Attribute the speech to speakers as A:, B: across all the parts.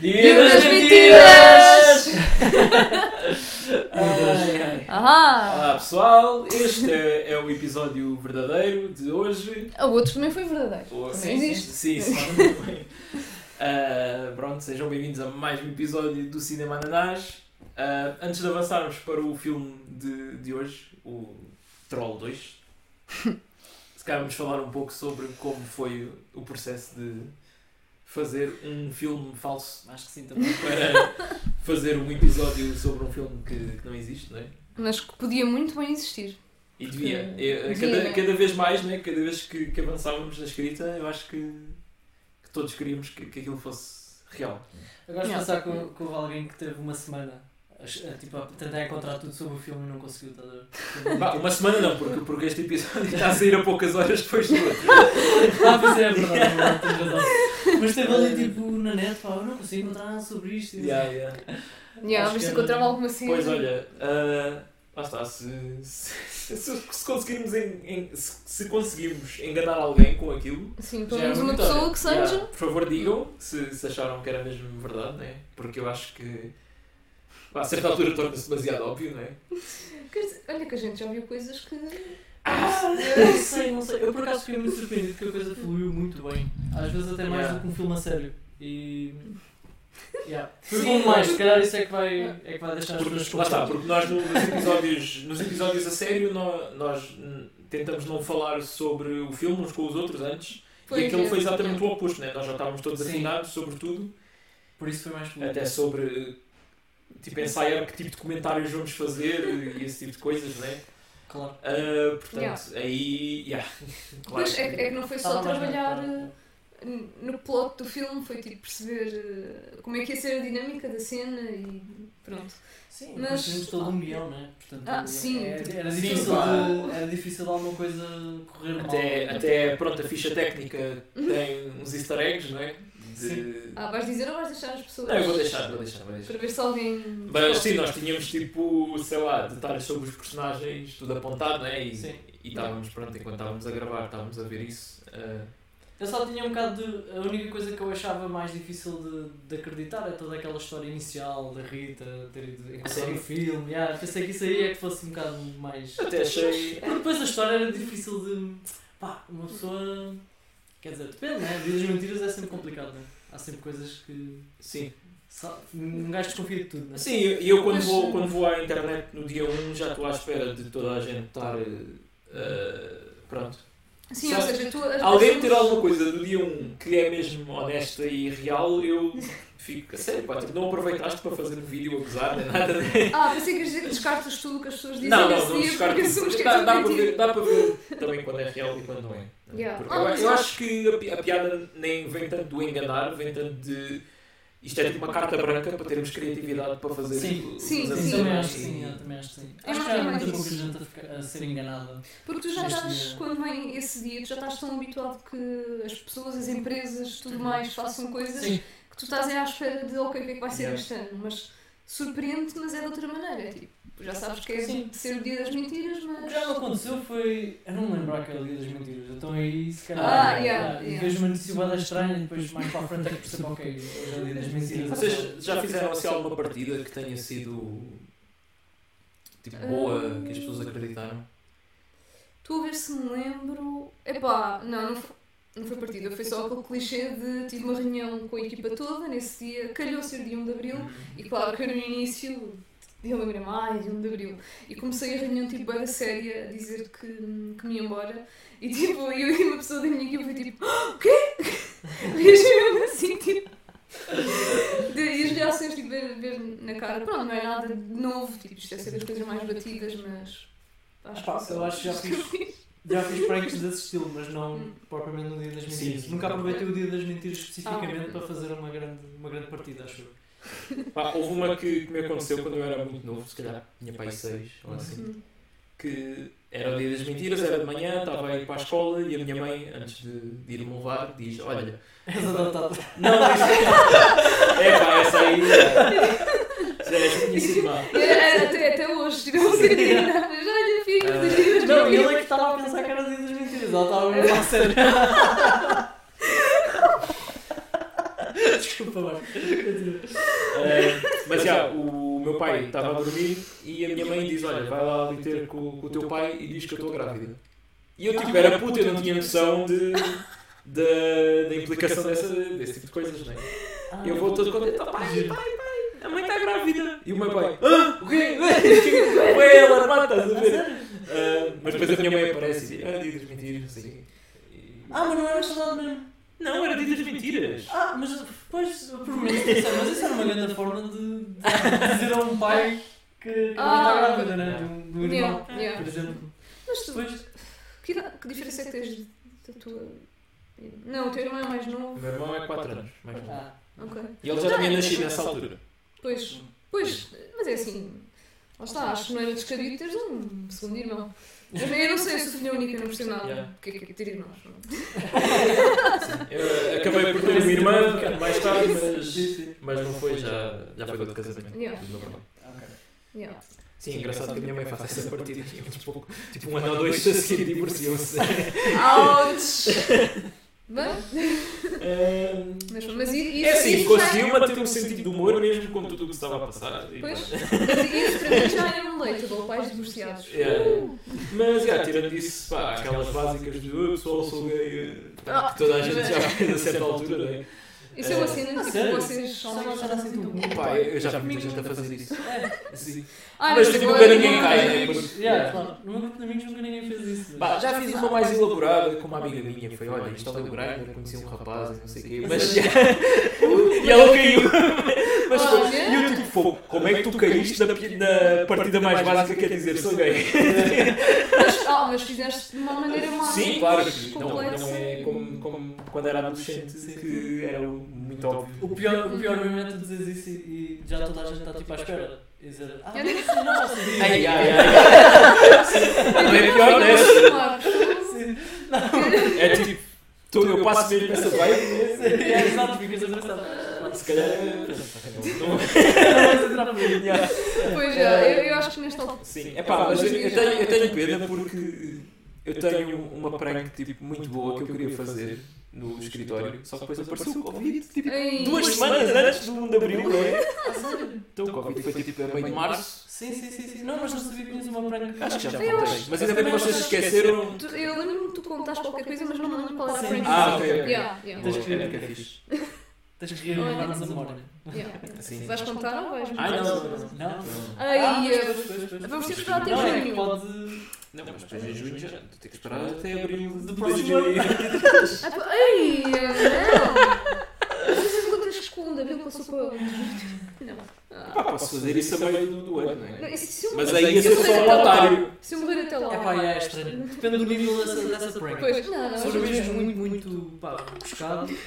A: Dia das
B: mentiras!
A: Ai, ai.
B: Ahá!
A: Olá pessoal, este é, é o episódio verdadeiro de hoje.
B: O outro também foi verdadeiro.
A: Ou-
B: também existe.
A: Sim, sim. sim. Ah, pronto, sejam bem-vindos a mais um episódio do Cinema Ananás. Ah, antes de avançarmos para o filme de, de hoje, o Troll 2, se calhar vamos falar um pouco sobre como foi o processo de fazer um filme falso, acho que sim também, para fazer um episódio sobre um filme que- que não existe, não é?
B: Mas que podia muito bem existir.
A: E devia.
B: Porque-
A: Eu-
B: devia,
A: Cada,
B: né?
A: cada vez mais, né? cada vez que, que avançávamos na escrita, eu acho que, que todos queríamos que, que aquilo fosse real.
C: Eu gosto de
B: Não.
C: pensar que, hou- que houve alguém que teve uma semana a, ch- a, tipo, a tentar encontrar tudo sobre o filme e não conseguiu, estás a ver?
A: Bah, uma semana não, porque, porque este episódio está a sair a poucas horas depois do outro.
C: Ah, pois é, é verdade, é verdade, tens razão. Mas teve ali tipo na net, pá, eu não consigo encontrar nada sobre isto. tipo,
A: Yeah, yeah.
B: Yeah, mas
C: Acho que
B: se
C: é-
B: encontrava alguma cena.
A: Pois olha, ah, lá está, se, se, se- se conseguirmos en- en- se, se conseguimos enganar alguém com aquilo.
B: Sim, pelo
A: já é
B: menos
A: uma
B: uma
A: vitória.
B: pessoa que seja.
A: Yeah, Por favor, digam se, se acharam que era mesmo verdade, né? porque eu acho que bah, a certa altura torna-se demasiado óbvio, não é?
B: Quer dizer, olha que a gente já viu coisas que.
A: Ah!
C: Eu não sei, não sei. Eu por acaso fiquei muito surpreendido que a coisa fluiu muito bem. Às vezes até mais
A: Yeah.
C: do que um filme a sério. E. Yeah. Foi
B: Sim.
C: bom demais, se calhar isso é que vai, é que vai deixar as
A: Porque,
C: pessoas
A: lá está,
C: confortáveis.
A: porque nós no- nos episódios, nos episódios a sério nó- nós, hum, tentamos não falar sobre o filme uns com os outros antes e aquilo foi exatamente o oposto, né? nós já estávamos todos
C: Sim.
A: afinados sobre tudo,
C: Por isso foi mais fluido.
A: até sobre tipo, ensaiar que tipo de comentários vamos fazer e esse tipo de coisas, né?
C: Claro.
A: Ah, portanto,
B: Yeah.
A: aí. Yeah. Claro
B: Pois é, que- é que não foi só
C: Estava mais bem,
B: trabalhar
C: claro.
B: eh, n- no plot do filme, foi tipo perceber eh, como é que ia ser a dinâmica da cena e pronto.
C: Sim,
B: Mas-
C: mas temos todo um guião, né? Portanto,
B: Ah, sim.
C: Era, era
A: Sim,
C: difícil
A: claro.
C: de, era difícil de alguma coisa correr
B: é.
C: mal. né?
A: Até, até pronto, a ficha técnica tem uns easter eggs, não é? De...
B: Ah, vais dizer ou vais deixar as pessoas?
A: Não, eu vou deixar, vou deixar, vou deixar.
B: Para ver se alguém.
A: Mas sim, nós tínhamos tipo, sei lá, detalhes sobre os personagens, tudo apontado, né? E,
C: Sim.
A: e estávamos, pronto, enquanto estávamos a gravar, estávamos a ver isso. ah,
C: Eu só tinha um bocado de. A única coisa que eu achava mais difícil de, de acreditar é toda aquela história inicial da Rita ter ido encontrar
A: Sim.
C: o filme. Yeah, pensei que isso aí é que fosse um bocado mais.
A: até achei.
C: Porque depois a história era difícil de. pá, uma pessoa. Quer dizer, depende, né? Vidas mentiras é sempre complicado, né? Há sempre coisas que.
A: Sim.
C: sa- Um gajo desconfia de tudo, né?
A: Sim, e eu, quando,
B: Mas-
A: vou, quando vou à internet no dia 1 já estou à espera de toda a gente estar. ah, pronto.
B: Sim, ou
A: Só-
B: seja, tu. as
A: Alguém me
B: pessoas-
A: tirar alguma coisa do dia 1 que é mesmo honesta e real, eu fico. a Sério, pá, tipo, não aproveitaste para fazer um vídeo a gozar, nem nada, né?
B: Ah, pensei que dizer que descartas tudo o que as pessoas dizem
A: Não, não,
B: nesse
A: não
B: dia
A: descarto.
B: porque assumes que é
A: Dá,
B: tudo
A: dá para
B: mentira.
A: ver, dá para ver também quando é real e quando não é.
B: Yeah.
A: Porque
B: Ah,
A: eu,
B: mas
A: eu
B: eu-
A: acho que a, pi- a piada nem vem tanto do enganar, vem tanto de. Isto é tipo uma carta branca para termos criatividade para fazer
C: Sim.
A: os
B: Sim,
A: anos
B: sim.
C: Também
A: e-
C: acho que sim, eu também acho que sim.
B: É
C: Acho que
B: mais-
C: há
B: é mais
C: muita pouca
B: isso.
C: gente a, ficar- a ser enganada.
B: Porque tu já
C: Neste
B: estás,
C: dia.
B: quando vem esse dia, tu já estás tão habituado que as pessoas, as empresas, tudo mais, façam coisas
C: Sim.
B: que tu estás aí à espera de, ok, o que é que vai ser
A: Yeah.
B: este ano? Mas surpreende-te, mas é de outra maneira. É Tipo, já sabes que é
C: Sim.
B: de ser o dia das mentiras,
C: O que
B: mas.
C: já me aconteceu foi. Eu não me lembro aquele dia das mentiras. Eu estou aí, se calhar.
A: Ah,
B: yeah,
C: ah,
B: yeah.
C: Vejo uma necessidade estranha e depois mais para a frente é que percebo, ok, hoje é o dia das mentiras.
A: Vocês já fizeram assim alguma partida que tenha sido. tipo boa,
B: Ah.
A: que as pessoas acreditaram?
B: Tu a ver se me lembro. Epá, não, não foi, não foi partida, foi só aquele clichê de tive uma reunião com a equipa toda nesse dia, calhou ser dia 1 de abril. E claro que eu no início eu lembrei-me, ai, de 1 de Abril. E comecei a reunião tipo bem séria a dizer que, que me ia embora. E tipo, eu e uma pessoa da minha equipa foi tipo, "Ah, o quê? Reagiu mesmo assim, tipo. De, e as reações tipo, ver, ver na cara, pronto, não é nada de novo, tipo, isto é ser das coisas mais batidas, mas.
C: Pá, eu acho que já
B: fiz.
C: Já fiz pranks desse estilo, mas não propriamente no dia das
A: Sim,
C: mentiras.
A: sim.
C: Nunca aproveitei o dia das mentiras especificamente
B: Ah.
C: para fazer uma grande, uma grande partida, acho eu.
A: Pá, houve uma que, que me aconteceu quando eu era muito novo, se calhar tinha pai 6 ou assim. que era o dia das mentiras, era de manhã, estava a ir para a escola e a minha mãe, antes de, de ir-me levar, diz: Olha,
C: És adaptado.
A: não, isso é pá, essa aí é- já és conhecido má.
B: Até, até hoje, tipo, não sei dizer nada, mas olha, filho,
A: Ah.
B: das minhas
C: Não,
B: meninas.
C: ele é que estava a pensar que era o dia das mentiras. Ela estava a mesmo a sério. Desculpa. Desculpa, Marco. Continua.
A: Uh, mas já, o meu pai estava a dormir e a minha mãe diz: Olha, vai lá ali ter com, com o teu pai e diz que eu estou grávida. E eu, tipo, era puto, eu não tinha noção de, de- da implicação dessa, desse tipo de coisas, né?
C: Ah,
A: Eu vou todo contente: "Tá, pai,
C: Giro.
A: pai, pai, a mãe está grávida. E o meu pai: Ah, o quê? Foi ela, mata, estás a
C: Ah,
A: ver?
C: sério?
A: Ah, mas depois a minha mãe aparece e diz: Ah, ditas mentiras, sim. E-
C: Ah, mas não era saudade mesmo.
A: Não, era ditas mentiras.
C: Ah, mas pois, por menos pensar, mas isso era uma grande forma de de dizer a um pai que que não está
B: Ah.
C: grávida, né? De um, de um irmão,
B: Yeah, yeah.
C: por exemplo.
B: Mas tu,
C: Depois,
B: que, que diferença é que tens da tua. Não, o teu irmão é mais
A: O
B: novo.
A: meu irmão é 4 anos, mais novo.
C: ah,
B: Ok.
A: E ele já tinha nascido né? nessa altura.
B: Pois, pois, mas é assim. Lá está, acho que não é descabido teres um segundo irmão. Mas eu não sei, eu sou filha única, não percebo nada.
A: Yeah.
B: O que é que é ter irmãos? não? é?
A: Eu acabei por ter uma irmã mais tarde, mas,
C: Sim, sim.
A: mas não foi, já, já foi outro casamento.
B: Yeah.
A: Do meu irmão.
C: Ok.
B: Yeah.
A: Sim, engraçado que a minha mãe faça essa partida e eles pouco, tipo um ano ou dois a seguir divorciam-se.
B: Ouch! Bem,
A: Ahm,
B: mas, mas i- isso,
A: É assim,
B: isso
A: conseguiu manter um sentido de humor mesmo com tudo o que se estava a passar.
B: já,
A: E-
B: pois, mas isso para mim já é um leitable, pais divorciados.
A: Yeah.
B: Uh!
A: Mas, já, tirando isso, pá, aquelas básicas de "Ah, pessoal, sou gay, eh, pá, que toda a gente já fez a certa altura, né?
B: Isso é uma cena,
C: Ah,
B: tipo,
C: sério?
B: vocês
C: Só uma cena assim do mundo.
A: um Pá, eu já vi muita gente a fazer isso.
C: É,
A: Sim.
B: Ah,
A: Mas tipo,
B: agora
A: nunca ninguém
B: não-
A: cai, né? Porque-
C: yeah, claro. No meu grupo de amigos nunca ninguém fez isso.
A: Pá, já fiz uma mais elaborada com uma amiga minha. Foi, olha, instalei o grinder, conheci um rapaz, e não sei o quê. Mas e ela caiu. Mas foi-
B: Olha.
A: E eu tipo, fogo, como é que tu caíste na, pi- na partida mais básica que é dizer sou gay?
B: Mas, ah, mas fizeste de uma maneira má.
A: Sim, claro. que Não,
B: Complexa.
A: não é como, como quando era adolescente que era um muito óbvio.
C: O pior, o pior mesmo é tu dizes isso e, e já toda a gente está tipo à espera. E dizer, ah,
B: Eu
C: não, não, não, não,
A: Ai, ai, ai. Não é pior, né? É tipo, tu, eu passo mesmo nessa vibe.
C: É, exato, ficas abraçado.
A: Se calhar. é- Não,
B: Pois é, eu, eu acho que nesta altura.
A: Sim, é pá, mas eu, eu tenho, eu tenho pena porque eu tenho uma prank tipo, muito boa que eu queria fazer no escritório, só que depois apareceu o Covid, tipo,
B: Ei,
A: duas
B: pois-
A: semanas antes do 1 de Abril, não é? Então o Covid foi tipo a meio de Março,
C: Sim, sim, sim, sim. Não, mas não sabia que tinhas uma branca.
A: acho que já
B: Eu
A: contei,
B: acho-
A: mas ainda bem que vocês se esqueceram.
B: Tu- Eu lembro-me que tu contaste qualquer coisa, mas não me lembro qual era a
C: Sim.
B: frente.
A: Ah, ok, ok.
B: Yeah, yeah,
C: Tens que-
A: Boa, era que é fixe.
C: Tens que reavivar-nos a memória.
B: yeah.
A: Sim.
B: Vais contar ou vais?
A: Ah, não, não, não.
C: Não?
B: Ai,
C: Ah, mas
B: eu-
C: depois, depois, depois.
B: Vamos ter que esperar até
C: Não, é que
B: junho.
C: pode...
A: Não, mas depois em junho já, tu tens que esperar até Abril de
C: Do
A: próximo
C: próximo
A: ano.
B: Ah, pô, Ai, eh, não! Vocês encontram escunda, viu? Passou para. Não. Ah.
A: Pá, posso fazer isso a meio do, do ano, não
B: Não,
A: é?
B: e se- se eu
A: Mas
B: morrer-
A: aí ia
B: se eu
A: ser só
B: morrer
A: um
B: até lá-
A: otário.
B: Se eu morrer até lá.
C: É pá, é estranho. Depende do nível dessa, dessa prank.
B: Pois, não, não.
C: Se for
B: mas-
C: mesmo muito, muito, pá, buscado...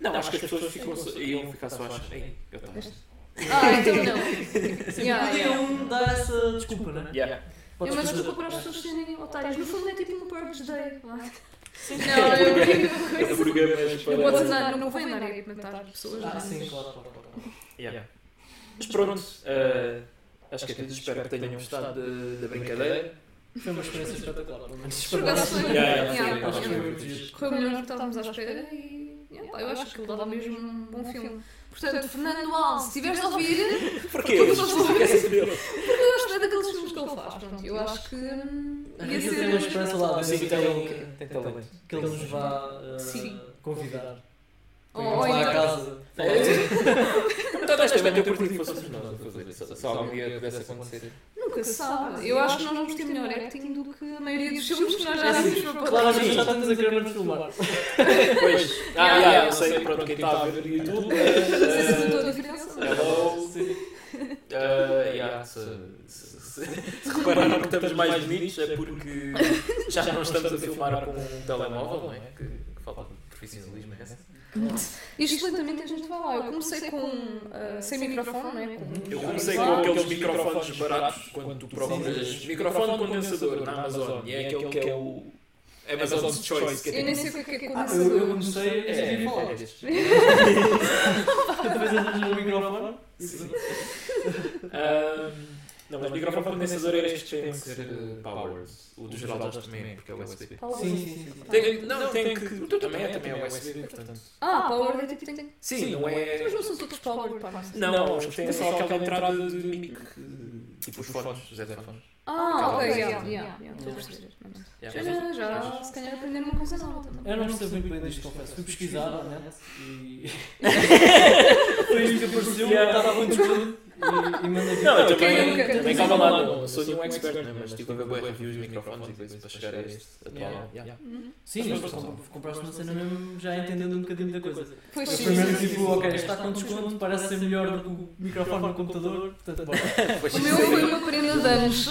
A: Não, acho que as pessoas ficam só- iam ficar só a achar. "Ei, eu tô-"
B: Ah, então não.
C: Sempre
B: Yeah,
C: podia
B: yeah.
C: um dar essa desculpa, né?
A: Yeah.
B: Eu,
C: Podes
B: mas
C: fazer-
B: desculpa para as pessoas serem otárias. No fundo é tipo um Purge Day. Não,
A: Porque-
B: eu
A: É programas
B: Eu vou
A: para.
B: dizer, não convém andar a alimentar pessoas.
C: Ah,
B: não.
C: sim, claro, claro, claro.
A: Yeah. Mas pronto, eh, acho que é tudo. Espero que tenham gostado da- da brincadeira.
C: Foi uma experiência espetacular, pelo menos.
B: Jogaste bem.
A: Yeah, yeah,
B: Yeah,
A: foi,
B: acho
A: foi,
B: que
A: foi
C: muito
A: fixe.
C: giro.
B: Correu melhor do que estávamos à espera e yeah, pá, eu acho que ele dava mesmo um bom filme. Portanto, Fernando Alves, se estiveres a ouvir,
A: Porquê?
B: Por favor.
A: Esquece dele.
B: porque eu acho que é daqueles filmes que ele faz. Pronto, eu acho que hum,
C: A
B: ia
C: Rita tem uma
B: ser.
C: esperança lá
A: Sim,
C: dentro que ele,
A: tem, tem talento.
C: que ele nos vá eh,
B: Sim.
C: convidar.
B: Oh,
C: Vamos lá
B: então- É
C: à casa.
A: Então, nós também eu curti que fôssemos nós a fazer. se- Se algum dia pudesse acontecer.
B: Nunca se sabe. Eu acho que nós vamos ter melhor acting do que a maioria dos filmes que nós já
C: É
B: vimos
C: assim,
B: para
C: claramente
A: Sim.
C: já estamos a querer nos filmar.
A: Pois. Ah, yeah, eu sei. Pronto, quem está a ver no YouTube.
B: Não sei se
A: eh,
B: notou a diferença. mas-
A: Hello. Eh, yeah, se, se, se, se repararam que estamos mais bonitos é porque já não estamos a filmar com um telemóvel, não é? Que, que falta de profissionalismo é essa?
B: Isto lentamente a gente vai lá. Eu comecei com ah, sem microfone, não é? Com-
A: Eu comecei com aqueles microfones baratos quando tu procuras
C: Sim.
A: microfone condensador na Amazon e é aquele que é o Amazon's Choice que é
B: Eu nem
A: tipo-
B: sei o que é que é
C: Ah, eu, eu
B: condensador.
C: comecei a
A: É,
C: decidir falar.
A: é destes.
C: Talvez arranjar o microfone.
A: Sim. Ahm, Não, mas microfone condensador era este tem que ser eh, Powers. O do Geraldo Alves também é, porque é USB.
B: Power
C: Sim,
B: Day.
C: sim, sim, sim.
A: Tem, não, tem que. Também é, também é USB, portanto.
B: Ah, Power Day tipo tem. tem-
A: Sim, não é.
B: Mas não são todos Power pá.
A: Não, mas tem só aquela entrada de mic. Tipo os fones, os headphones.
B: Ah,
A: Aquela-
B: ok, yeah, yeah,
A: Sim.
B: yeah, estou a
C: Yeah.
B: perceber.
A: Yeah, mas-
B: Já, já, se calhar aprender uma coisa nova também.
C: Eu não percebo muito bem disto, confesso. Fui pesquisar na net e. Foi isto que apareceu,
A: Yeah.
C: estava a muito escuro e, e mandei
A: Não, eu
C: vir.
B: Quem
A: também,
B: nunca?
A: também
B: Quem
A: calma
C: nunca?
A: lá, não sou nenhum expert, né, mas estive a ver boas reviews de microfones e coisas para chegar a este atual.
C: Yeah.
A: Yeah.
B: Uhum.
C: Sim, mas comp- compraste uma cena mesmo já entendendo um bocadinho da coisa.
B: Foi
C: Mas
B: fixe.
C: primeiro tipo, ok, está com desconto, parece ser melhor do que o microfone no computador, portanto, bora.
B: O meu foi uma prenda de anos.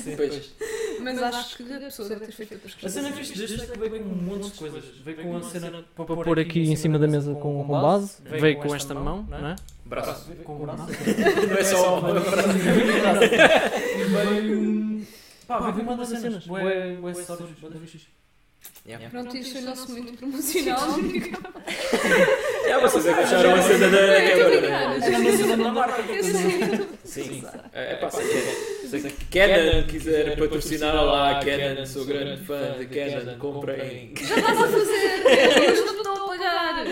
C: Sim.
A: Pois.
B: Mas acho que a pessoa deve ter feito outras
C: A
B: coisas.
C: cena fixe deste é que veio com um monte de coisas. Veio com a cena para pôr aqui em cima da mesa com, com base, veio com esta mão, não
A: né?
C: é?
A: Braço.
C: Com o braço.
A: Não é só.
C: E veio. Pá, veio uma das cenas. Ué, ué, acessórios, bué da fixe.
A: Yeah.
B: Pronto, isto foi o nosso momento promocional.
A: Yeah, vocês é que acharam a cena da da quebra. né?
B: Obrigada.
C: Já não se lembra da marca.
B: Eu sei.
A: Sim.
B: Exato.
A: É pá, se a- se a Canon quiser patrocinar lá a Canon, sou grande fã de Canon, comprem.
B: Já estás a fazer! Eu não estou a pagar!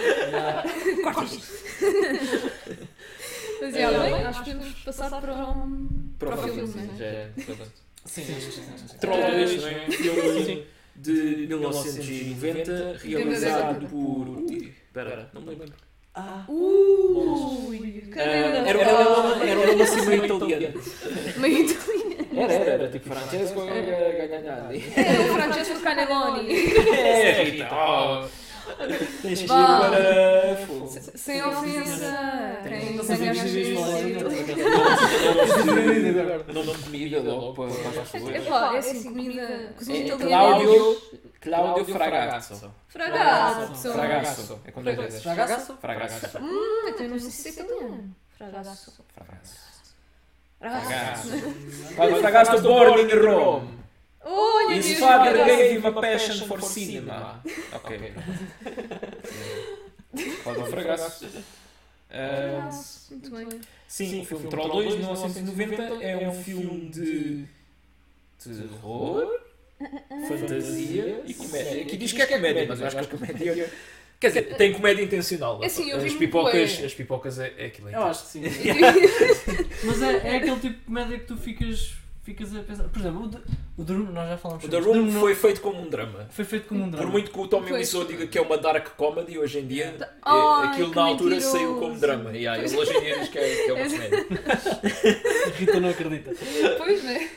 B: Mas é,
A: Eh,
B: bem, acho que podemos passar para um.
A: Para o
B: Para o
A: filme,
B: filme,
A: sim, já é, portanto.
C: Sim,
A: Troll
B: Eh,
A: 2, não é? Filme de 1990, realizado por. Espera, não me lembro.
C: Ah,
B: Ui!
A: Ah,
B: Caramba!
A: Era era-
B: Ah,
A: era uma assim cima italiana.
B: Meio italiano.
A: Era, era, era tipo eh, Francesco Gagnani.
B: Era o Francesco Caneloni.
A: É, Rita, ó. Tens que ir
B: Vá.
A: para fogo.
B: Se- Sem ofensa. Quem
C: não
B: sangue
C: fazemos
B: às
C: isto
A: né?
B: vezes.
A: Nome de comida logo para para as pessoas.
B: É pá, é assim, comida. Cozinha
A: É
B: italiana.
A: Cláudio, Cláudio Fragazzo.
B: Fragasso.
A: Fragazzo. É como é que é?
C: Fragasso?
A: Fragazzo.
B: Hum, então eu não sei se é italiano. Fragasso.
A: Fragazzo.
B: Fragasso.
A: Cláudio Fragazzo born in Rome.
B: Olha,
A: His
B: Deus,
A: father
B: Fragasso.
A: gave him a passion for cinema. Ok. Cláudio Fragazzo. Ah,
B: Fragasso. Muito bem.
A: Sim, o filme Troll 2 de 1990 é um filme de terror, fantasia e comédia. Aqui diz que é comédia, mas eu acho que a comédia. Quer dizer, tem comédia intencional.
B: É assim, eu vi
A: as,
B: muito
A: pipocas,
B: bem.
A: as pipocas é, é aquilo.
C: Eu acho que sim. Mas é, é aquele tipo de comédia que tu ficas, ficas a pensar. Por exemplo, o The, o The Room, nós já falamos
A: O The
C: sobre
A: Room
C: isto.
A: foi feito como um drama.
C: foi feito como um drama.
A: Por muito que o Tommy
B: Foi.
A: Wiseau diga que é uma dark comedy, hoje em dia, é-
B: Ai,
A: aquilo
B: que
A: na altura
B: mentiroso.
A: saiu como drama. E aí, ele hoje em dia diz que é, que é uma comédia.
C: A Rita não acredita.
B: Pois, né?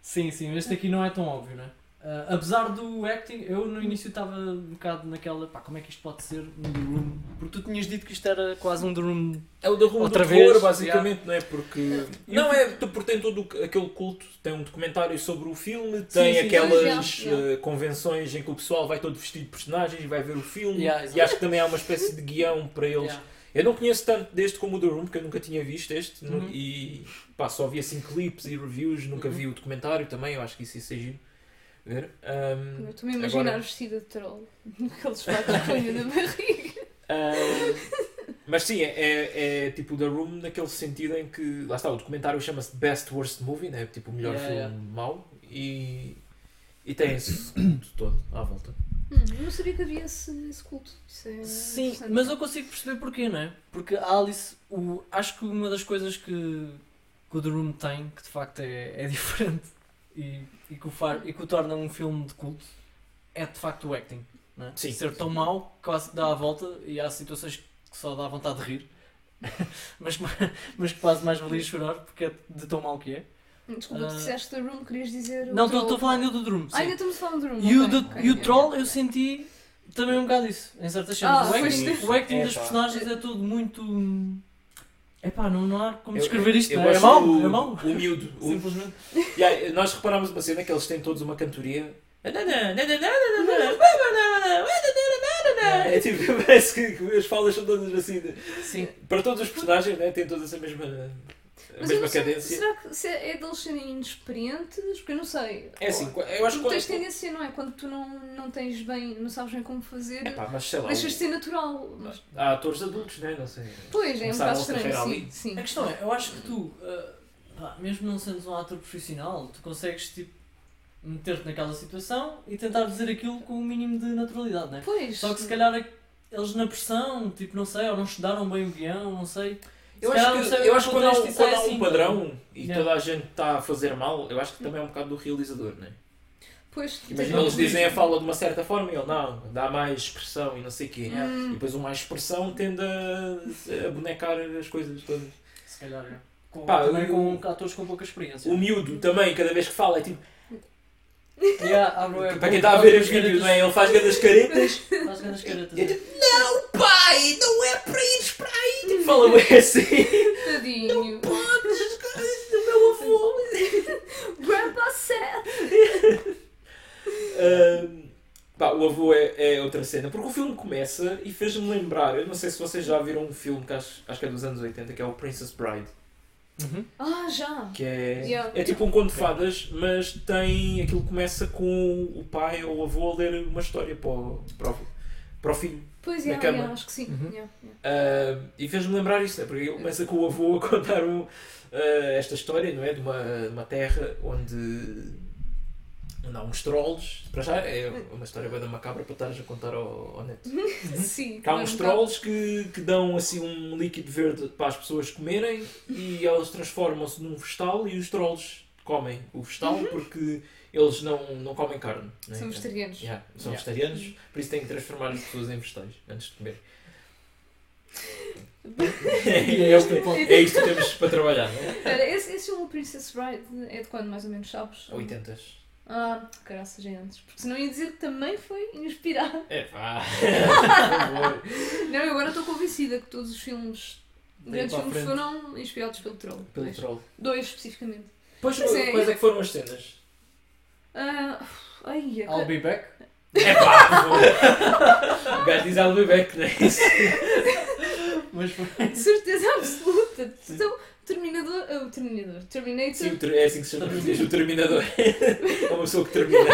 C: Sim, sim, mas este aqui não é tão óbvio, né? Ah, apesar do acting, eu no início estava um bocado naquela, pá, como é que isto pode ser um The Room? Porque tu tinhas dito que isto era quase um The Room.
A: É o da Rua
C: Outra
A: do Terror,
C: vez,
A: basicamente, não é? Porque. Não é. Tu portém todo o- aquele culto, tem um documentário sobre o filme, tem
C: sim,
A: aquelas
B: sim, sim.
A: eh, convenções em que o pessoal vai todo vestido de personagens e vai ver o filme.
C: Yeah,
A: e
C: exato.
A: acho que também há uma espécie de guião para eles.
C: Yeah.
A: Eu não conheço tanto deste como o The Room, porque eu nunca tinha visto este. nu-
C: Uhum.
A: E pá, só vi assim clipes e reviews, nunca
C: Uhum.
A: vi o documentário também. Eu acho que isso ia ser giro. Ver. Ahm,
B: Eu estou-me a imaginar
A: Agora-
B: vestida de troll. Aqueles fatos que ponho na barriga.
A: Ah, mas sim, é, é- é tipo The Room naquele sentido em que. Lá está, o documentário chama-se Best Worst Movie, né? tipo o melhor
C: Yeah,
A: filme
C: yeah.
A: mau. E, e tem esse culto todo à volta.
B: Hum, eu não sabia que havia esse, esse culto. Isso é
C: Sim,
B: interessante.
C: mas eu consigo perceber porquê, não é? Porque a Alice, o, acho que uma das coisas que, que o The Room tem, que de facto é, é diferente e, e, que o far, e que o torna um filme de culto, é de facto o acting. Não é?
A: né? Sim.
C: Ser tão mau que quase dá a volta e há situações que só dá vontade de rir, mas, que- mas que quase mais valia chorar porque é de tão mau que é.
B: Hum, Desculpa, tu
C: Ah.
B: disseste The Room, querias dizer. o
C: Não, estou
B: troll.
C: estou a falar ainda do The Room.
B: Ah, ainda
C: sim.
B: estamos a falar do Room.
C: E o,
B: ok,
C: do-
B: ok.
C: e o Troll eu senti também um bocado isso, em certas
B: Ah,
C: cenas. o
B: pois
C: acting,
A: sim.
C: o acting
A: É,
C: das
A: pá.
C: personagens é tudo muito. Epá, não, não há como
A: Eu-
C: descrever isto,
A: eu
C: não é? É
A: acho
C: mau,
A: o-
C: é mau.
A: O miúdo. O-
C: Simplesmente.
A: Yeah, nós reparámos uma cena que eles têm todos uma cantoria. É tipo, parece que as falas são todas assim. de-
C: Sim.
A: Para todos os personagens, né? têm todas a mesma, a
B: Mas
A: mesma
B: eu não sei,
A: cadência.
B: Será que se é deles serem inexperientes? Porque eu não sei.
A: É assim, eu acho
B: Tu tens
A: que.
B: tendência, não é? Quando tu não, não tens bem, não sabes bem como fazer,
A: Epá, mas sei lá,
B: deixas de ser natural. Mas,
A: Há atores adultos, né? Não sei.
B: pois, é um
A: Começaram
B: bocado
A: a carreira
B: estranho,
A: ali.
B: sim.
C: é,
B: sim.
C: A questão é, eu acho que tu, ah, pá, mesmo não sendo um ator profissional, tu consegues tipo, meter-te naquela situação e tentar dizer aquilo com o mínimo de naturalidade, né?
B: Pois.
C: Só que se calhar eles na pressão, tipo, não sei, ou não estudaram bem o guião, não sei.
A: Eu
C: Se calhar
A: acho, que,
C: percebe
A: eu
C: o
A: acho que quando há
C: contexto
A: um,
C: e
A: quando
C: sai
A: há um
C: assim,
A: padrão e
C: Yeah.
A: toda a gente está a fazer mal, eu acho que também é um bocado do realizador, né?
B: Pois. tu
A: Imagina,
C: Tem
A: eles
C: que ver.
A: dizem a fala de uma certa forma e ele, não, dá mais expressão e não sei o quê. E
B: Hum,
A: depois o mais expressão tende a, a bonecar as coisas todas.
C: Se calhar, é. com,
A: Pá,
C: também
A: eu-
C: com atores com pouca experiência.
A: O miúdo também, cada vez que fala, é tipo,
C: Yeah, ah, bro, é
A: para
C: bom.
A: quem está a ver os
C: Faz
A: vídeos, não
C: caretas-
A: é? Ele faz grandes caretas.
C: Faz grandes caretas.
A: Eu tipo, não, pai, não é para ires para aí. Tipo, Fala bem assim.
B: Tadinho.
A: Podes, coisas do meu avô.
B: Grandpa Seth.
A: Ahm, pá, o avô é, é outra cena, porque o filme começa e fez-me lembrar. Eu não sei se vocês já viram um filme que acho, acho que é dos anos 80, que é o Princess Bride,
C: Uhum.
B: Ah, já.
A: que é,
B: Yeah.
A: é tipo um conto de fadas, mas tem aquilo que começa com o pai ou o avô a ler uma história para o, para o, para o filho.
B: Pois
A: Na
B: é,
A: cama.
B: é, acho que sim.
C: Uhum.
B: Yeah, yeah.
A: Ahm, e fez-me lembrar isso, né? porque ele começa com o avô a contar um, ah, esta história, não é? De uma, de uma terra onde. Onde há uns trolls, para já é uma história bem da macabra para estares a contar ao, ao neto. Uhum.
B: Sim.
A: Que Há uns
B: um
A: trolls que, que dão assim um líquido verde para as pessoas comerem e elas transformam-se num vegetal e os trolls comem o vegetal porque eles não, não comem carne. né?
B: Uhum. São vegetarianos.
A: Yeah, são
C: Yeah.
A: vegetarianos, por isso têm que transformar as pessoas em vegetais antes de comer. é, isto, é isto que temos para trabalhar, não é?
B: Espera, esse, esse filme, o Princess Bride, é de quando mais ou menos sabes?
A: 80
B: Ah, graças a antes. Porque senão ia dizer que também foi inspirado.
A: É pá! por favor.
B: Não, eu agora estou convencida que todos os filmes,
C: Daí
B: grandes
C: para a
B: filmes,
C: frente.
B: foram inspirados pelo troll.
A: Pelo
B: Dois.
A: troll.
B: Dois, especificamente.
A: Pois,
B: Sim.
A: quais é que foram as cenas?
B: Ah, ai, é
C: I'll
B: que-
C: be back.
A: É pá! por favor. O gajo diz I'll be back, não é isso?
C: Mas foi.
B: de certeza absoluta. Então, Terminador. ah, o Terminador. Terminator.
A: Sim, o ter- é assim que se chama em português, o Terminador. É uma pessoa que termina.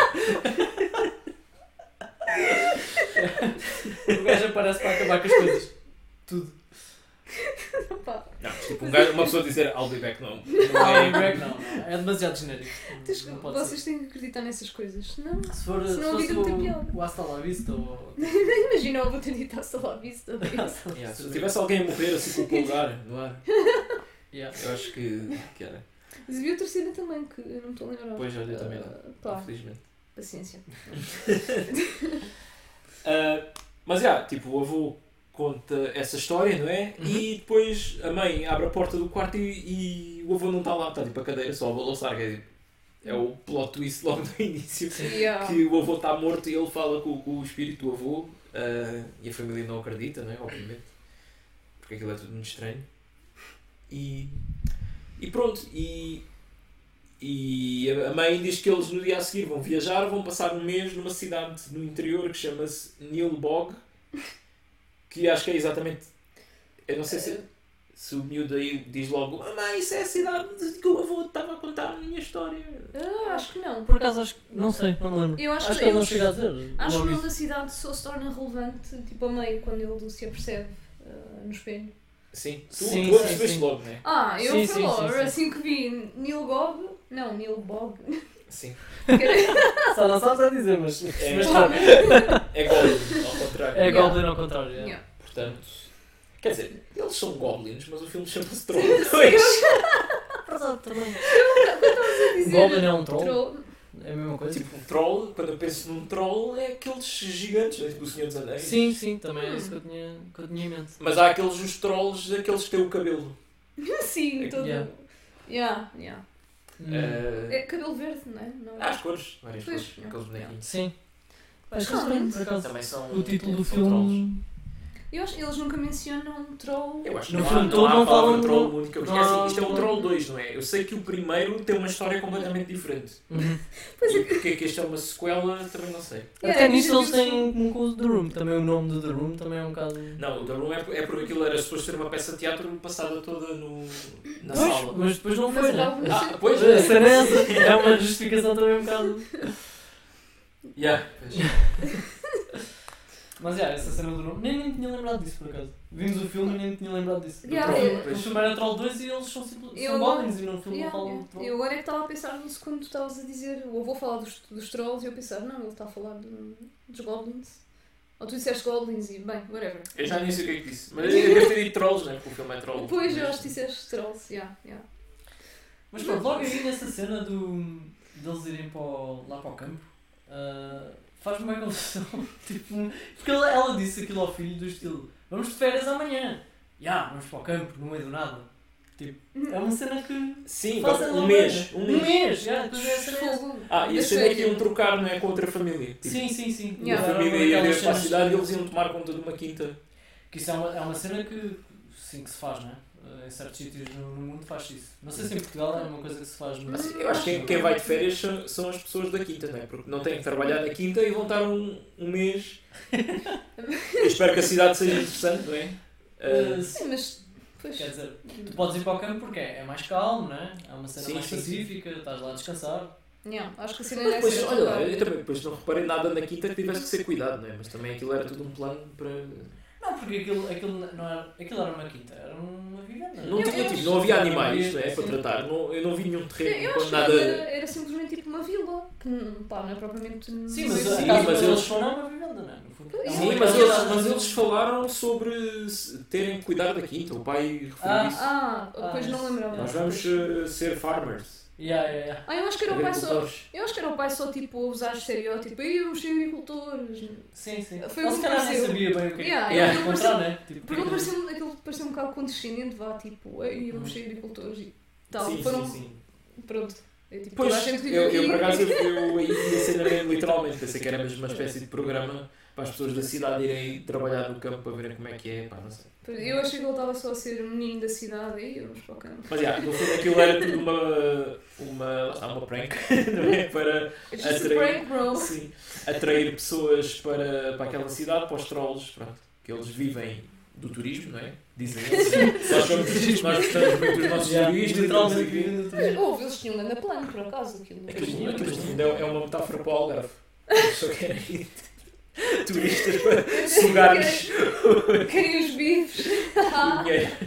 C: O gajo aparece para acabar com as coisas.
B: Opa,
A: Não, mas tipo, um gajo- uma pessoa dizer I'll be back, não. Não
C: I'll be
A: é.
C: back, não. não. É demasiado genérico.
B: tens-
C: Não pode
B: vocês têm que acreditar nessas coisas. Não.
C: ser. Se for,
B: se
C: se
B: não, a
C: fosse
B: vida não tem piada.
C: o, o Hasta La Vista ou...
B: Imagina o Botanita Salavista.
A: Yeah, se tivesse alguém a morrer assim com o lugar no ar,
C: Yeah.
A: eu acho que, que era.
B: Mas vi outra cena também que eu não me estou a lembrar.
A: Pois, olha, eu também não.
B: Ah, pá,
A: Infelizmente.
B: paciência.
A: Ah, mas, já, tipo, o avô conta essa história, não é? E depois a mãe abre a porta do quarto e, e o avô não está lá, está tipo a cadeira só a balançar. quer dizer, É o plot twist logo do início.
B: Yeah.
A: que o avô está morto e ele fala com, com o espírito do avô ah, e a família não acredita, não é? Obviamente. Porque aquilo é tudo muito estranho. E, e pronto, e, e a a mãe diz que eles no dia a seguir vão viajar, vão passar um mês numa cidade no interior que chama-se Nilbog, que acho que é exatamente. Eu não sei se, se o miúdo aí diz logo: Mamãe, isso é a cidade que o avô estava a contar a minha história.
B: Ah, acho que não.
C: Por acaso acho que. Não sei, não me lembro.
B: Eu acho que-
C: ele
B: eu-
C: não chega a dizer.
B: Acho que o
C: Logo
B: nome
C: isso.
B: da cidade só se torna relevante tipo a meio quando ele se apercebe ah, no espelho.
A: Sim, tu, tu
C: Sim, sim,
A: percebeste
C: sim.
A: logo, não é?
B: Ah, eu
C: Sim,
B: fui
C: sim,
B: logo,
C: sim, sim.
B: assim que vi Neil Bob. Não, Neil Bob.
A: Sim.
C: Só não sabes a dizer, mas.
A: É,
C: mas tá.
A: É Goblin, ao contrário.
C: É
B: Yeah.
C: Goblin ao contrário. é. yeah.
B: Yeah.
A: Portanto, quer dizer, eles são goblins, mas o filme chama-se Troll é 2.
B: Quer dizer,
C: Goblin é um troll?
B: troll.
C: É a mesma coisa?
A: tipo, um troll, quando eu penso num troll, é aqueles gigantes, né, tipo o Senhor dos Anéis.
C: Sim, sim, também é
B: Hum.
C: isso que eu tinha, que eu tinha em mente.
A: Mas há aqueles, os trolls, aqueles que têm o cabelo.
B: Sim, todo.
C: Yeah.
B: Yeah, yeah.
C: Hum.
A: Eh,
B: É cabelo verde, não é? Não.
A: Há as cores, várias
B: Pois,
A: cores, aqueles bonequinhos.
C: Hum, Sim. Acho que
B: realmente.
C: estranho, por acaso.
A: Também são.
C: O é um título do
A: são trolls.
C: filme.
B: Eu acho, eles nunca mencionam um troll.
A: Eu acho que
C: No
A: não, há,
C: filme
A: não
C: todo
A: há a
C: não
A: palavra
C: falam-
A: troll muito que eu
C: não
A: conheço.
C: há-
A: Isto é um troll 2, não é? Eu sei que o primeiro tem uma história completamente diferente.
C: Uhum.
A: E porque é que este é uma sequela, também não sei.
B: Yeah,
C: Até nisso
B: isso-
C: eles têm um com o The Room. Também o nome do The Room também é um bocado.
A: Não, o The Room é, é porque aquilo era suposto ser uma peça de teatro passada toda no, na
C: Pois,
A: sala.
C: mas depois não
B: Mas
C: foi,
B: acaba
C: né?
B: por ser-
A: Ah, pois
C: A
A: é.
C: cena é essa. É uma justificação também um bocado.
A: Yeah, pois.
C: Mas é, essa cena do nome. Nem, nem me tinha lembrado disso, por acaso. Vimos o filme e nem me tinha lembrado disso.
B: Yeah,
C: o,
B: eu-
C: filme, o filme era Troll 2 e eles são, simples,
B: Eu-
C: são goblins e não filme
B: Yeah,
C: falam
B: yeah.
C: de troll.
B: Eu agora é que estava a pensar nisso quando tu estavas a dizer o avô falar dos, dos trolls e eu pensar, não, ele está a falar do- dos goblins. Ou tu disseste goblins e bem, whatever.
A: Eu já nem sei o que é que disse. Mas eu devo ter dito trolls, né? Porque o filme é troll.
B: Depois eu acho que disseste trolls, yeah, yeah.
C: Mas pronto, logo aí nessa cena do, deles irem para o- lá para o campo, ah, faz-me uma confusão. tipo, porque ela, ela disse aquilo ao filho do estilo: Vamos de férias amanhã. Ya, vamos para o campo, no meio do nada. É uma cena que.
A: Sim,
C: faz
A: um
C: ela
A: mês.
C: lembrar.
A: Um mês.
C: já, depois é a cena dessa.
B: Fogo.
A: Ah, e a
B: Da
A: cena é que
B: série.
A: iam trocar, não é? Com outra família. Tipo,
C: Sim, sim, sim.
A: uma
B: Yeah.
C: Era uma
A: família ia
C: daquelas
A: para a
C: cenas
A: cidade e
C: que-
A: eles iam tomar conta de uma quinta.
C: Que isso é uma, é uma cena que sim que se faz, não é? Em certos sítios no, no mundo faz isso. Não sei se em Portugal é uma coisa que se faz no
A: Assim, eu acho que quem, quem vai de férias são, são as pessoas da quinta, não é? Porque não têm que trabalhar na quinta e vão estar um, um mês. Eu espero que a cidade seja interessante, não é?
C: Uh,
A: Ah,
C: se-
B: Sim, mas. Pois.
C: Quer dizer, tu podes ir para o campo porque é é mais calmo, não é? É uma cena
A: Sim,
C: mais
A: sim, sim.
C: pacífica, estás lá a descansar.
B: Yeah, acho que a cena
A: mas
B: é essa.
A: depois, olha, lá, eu também depois não reparei nada na quinta que tivesse que ser cuidado, não é? Mas também aquilo era tudo um plano para.
C: Não, porque aquilo, aquilo, não era, aquilo era uma quinta, era uma vivenda.
A: Não,
B: Eu-
A: tinha,
B: eu
A: tipo,
B: acho-
A: não havia animais, não é?
C: Sim.
A: Para tratar. Não- eu não vi nenhum
B: Eu-
A: terreno,
B: Eu
A: com
B: acho que aquilo era,
A: nada.
B: era simplesmente tipo uma vila, que não- pá, não é propriamente. um-
C: Sim, mas,
A: Sim,
C: a
A: sim,
C: casa
A: mas
C: onde
A: eles-
C: eles foram é uma vivenda, não é? No fundo.
B: Sim,
C: É uma
A: Sim,
B: Sim,
A: mas
C: vivenda.
A: eles, mas eles falaram sobre se- terem que cuidar da quinta. O pai referiu
C: Ah,
A: isso.
B: Ah, depois não lembrava.
A: Nós vamos eh, ser farmers.
C: Yeah, yeah, yeah.
B: Ah, eu acho que era o pai só.
A: agricultores.
B: Eu acho que era o pai só tipo a usar estereótipo. Aí os agricultores.
C: Sim, sim.
B: Foi
C: Ele
B: o
C: se
B: que
C: calhar nem
B: pareceu.
C: sabia bem o que
B: Yeah,
A: Yeah.
C: é
B: aquilo
C: encontrar,
B: pareceu-
C: não é? Tipo,
B: Porque ele
C: aquilo-
B: pareceu, aquilo pareceu um bocado condescendente, vá tipo, aí vamos ser agricultores e tal.
A: Uhum. Sim,
B: Então, Foram.
A: sim, sim.
B: Pronto. É tipo,
A: Pois,
B: toda a gente vive
A: eu, eu
B: aqui.
A: por acaso eu, eu aí vi a cena mesmo, literalmente, pensei que era mesmo uma espécie de programa para as pessoas da cidade irem trabalhar no campo para verem como é que é, pá, não sei.
B: Eu achei que ele estava só a ser um menino da cidade aí, vamos para o campo.
A: Mas já, no fundo aquilo era tudo uma, uma, lá está, uma prank, não é? Para
B: It's just a
A: Atraí-
B: prank, bro.
A: assim, atrair pessoas para, para aquela cidade, para os trolls, pronto, que eles vivem do turismo, não é? Dizem eles. nós, somos, nós gostamos muito dos nossos
C: Yeah,
A: turistas, não sei o
C: literalmente
A: quê.
C: vivenda.
B: Mas houve, eles tinham um grande plano, por acaso, aquilo.
A: Aquilo, aquilo no fundo, é é uma metáfora para o Algarve. Eles só querem ir turistas para sugar-lhes
B: Querem os bifes. Ah,
A: o dinheiro.
C: Ah.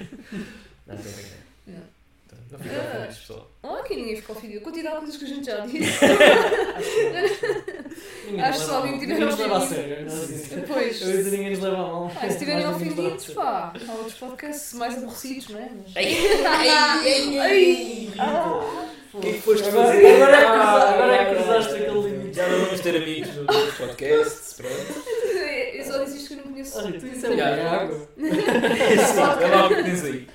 A: Não, estou a brincar.
B: Não.
A: Então, Não fico a
B: Ah.
A: falar isto, pessoal.
B: Olha que ninguém ficou ofendido. Quantidade de coisas que a gente já disse.
C: Ninguém
B: Acho
C: nos
B: só
C: leva a
B: alguém
C: mal.
B: tiver
C: Ninguém nos leva a
B: ouvido.
C: sério. nós dizemos.
B: Depois.
C: Eu disse, ninguém nos leva a mal.
B: Ah, e se estiverem
C: Mas ninguém nos leva a
B: ofendidos, pá, há outros podcasts mais aborrecidos, não é? Mas-
C: sério.
B: Ai.
A: O que é que foste
C: Agora-
A: fazer?
C: agora é que cruza-
A: Ah,
C: agora é que cruzaste aquele limite.
A: Já não vamos ter amigos no no podcast. Pronto.
B: Eu só disse isto que eu não conheço.
C: Olha, tu isso é
A: Yeah.
C: uma água.
A: Sim, é lá o que tens aí.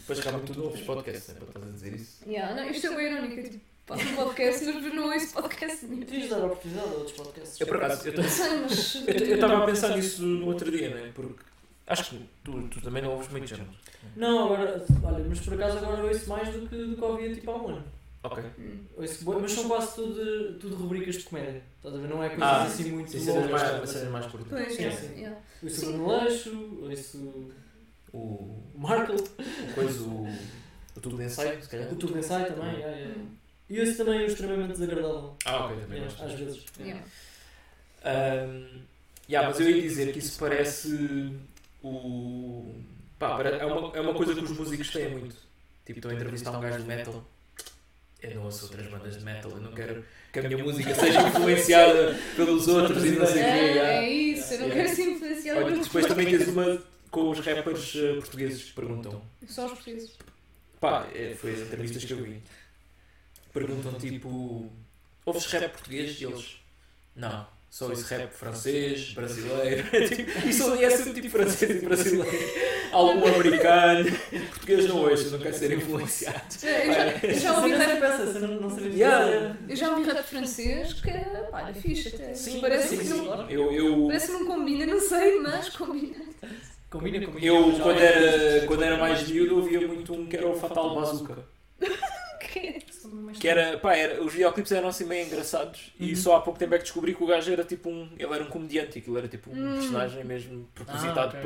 A: Depois acaba tudo novos podcasts, não é? Para estás a dizer isso.
B: Yeah, não, isto é bem irónico. Eu tipo, faço um podcast, mas depois não ouço podcast nenhum.
C: Tens de dar oportunidade a outros podcasts.
A: Eu, por acaso, eu tô-
B: Sei, mas.
A: Eu eu estava a pensar nisso no outro dia, não é? Porque acho que tu, tu também não ouves muito género.
C: Não, agora, olha, mas por acaso agora ouço mais do que, do que ouvia tipo há um ano.
A: Ok.
B: Hum.
C: Ouço bué, mas são quase tudo, tudo rubricas de comédia. Estás a ver? Não é coisas
A: Ah,
C: assim muito
A: Sim, cenas
C: longas.
A: mais,
C: estás a
A: cenas
C: ver?
A: mais curtas.
B: Pois,
C: Sim,
B: yeah,
C: sim.
B: yeah.
C: Ouço o
B: Sim.
C: Bruno Leixo, ouço o
A: O,
C: Markle,
A: o coisa, o, o tubo de ensaio, se calhar.
C: o Tudo Sai também.
A: é,
C: yeah, yeah.
B: Hum,
C: E ouço também o Extremamente Desagradável.
A: Ah, ok, também
C: yeah,
A: gosto.
C: às vezes.
B: yeah.
A: Ahm, yeah, mas eu ia dizer que isso parece o. Pá, para- é, uma, é uma coisa que os músicos têm muito. Tipo, estou a entrevistar um gajo de metal. Eu não ouço outras bandas de metal, eu não quero que a minha música seja influenciada pelos outros e não sei o quê.
B: É,
A: yeah.
B: é isso, eu não
A: Yeah.
B: quero ser influenciada
A: Olha,
B: por
A: depois também tens uma com os rappers eh, portugueses que perguntam.
B: Só os portugueses.
A: Pá, eh, foi as entrevistas que eu vi. Perguntam tipo: ouves rap português? E eles: Não, só ouço rap francês, brasileiro. Tipo, e só e é sempre tipo francês e brasileiro. Algum americano. Português não ouço, não quero ser influenciado.
B: É, Eu já, eu já ouvi
C: Essa
B: rap
C: não sei peça, essa não, não sei dizer.
A: Yeah, yeah.
B: Eu já ouvi rap é um francês que é, pá, é fixe até.
A: Sim,
B: parece,
A: sim,
B: que
A: sim.
B: Não,
A: Eu, eu,
B: parece que não combina, não sei, mas combina.
C: Combina, combina.
A: eu
C: Já
A: quando,
C: ouvi.
A: era, quando era mais miúdo, ouvia muito um que era o Fatal Bazooka.
B: é
A: Que era, pá, era, os videoclipes eram assim meio engraçados e
C: Uhum.
A: só há pouco tempo é que descobri que o gajo era tipo um. Ele era um comediante, aquilo era tipo um
B: Hum.
A: personagem mesmo propositado
C: Ah, ok.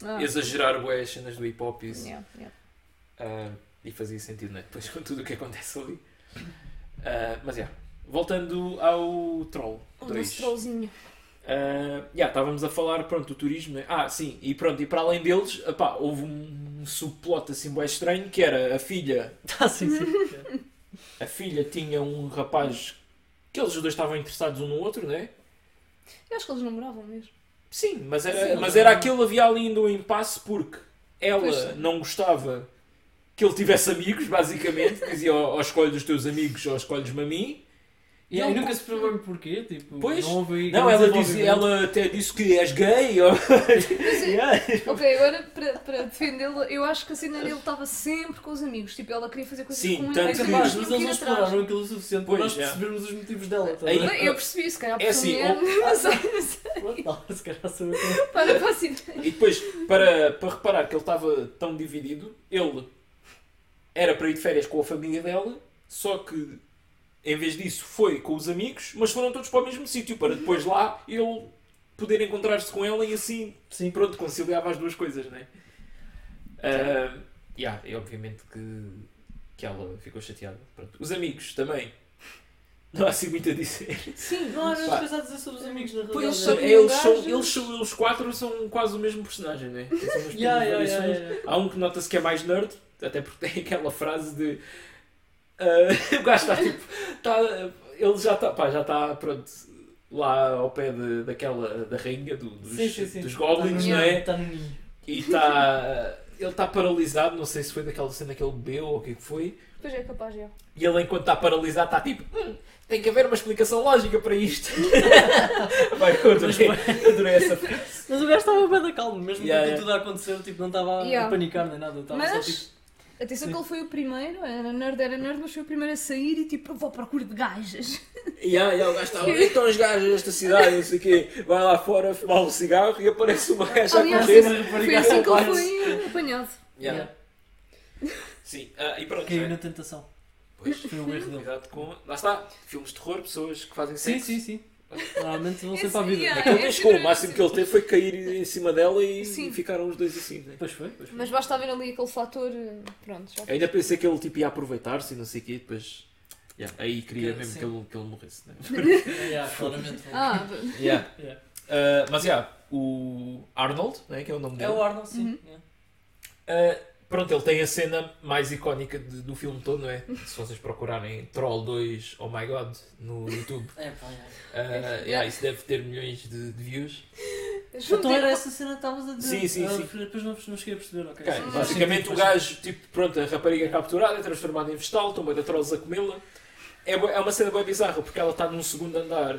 A: para
B: Ah,
A: exagerar bué as cenas do hip hop e isso.
B: yeah, yeah.
A: Ah, e fazia sentido, né? Depois com tudo o que acontece ali. Ah, mas é. Voltando ao Troll
B: O
A: 2.
B: nosso trollzinho.
A: Ah, já, estávamos a falar, pronto, do turismo, né? Ah, sim, e pronto, e para além deles, epá, houve um subplot assim bem estranho, que era a filha,
C: Ah, sim, sim.
A: a filha tinha um rapaz que eles os dois estavam interessados um no outro, né?
B: Eu acho que eles namoravam mesmo.
A: Sim, mas era,
C: Sim.
A: mas era aquele, havia ali ainda um impasse porque ela
B: Pois.
A: não gostava que ele tivesse amigos, basicamente, dizia, ó, ó, escolhe os teus amigos ou escolhes-me a mim.
C: E
A: Não,
C: aí nunca se percebeu porquê, tipo,
A: um Pois.
C: não houve aí
A: Não,
C: grande
A: ela, disse,
C: desenvolvimento.
A: ela até disse que és gay. Ou... Yeah.
B: Ok, agora para, para defendê-lo, eu acho que a cena dele estava sempre com os amigos. Tipo, ela queria fazer coisas
A: Sim,
B: com
A: tanto
C: É
B: amigos,
A: que-
C: capaz,
B: mas tinham
C: mas eles
B: que
C: não
B: ir atrás.
C: exploraram aquilo o suficiente
A: Pois,
C: para nós
A: já.
C: percebermos os motivos dela, tá
A: Aí-
C: bem?
B: Eu percebi, se calhar por
A: É assim,
B: mulher, não sei, não sei.
C: Não, se calhar sou eu.
B: Para, para assim.
A: E depois, para, para reparar que ele estava tão dividido, ele era para ir de férias com a família dela, só que em vez disso foi com os amigos, mas foram todos para o mesmo sítio, para depois lá ele poder encontrar-se com ela e assim,
C: Sim.
A: pronto, conciliava as duas coisas, né? Ah, yeah, e obviamente que, que ela ficou chateada. Pronto. Os amigos também. Não há assim muito a dizer.
C: Sim, não há
A: Pá.
C: grandes coisas a dizer sobre os amigos na
A: Pois, eles,
C: realidade.
A: são,
C: é.
A: eles, são,
B: gajos.
A: eles são- eles quatro são quase o mesmo personagem, né? São umas pequenas
C: Yeah, yeah,
A: variações.
C: yeah, yeah.
A: Há um que nota-se que é mais nerd, até porque tem aquela frase de. ah, o gajo está tipo. tá, ele já está. pá, já está, pronto. Lá ao pé de, daquela. da rainha, do- dos,
C: Sim, sim, sim.
A: dos goblins,
B: Tá
A: não
B: no-
A: é?
C: Tá no ninho.
A: E está. ele está paralisado, não sei se foi daquela cena que ele bebeu ou o que é que foi.
B: Pois é, capaz, é.
A: E ele, enquanto está paralisado, está tipo. "Hum, tem que haver uma explicação lógica para isto. Vai, eu adorei, adorei essa frase.
C: Mas o gajo estava bem da calma, mesmo
A: Yeah,
C: com
A: yeah.
C: tudo a acontecer, tipo, não estava
B: Yeah.
C: a panicar nem nada. Estava
B: Mas-
C: só tipo.
B: Atenção
C: Sim.
B: que ele foi o primeiro, era nerd, era nerd, mas foi o primeiro a sair e tipo, eu vou à procura de gajas.
A: E há, e há o gajo está "Onde é que estão os gajos desta cidade, não sei o quê. Vai lá fora fumar um cigarro e aparece uma gaja a
B: Aliás,
A: correr.
B: Foi assim que ele foi apanhado.
A: Yeah.
C: Yeah.
A: Sim, ah, e pronto.
C: Caiu
A: é.
C: na tentação.
A: Pois,
C: Foi o erro dele.
A: cuidado com. Lá está, filmes de terror, pessoas que fazem
C: Sim,
A: sexo.
C: sim, sim. Normalmente vão
B: Esse-
C: sempre à vida.
B: yeah.
A: Aquele
B: É, é
A: riscou, o
B: sempre
A: máximo
B: assim.
A: que ele teve foi cair em cima dela e
B: Sim.
A: ficaram os dois assim. Né?
C: Pois foi, pois foi.
B: Mas basta haver ali aquele fator, eh, pronto, já.
A: Eu ainda pensei que ele tipo, ia aproveitar-se e não sei o quê, depois. Yeah, Aí queria
C: Que-
A: mesmo
C: sim.
A: que ele, que ele morresse. Né?
C: Yeah, claramente.
B: Ah,
A: Yeah.
C: Yeah.
A: Ah, mas já, o Arnold, né, que é o nome
C: É
A: dele.
C: o Arnold, sim.
B: Uhum.
C: yeah.
A: Uh, pronto, ele tem a cena mais icónica de- do filme todo, não é? Se vocês procurarem Troll 2 Oh My God no YouTube,
C: É, pá, é.
A: uh, yeah, isso deve ter milhões de, de views.
C: Então era essa cena que estavas a dizer.
A: Sim, sim,
C: Ah,
A: sim.
C: Depois não, não cheguei a perceber, ok.
A: Ok,
C: Sim, faz
A: Basicamente
C: sentido,
A: o
C: faz
A: gajo, tipo, pronto, a rapariga é capturada, é transformada em vegetal, estão bem da Trolls a comê-la. É, bué- é uma cena bem bizarra porque ela está num segundo andar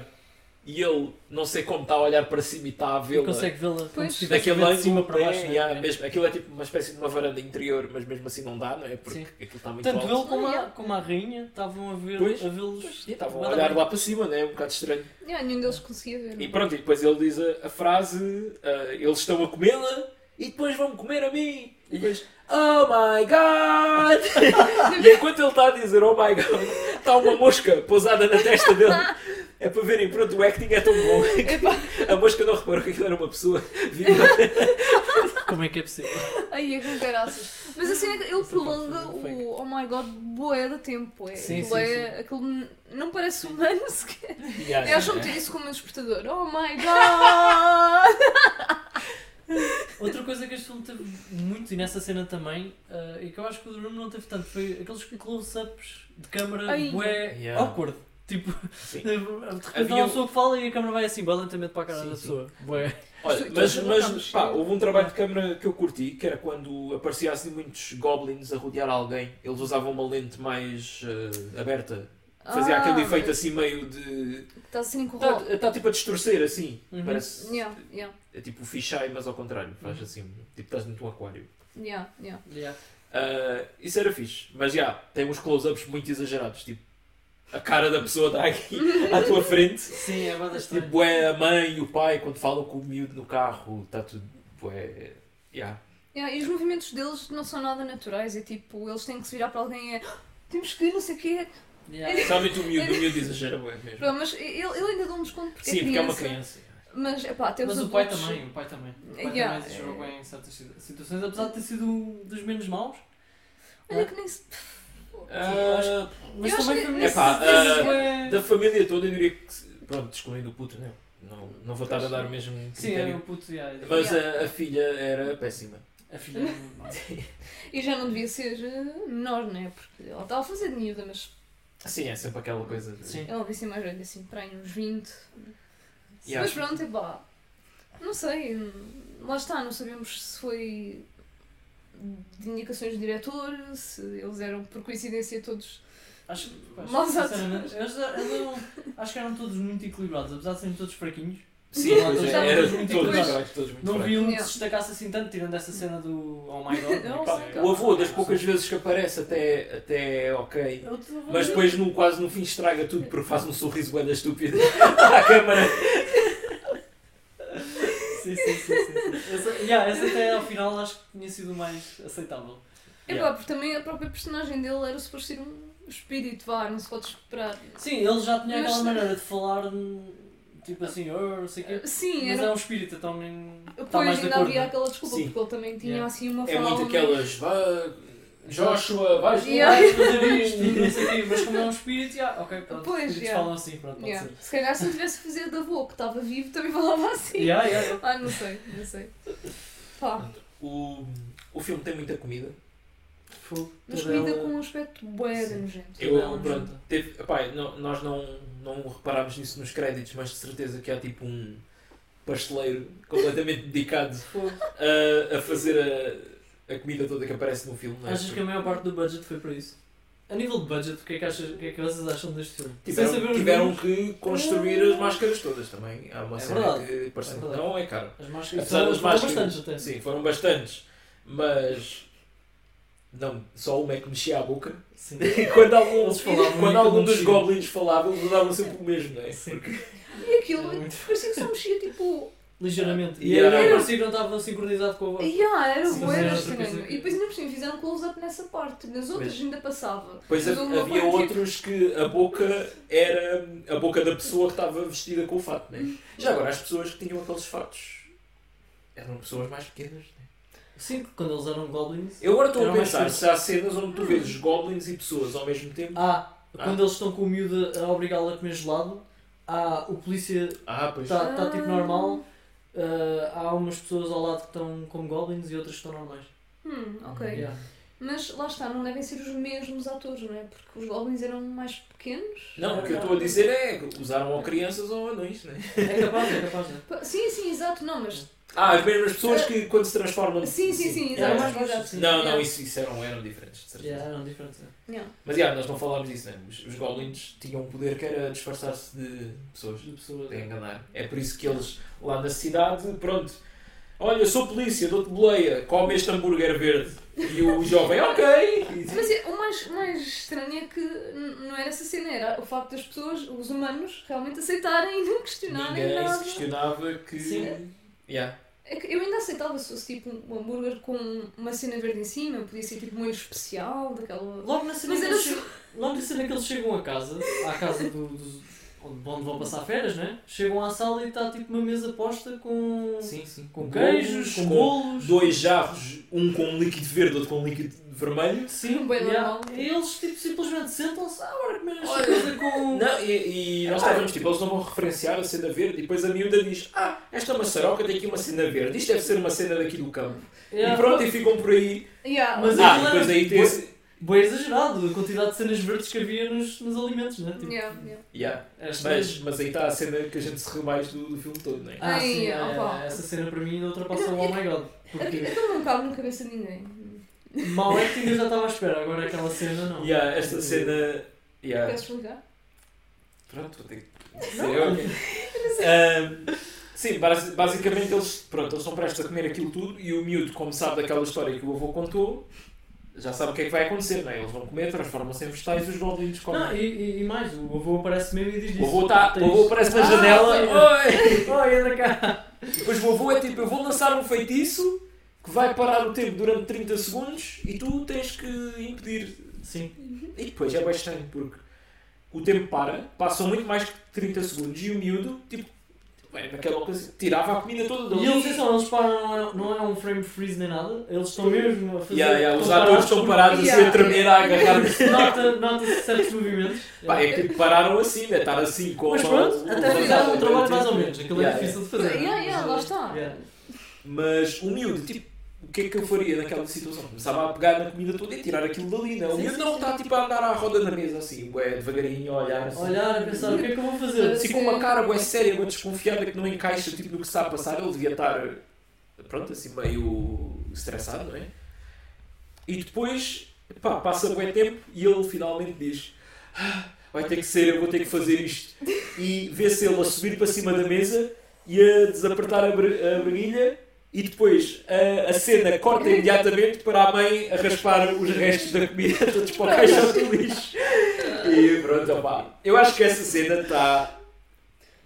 A: e ele, não sei como, está a olhar para cima e está a
C: Não
A: vê-la.
C: consegue vê-la como
B: Pois.
C: se estivesse a
A: Daquele
C: ver
A: ângulo,
C: de cima para
A: é,
C: baixo. né?
A: yeah, mesmo, aquilo é tipo uma espécie de uma varanda interior, mas mesmo assim não dá, não é? Porque
C: Sim.
A: aquilo está muito
C: Tanto
A: alto.
C: ele como a,
B: Oh, Yeah.
C: como a rainha estavam a ver-
A: Pois.
C: a vê-los.
A: E estavam a
C: Nada
A: olhar
C: bem.
A: lá para cima, né? Um bocado estranho.
B: Yeah, nenhum deles conseguia ver.
A: E pronto, e depois ele diz a, a frase: ah, eles estão a comê-la e depois vão comer a mim. E depois, oh my god! e enquanto ele está a dizer oh my god, está uma mosca pousada na testa dele. É para verem, pronto, o acting é tão bom.
B: Epá,
A: A mosca não reparou que aquilo era uma pessoa viva.
C: Como é que é possível?
B: aí é com caraças. Mas assim, ele prolonga o Oh My God bué de tempo. É,
C: Sim,
B: Aquilo
C: sim,
B: é- aquilo não parece humano sequer.
A: Yeah,
B: Eu acho que meter isso como um despertador. Oh My God!
C: Outra coisa que este filme teve muito, e nessa cena também, ah, e que eu acho que o The Room não teve tanto, foi aqueles close-ups de câmara
B: Ai.
C: bué
A: Yeah.
C: awkward. Tipo,
A: Sim.
C: de repente
A: Havia
C: há uma
A: um-
C: pessoa que fala e a câmera vai assim, bem lentamente para a cara
A: Sim,
C: da
A: sim. Uhum.
C: pessoa. Bué.
A: Olha,
B: Sim,
A: mas,
B: todos
A: mas
B: colocamos.
A: pá, houve um trabalho de câmera que eu curti, que era quando aparecia assim muitos goblins a rodear alguém, eles usavam uma lente mais eh, aberta, fazia
B: Ah,
A: aquele efeito
C: é
B: mas
A: assim
C: tipo-
A: meio de.
B: Está assim com
A: Está
B: rolo.
A: tá, tipo a distorcer assim,
C: Oh. Uhum.
A: parece.
B: Yeah, yeah,
A: É tipo o fisheye, mas ao contrário, faz assim, tipo estás dentro de um aquário.
B: yeah, yeah.
C: Yeah.
A: Ah, isso era fixe, mas já, tem uns close-ups muito exagerados, tipo a cara da pessoa está aqui à tua frente.
C: Sim, é bada estranha.
A: Tipo, é a mãe e o pai quando falam com o miúdo no carro, está tudo. Bué. Yeah.
B: Yeah, e os movimentos deles não são nada naturais, é tipo, eles têm que se virar para alguém e é "Ah, temos que ir, não sei o quê.
A: tipo
C: Yeah.
A: Somente o miúdo, o miúdo exagera bué mesmo.
B: Pronto, mas ele, ele ainda dá um desconto porque
A: Sim,
B: é
A: porque é
B: criança.
A: uma criança.
B: Mas, epá, temos
C: Mas o pai
B: adultos-
C: também, o pai também. O pai
B: Yeah.
C: também se jogou bem em certas situ- situações, apesar de ter sido um dos menos maus.
B: Olha que nem se...
A: Ah,
C: Mas
B: Eu acho
C: também um
B: que- é
C: feminista.
D: Epá,
C: mas
D: ah,
C: não é-
D: Da família toda, eu diria que. Pronto, excluindo o puto, não. Não, não vou estar a dar o mesmo.
C: Sim,
D: critério.
C: era o puto. yeah, yeah.
D: Mas a, a filha era péssima.
C: A filha.
B: E já não devia ser eh, menor, né? Porque ela estava a fazer de miúda, mas
D: Sim, é sempre aquela coisa. De...
C: Sim.
B: ela devia ser mais velha, assim, para aí uns 20.
D: E
B: mas
D: acho-
B: pronto, é pá. Não sei, hum, lá está, não sabemos se foi de indicações de diretor, se eles eram por coincidência todos.
C: Acho que. pá,
B: Maus
C: sinceramente, eles eram- Acho que eram todos muito equilibrados, apesar de serem todos fraquinhos.
D: Sim,
C: Não,
D: pois é,
C: já
D: era
C: todos muito
D: todos,
C: fracos.
D: fracos, todos muito
C: Não
D: fracos.
C: vi um que
B: Yeah.
C: se destacasse assim tanto, tirando essa cena do Oh My God.
B: Não,
D: Pá,
B: sei.
D: o avô, das poucas vezes que aparece, até, até é ok. Mas depois, no, quase no fim, estraga tudo porque faz um sorriso bué da estúpida à câmara. É
C: Sim, sim, sim. sim, sim. Essa, yeah, essa até ao final acho que tinha sido mais aceitável.
B: É
D: Yeah.
B: pá, porque também a própria personagem dele era suposto ser um espírito, vá, não se pode esperar.
C: Sim, ele já tinha
B: Mas-
C: aquela maneira de falar, hum, tipo assim, oh, não sei o quê.
B: Eh, Sim,
C: Mas
B: era.
C: é um espírito, então nem. Está
B: Pois
C: mais de
B: ainda
C: acordo.
B: havia
C: não é?
B: aquela desculpa,
D: Sim.
B: porque ele também tinha
C: Yeah.
B: assim uma
D: É
B: fala.
D: muito
B: meio-
D: aquelas. "Vá, Joshua, vais
B: Yeah.
D: lá."
C: Vais fazer isto, não sei o quê, mas como é um espírito, yeah, ok, pronto.
B: Pois,
C: espíritos
B: yeah.
C: falam assim, pronto, pode
B: Yeah.
C: ser.
B: Se calhar se eu tivesse a fazer de avô que estava vivo também falava assim.
C: Yeah, yeah.
B: Ah, não sei, não sei. Pá,
D: O, o filme tem muita comida.
C: Fogo.
B: mas
C: Toda
B: comida
C: ela-
B: com um aspecto bué de
D: Sim.
B: nojento.
D: Eu,
C: Não,
D: pronto,
C: não.
D: teve, epá, não- nós não, não reparámos nisso nos créditos, mas de certeza que há tipo um pasteleiro completamente dedicado a, a fazer a, a comida toda que aparece no filme. Não é?
C: Achas que a maior parte do budget foi para isso? A nível de budget, o que é que, achas, o que, é que vocês acham deste filme? Sem saber
D: Tiveram,
C: os
D: Tipo, tiveram
C: números.
D: que construir as máscaras todas também. Há uma
C: É
D: cena
C: verdade.
D: que parece
C: É
D: que
C: verdade.
D: não é caro.
C: As máscaras
D: Apesar
C: são
D: das
C: foram
D: máscaras,
C: bastantes até.
D: Sim, foram bastantes, mas não, só uma é que mexia a boca.
C: Sim.
D: E quando algum,
C: Eles falavam
D: quando
C: muito
D: algum
C: como
D: dos
C: mexia.
D: goblins falava, eles usavam sempre o mesmo, não é?
C: Sim.
B: E aquilo,
C: Era muito-
B: parecia que só mexia tipo.
C: Ligeiramente. E
D: Yeah.
C: era parecia que não estava sincronizado com a voz.
B: Yeah, ah, era
C: Sim,
B: bué
C: mas
B: de
C: era outra coisa
B: estranho.
C: que-
B: E depois ainda por cima fizeram close-up nessa parte. Nas outras ainda passava.
D: Pois
B: Mas houve
D: havia
B: uma parte-
D: outros que a boca era a boca da pessoa que estava vestida com o fato, né? Já agora, as pessoas que tinham aqueles fatos eram pessoas mais pequenas, né?
C: Sim, quando eles eram goblins.
D: Eu agora estou a
C: Eram mais
D: pensar
C: pequenas.
D: se há cenas onde tu vês goblins e pessoas ao mesmo tempo.
C: Ah,
D: Ah.
C: quando eles estão com o miúdo a obrigá-lo a comer gelado, há o polícia
D: Ah, pois.
C: está tá, tipo
B: Ah.
C: normal, ah, há umas pessoas ao lado que estão como goblins e outras que estão normais.
B: Hum, ok.
C: Uhum. Yeah.
B: Mas lá está, não devem ser os mesmos atores, não é? Porque os goblins eram mais pequenos.
D: Não, o que eu estou a dizer é que usaram ou crianças ou anões, né?
C: É capaz, é capaz. é.
B: Pa- Sim, sim, exato, não, mas.
D: Ah, as mesmas pessoas que quando se transformam.
B: Sim, sim, sim,
C: Era
D: Yeah.
C: mais
B: exato.
C: baixo,
B: exato.
C: sim.
D: Não, não,
B: Yeah.
D: isso, isso eram, eram diferentes, de certeza.
C: Yeah, eram diferentes. é.
B: Yeah.
D: Mas yeah, nós não falámos disso, né? Os, os goblins tinham um poder que era disfarçar-se de pessoas.
C: De pessoas.
D: Tem que enganar. É por isso que eles, lá na cidade, pronto. Olha, sou polícia, dou-te boleia, come este hambúrguer verde. E o jovem, ok.
B: Mas é, o mais, o mais estranho é que n- não era essa cena, era o facto das pessoas, os humanos, realmente aceitarem e não
C: é
B: questionarem
D: Ninguém se
B: nada.
D: questionava que.
C: Sim.
D: Yeah.
B: É que eu ainda aceitava se fosse tipo um hambúrguer com uma cena verde em cima, podia ser tipo um molho especial, daquela.
C: Logo na cena,
B: Mas
C: que
B: era
C: eles, chegam- logo na cena que eles chegam a casa, à casa do, dos- onde onde vão passar férias, né? Chegam à sala e está tipo uma mesa posta com,
D: Sim, sim.
C: com queijos, com
D: com
C: bolos.
D: dois jarros, um com um líquido verde, outro com um líquido vermelho.
C: Sim,
B: Bem
C: yeah.
B: normal.
C: E eles tipo, simplesmente sentam-se, ah, agora comer esta
D: Olha.
C: coisa com.
D: Não, e, e nós estávamos tipo, eles não vão referenciar a cena verde. E depois a miúda diz: Ah, esta maçaroca tem aqui uma cena verde. Isto deve ser uma cena daqui do campo.
C: Yeah.
D: E É, pronto, e ficam por aí.
B: Yeah.
C: Mas
D: ah,
C: aquilo
D: depois
C: era-
D: aí tem esse.
C: Bem exagerado a quantidade de cenas verdes que havia nos, nos alimentos, né? Tipo,
B: Yeah, yeah.
D: Yeah.
C: esta-
D: Mas, mas aí está a cena que a gente se riu mais do, do filme todo, não é?
C: Ah, sim,
B: Ai,
C: é,
B: opa.
C: essa cena para mim ainda ultrapassa o Oh My God. Porque
B: Aquilo não cabe na cabeça de ninguém.
C: mal é que ainda já estava à espera, agora aquela cena não.
D: E há esta cena. e
C: É.
D: há-
B: Queres explicar?
D: Pronto, vou ter que dizer. ok. Ahm, sim, basi- basicamente eles, pronto, eles estão prestes a comer aquilo tudo e o miúdo, como sabe daquela história que o avô contou, já sabe o que é que vai acontecer, não é? Eles vão comer, transformam-se em vegetais e os goblins comem.
C: Não, e, e- e mais, o avô aparece mesmo e diz
D: o
C: isso.
D: avô, tá, o
C: Tens-
D: avô aparece na
C: Ah,
D: janela, né? oi!
C: Oi, anda cá.
D: Depois o avô é tipo, eu vou lançar um feitiço que vai parar o tempo durante 30 segundos e tu tens que impedir
C: Sim.
D: E depois é bem estranho porque o tempo para, passam muito mais que 30 segundos e o miúdo, tipo, bem, naquela ocasião, tirava a comida toda da
C: E eles, atenção, eles param, não é, não é um frame freeze nem nada, eles estão mesmo a fazer.
D: Yeah, yeah, os
C: estão
D: atores estão parados assim
B: Yeah.
D: a tremer, a agarrar
C: Nota- Nota-se certos movimentos.
D: Pá, é que pararam assim, né? Estar assim com a
C: Mas
D: mão-
C: pronto, até
D: o-
C: fizeram
D: o-
C: um trabalho mais ou menos. Aquilo é
D: Yeah,
C: difícil de fazer.
B: Yeah, yeah, lá está.
C: Yeah.
D: Mas o miúdo, tipo, o que é que eu faria naquela situação? Começava a pegar na comida toda e tirar aquilo dali, né? O
C: Sim,
D: miúdo
C: sim,
D: não
C: sim.
D: está tipo a andar à roda na mesa assim, ué, devagarinho, a olhar assim.
C: Olhar e pensar o que é que eu vou fazer.
D: Assim, com uma cara ué, séria, ué, desconfiada, que não encaixa tipo, no que está a passar, ele devia estar, pronto, assim, meio estressado, não é? E depois, pá, passa bué tempo e ele finalmente diz: "Ah, vai ter que ser, eu vou ter que fazer isto. E vê-se ele a subir para cima da mesa e a desapertar a, bre- a breguilha. E depois a, a cena corta imediatamente para a mãe a raspar os restos da comida todos para o caixão do lixo. E pronto, opá. então, Eu acho que essa cena está.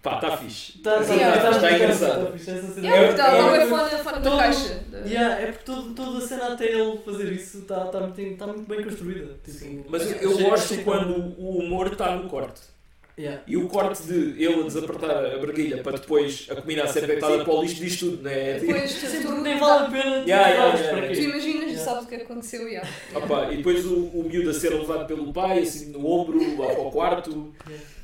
D: pá, está fixe.
C: Tá- tá-
D: Essa
B: Yeah.
D: cena
C: tá-
D: Está
C: tá-
D: engraçada.
C: tá fixe essa cena.
B: Yeah, porque ela
D: é-
B: estava fora, fora da
C: Todo-
B: caixa. da-
C: Yeah, é porque todo, toda a cena até ele fazer isso está tá muito, tá muito bem construída. Tipo,
D: Mas eu, eu
C: achei-
D: gosto
C: achei
D: quando
C: que-
D: o humor está no corte.
C: Yeah.
D: E o corte de ele a desapertar a breguilha para depois a comida a ser deitada para o lixo diz tudo, não é?
B: Depois
C: Sim,
B: tu,
C: porque nem vale a pena.
D: Yeah, yeah,
C: olhos
D: yeah,
C: para
D: yeah.
B: tu
C: quê?
B: imaginas e
C: Yeah.
B: sabes o que aconteceu. Yeah.
D: Opa, e depois o, o miúdo a ser levado pelo pai, assim, no ombro, lá para o quarto,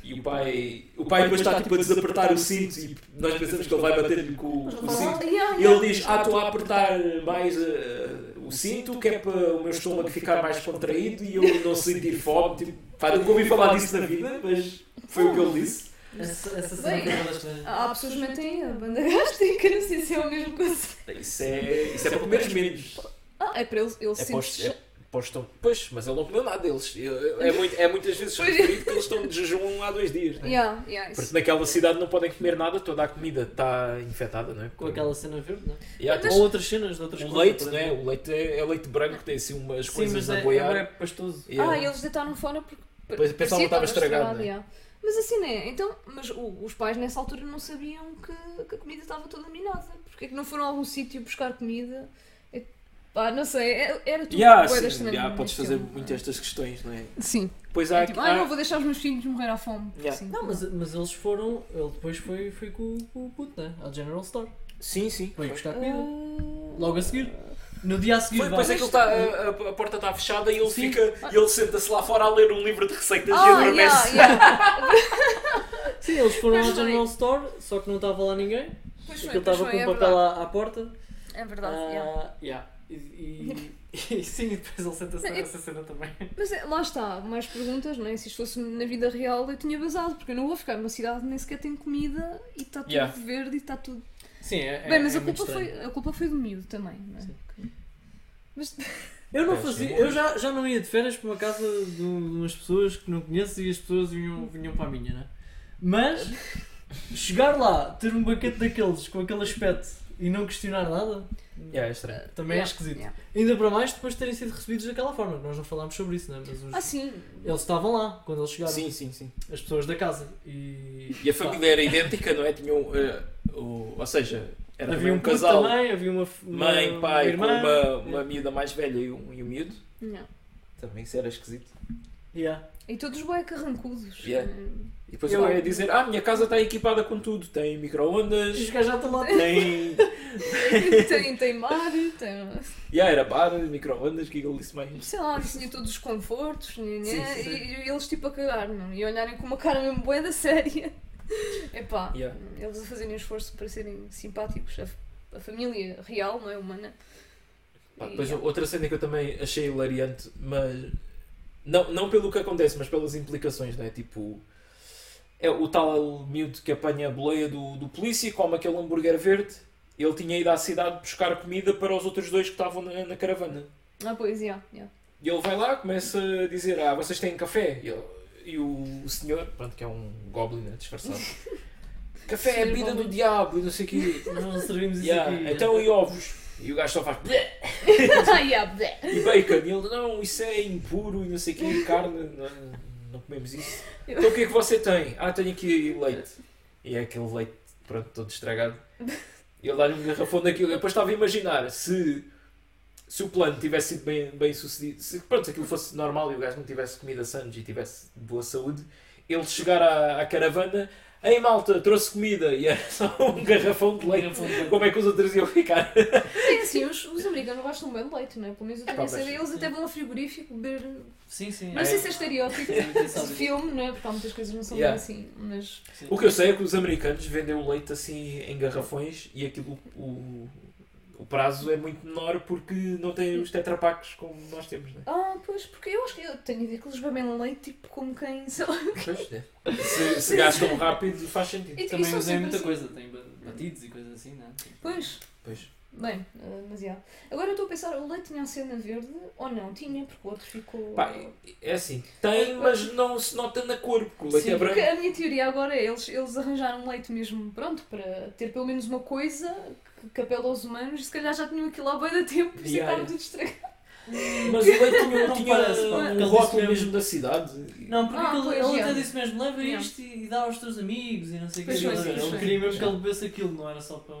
D: e o pai. O pai depois está tipo a desapertar o cinto e nós pensamos que ele vai bater-lhe com,
C: Mas
D: com
C: não
D: o
C: faz
D: cinto.
B: Yeah, yeah.
D: E ele diz, ah, estou a apertar mais eh, o cinto, que é para o meu estômago ficar mais contraído e eu não sentir fome. Tipo, pá, nunca ouvi falar disso na vida, mas foi o que ele disse.
C: Essa, essa cena
B: Bem,
C: foi uma das coisas.
B: Há pessoas que metem a banda gástrica, não sei se é o mesmo conceito.
D: Isso é, isso é para comeres menos.
B: Ah, é para ele, ele
D: É para os-
B: sente.
D: é para os estão- Pois, mas ele não comeu nada. Eles, é, muito- é muitas vezes
B: Pois.
D: referido que eles estão de jejum há dois dias. né?
B: Yeah, yeah, isso.
D: Porque naquela cidade não podem comer nada, toda a comida está infectada, não é?
C: Com aquela cena verde, não é?
D: Yeah,
B: Mas-
D: tem-
C: Ou outras cenas de outras
D: O
C: coisas,
D: leite,
C: por
D: não é?
C: exemplo.
D: O leite é, é leite branco, tem assim umas
C: Sim,
D: coisas
C: mas
D: a
C: é,
D: boiar.
C: agora é pastoso.
D: Yeah.
B: Ah, eles deitaram fora porque pa-
D: Pois, pensavam
B: parecia
D: que estava estragado, né?
B: yeah. Mas assim, né? Então, mas o- os pais nessa altura não sabiam que, que a comida estava toda minada. Porque é que não foram a algum sítio buscar comida? É, pá, não sei, é- era tudo
D: Yeah,
B: bué
D: sim,
B: das cenas
D: yeah,
B: neste
D: podes fazer
B: filme,
D: muito
B: não é?
D: estas questões, não é?
B: Sim.
D: Pois
B: É
D: há,
B: tipo,
D: há-
B: ah, não vou deixar os meus filhos morrer à fome.
D: Yeah.
B: Sim.
C: Não, mas, mas eles foram. Ele depois foi, foi com, o- com o puto, né? Ao General Store.
D: Sim, sim.
C: Foi
D: Foi,
C: buscar comida.
B: Ah.
C: Logo a seguir. No dia a seguir, vai.
D: depois é que ele está, a, a- a porta está fechada e ele
C: Sim.
D: fica, e ele senta-se lá fora a ler um livro de receitas e
B: Ah, yeah,
D: adormece.
B: yeah.
C: Sim,
D: eh,
C: eles foram ao
B: Pois bem.
C: General Store, só que não estava lá ninguém.
B: Pois foi,
C: Aquilo
B: pois
C: estava
B: foi,
C: com
B: é
C: um papel
B: verdade.
C: à, à porta.
B: É verdade,
C: Ah,
B: yeah.
C: yeah. E, e- e sim, e depois ele senta-se
B: Não, eu-
C: nessa cena também.
B: Mas é, lá está, mais perguntas, não é? Se isto fosse na vida real eu tinha basado, porque eu não vou ficar numa cidade que nem sequer tem comida e está tudo
D: Yeah.
B: verde e está tudo.
C: Sim, é.
B: Bem, mas a, culpa foi, a culpa foi do miúdo também, não é?
C: Sim.
B: Que- Mas
C: Eu não
D: É,
C: fazia.
D: sim.
C: Eu já, já não ia de férias para uma casa de umas pessoas que não conheço e as pessoas vinham, vinham para a minha, né? Mas. Chegar lá, ter um banquete daqueles com aquele aspecto e não questionar nada
D: Yeah, é estranho.
C: também é
B: Yeah,
C: esquisito.
B: yeah.
C: Ainda para mais depois de terem sido recebidos daquela forma. Nós não falámos sobre isso, né? Mas os-
B: Ah, sim.
C: eles estavam lá quando eles chegaram,
D: Sim, sim, sim.
C: as pessoas da casa. E,
D: E a família era idêntica, não é? Tinham, eh, o- ou seja, era
C: Havia um
D: um casal,
C: puto também, havia uma, f- uma-
D: mãe, pai,
C: uma
D: com uma,
C: Yeah.
D: uma miúda mais velha e um, e um miúdo.
B: Não.
D: Também isso era esquisito.
C: Yeah.
B: E todos bué carrancudos.
D: Yeah.
B: Hum.
D: E depois
C: Eu-
D: eu ia dizer, ah, minha casa está equipada com tudo. Tem micro-ondas,
C: Os gajos já estão lá.
D: tem...
B: tem, tem mar, tem.
D: yeah, era bar, micro-ondas, o que é que ele disse mais?
B: Sei lá, tinha todos os confortos, né, né,
C: Sim, sim.
B: E, e eles tipo a cagar, não? E olharem com uma cara mesmo bué da séria. Epá,
D: Yeah.
B: eles a fazerem um esforço para serem simpáticos. A, f- a família real, não é humana.
D: Pá,
B: E- é.
D: depois outra cena que eu também achei hilariante, mas não, não pelo que acontece, mas pelas implicações, não é? Tipo, é o tal miúdo que apanha a boleia do, do polícia, come aquele hambúrguer verde. Ele tinha ido à cidade buscar comida para os outros dois que estavam na, na caravana.
B: Ah, pois, yeah, yeah.
D: E ele vai lá, começa a dizer: Ah, vocês têm café? E, ele- e o, o senhor, pronto, que é um goblin né, disfarçado, café é
B: Senhor
D: bebida do
B: goblin.
D: diabo e não sei o quê.
C: Nós tipo, não servimos isso
D: Yeah,
C: aqui.
D: Então, e ovos? E o gajo só faz. "Bleh!"
B: Ah, yeah, bleh.
D: E bacon, e ele, não, isso é impuro e não sei o que, carne, não, não comemos isso. Então o que é que você tem? Ah, tenho aqui leite. E é aquele leite, pronto, todo estragado. E ele dá-lhe um garrafão daquilo. Eu depois estava a imaginar se, se o plano tivesse sido bem, bem sucedido, se pronto, se aquilo fosse normal e o gajo não tivesse comida sandes e tivesse boa saúde, ele chegar à, à caravana. Ei malta, trouxe comida e era só um garrafão de leite. Como é que os outros iam ficar?
B: Sim, assim, os, os americanos gostam bem de leite, não é? Pelo menos eu tenho
D: pá,
B: a saber.
D: mas-
B: Eles até vão a frigorífico beber.
C: Sim, sim.
B: Não sei se é estereótipo
C: Ninguém sabe
B: de filme, não é? Porque há muitas coisas que não são
D: Yeah.
B: bem assim. Mas
C: disso.
D: O que eu sei é que os americanos vendem o leite assim em garrafões e aquilo o, o prazo é muito menor porque não tem os tetrapacos como nós temos, né?
B: Ah, pois, porque eu acho que eu tenho a ideia que eles bebem leite tipo como quem são.
D: Pois, né? Se, se gastam rápido faz sentido.
B: E,
C: Também
B: são
C: usei
B: sempre
C: muita
B: assim.
C: coisa, tem ba- batidos e coisas assim, não é? Tipo,
B: Pois,
D: Pois.
B: bem, ah, mas já. Agora eu estou a pensar, o leite tinha a cena verde ou não? Tinha, porque o outro ficou.
D: Pá, é assim, tem, mas não se nota na cor, porque o leite
C: Sim,
D: é branco.
B: Porque a minha teoria agora é eles, eles arranjaram leite mesmo, pronto, para ter pelo menos uma coisa que, que apela aos humanos e se calhar já tinham aquilo há bem da tempo e
D: Yeah.
B: yeah. estava tudo estragado.
D: Mas o leite tinha,
C: Não
D: tinha
C: parece, pá, porque ele
D: um
C: disse
D: rótulo
A: é
C: mesmo-
D: mesmo da cidade.
C: Não, porque
B: Ah,
C: ele,
B: pois,
C: ele
B: já.
C: até disse mesmo, leva
B: Já.
C: isto e dá aos teus amigos e não sei o que.
B: Pois
D: foi,
C: Ele-
D: sim,
C: ele
D: foi.
C: queria mesmo
D: Já.
C: que ele bebesse aquilo, não era só para...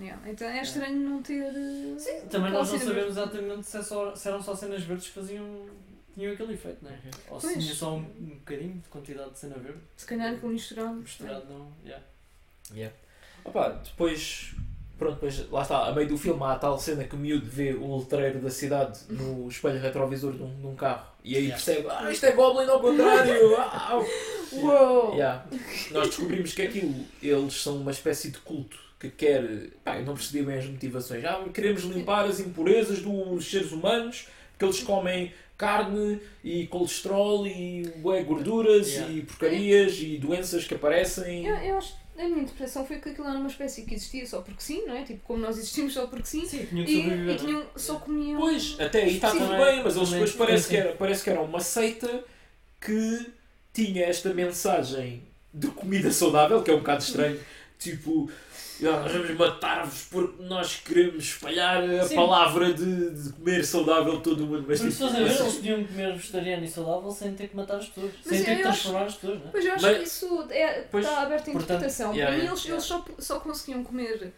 B: Yeah, Então é estranho não ter. eh, Sim,
C: Também nós não sabemos exatamente se, é só- se eram só cenas verdes que faziam... tinham aquele efeito, não é? Ou se
B: Pois.
C: tinha só um, um bocadinho de quantidade de cena verde,
B: Se calhar com um misturado.
C: misturado não... Yeah.
D: Opá, depois, pronto, depois, lá está, a meio do filme há a tal cena que o miúdo vê o letreiro da cidade no espelho retrovisor de um, de um carro e aí
C: Yeah.
D: percebe, ah, isto é Goblin ao contrário! Uau!
B: Uou!
D: Yeah. Nós descobrimos que aquilo, eles são uma espécie de culto que quer. Pá, eu não percebi bem as motivações. Ah, queremos limpar as impurezas dos seres humanos, porque eles comem carne e colesterol e bué, gorduras
C: Yeah.
D: e porcarias e doenças que aparecem.
B: Eu, eu acho, a minha interpretação foi que aquilo era uma espécie que existia só porque sim, não é? Tipo, como nós existimos só porque sim.
C: Sim, tinham que
B: E,
C: sobreviver.
B: e tinham, só comiam.
D: Pois, até aí está
B: Sim, é
D: tudo
C: também-
D: bem, mas eles
C: também-
D: depois parece
C: sim.
D: que, era, parece que era uma seita que tinha esta mensagem de comida saudável, que é um bocado estranho. Tipo, "Ah, nós vamos matar-vos porque nós queremos espalhar a
C: Sim.
D: palavra de, de comer saudável a todo mundo. Mas,
C: Mas se
D: tipo,
C: estás a ver,
D: mas-
C: eles podiam comer vegetariano e saudável sem ter que matar as pessoas, sem
B: eu
C: ter que
B: acho-
C: transformar as pessoas, não é?
B: Pois eu acho
D: Mas-
B: que isso é,
D: Pois,
B: está aberto à
C: portanto,
B: interpretação.
D: yeah,
B: Para mim,
D: yeah,
B: eles, eles só, só conseguiam comer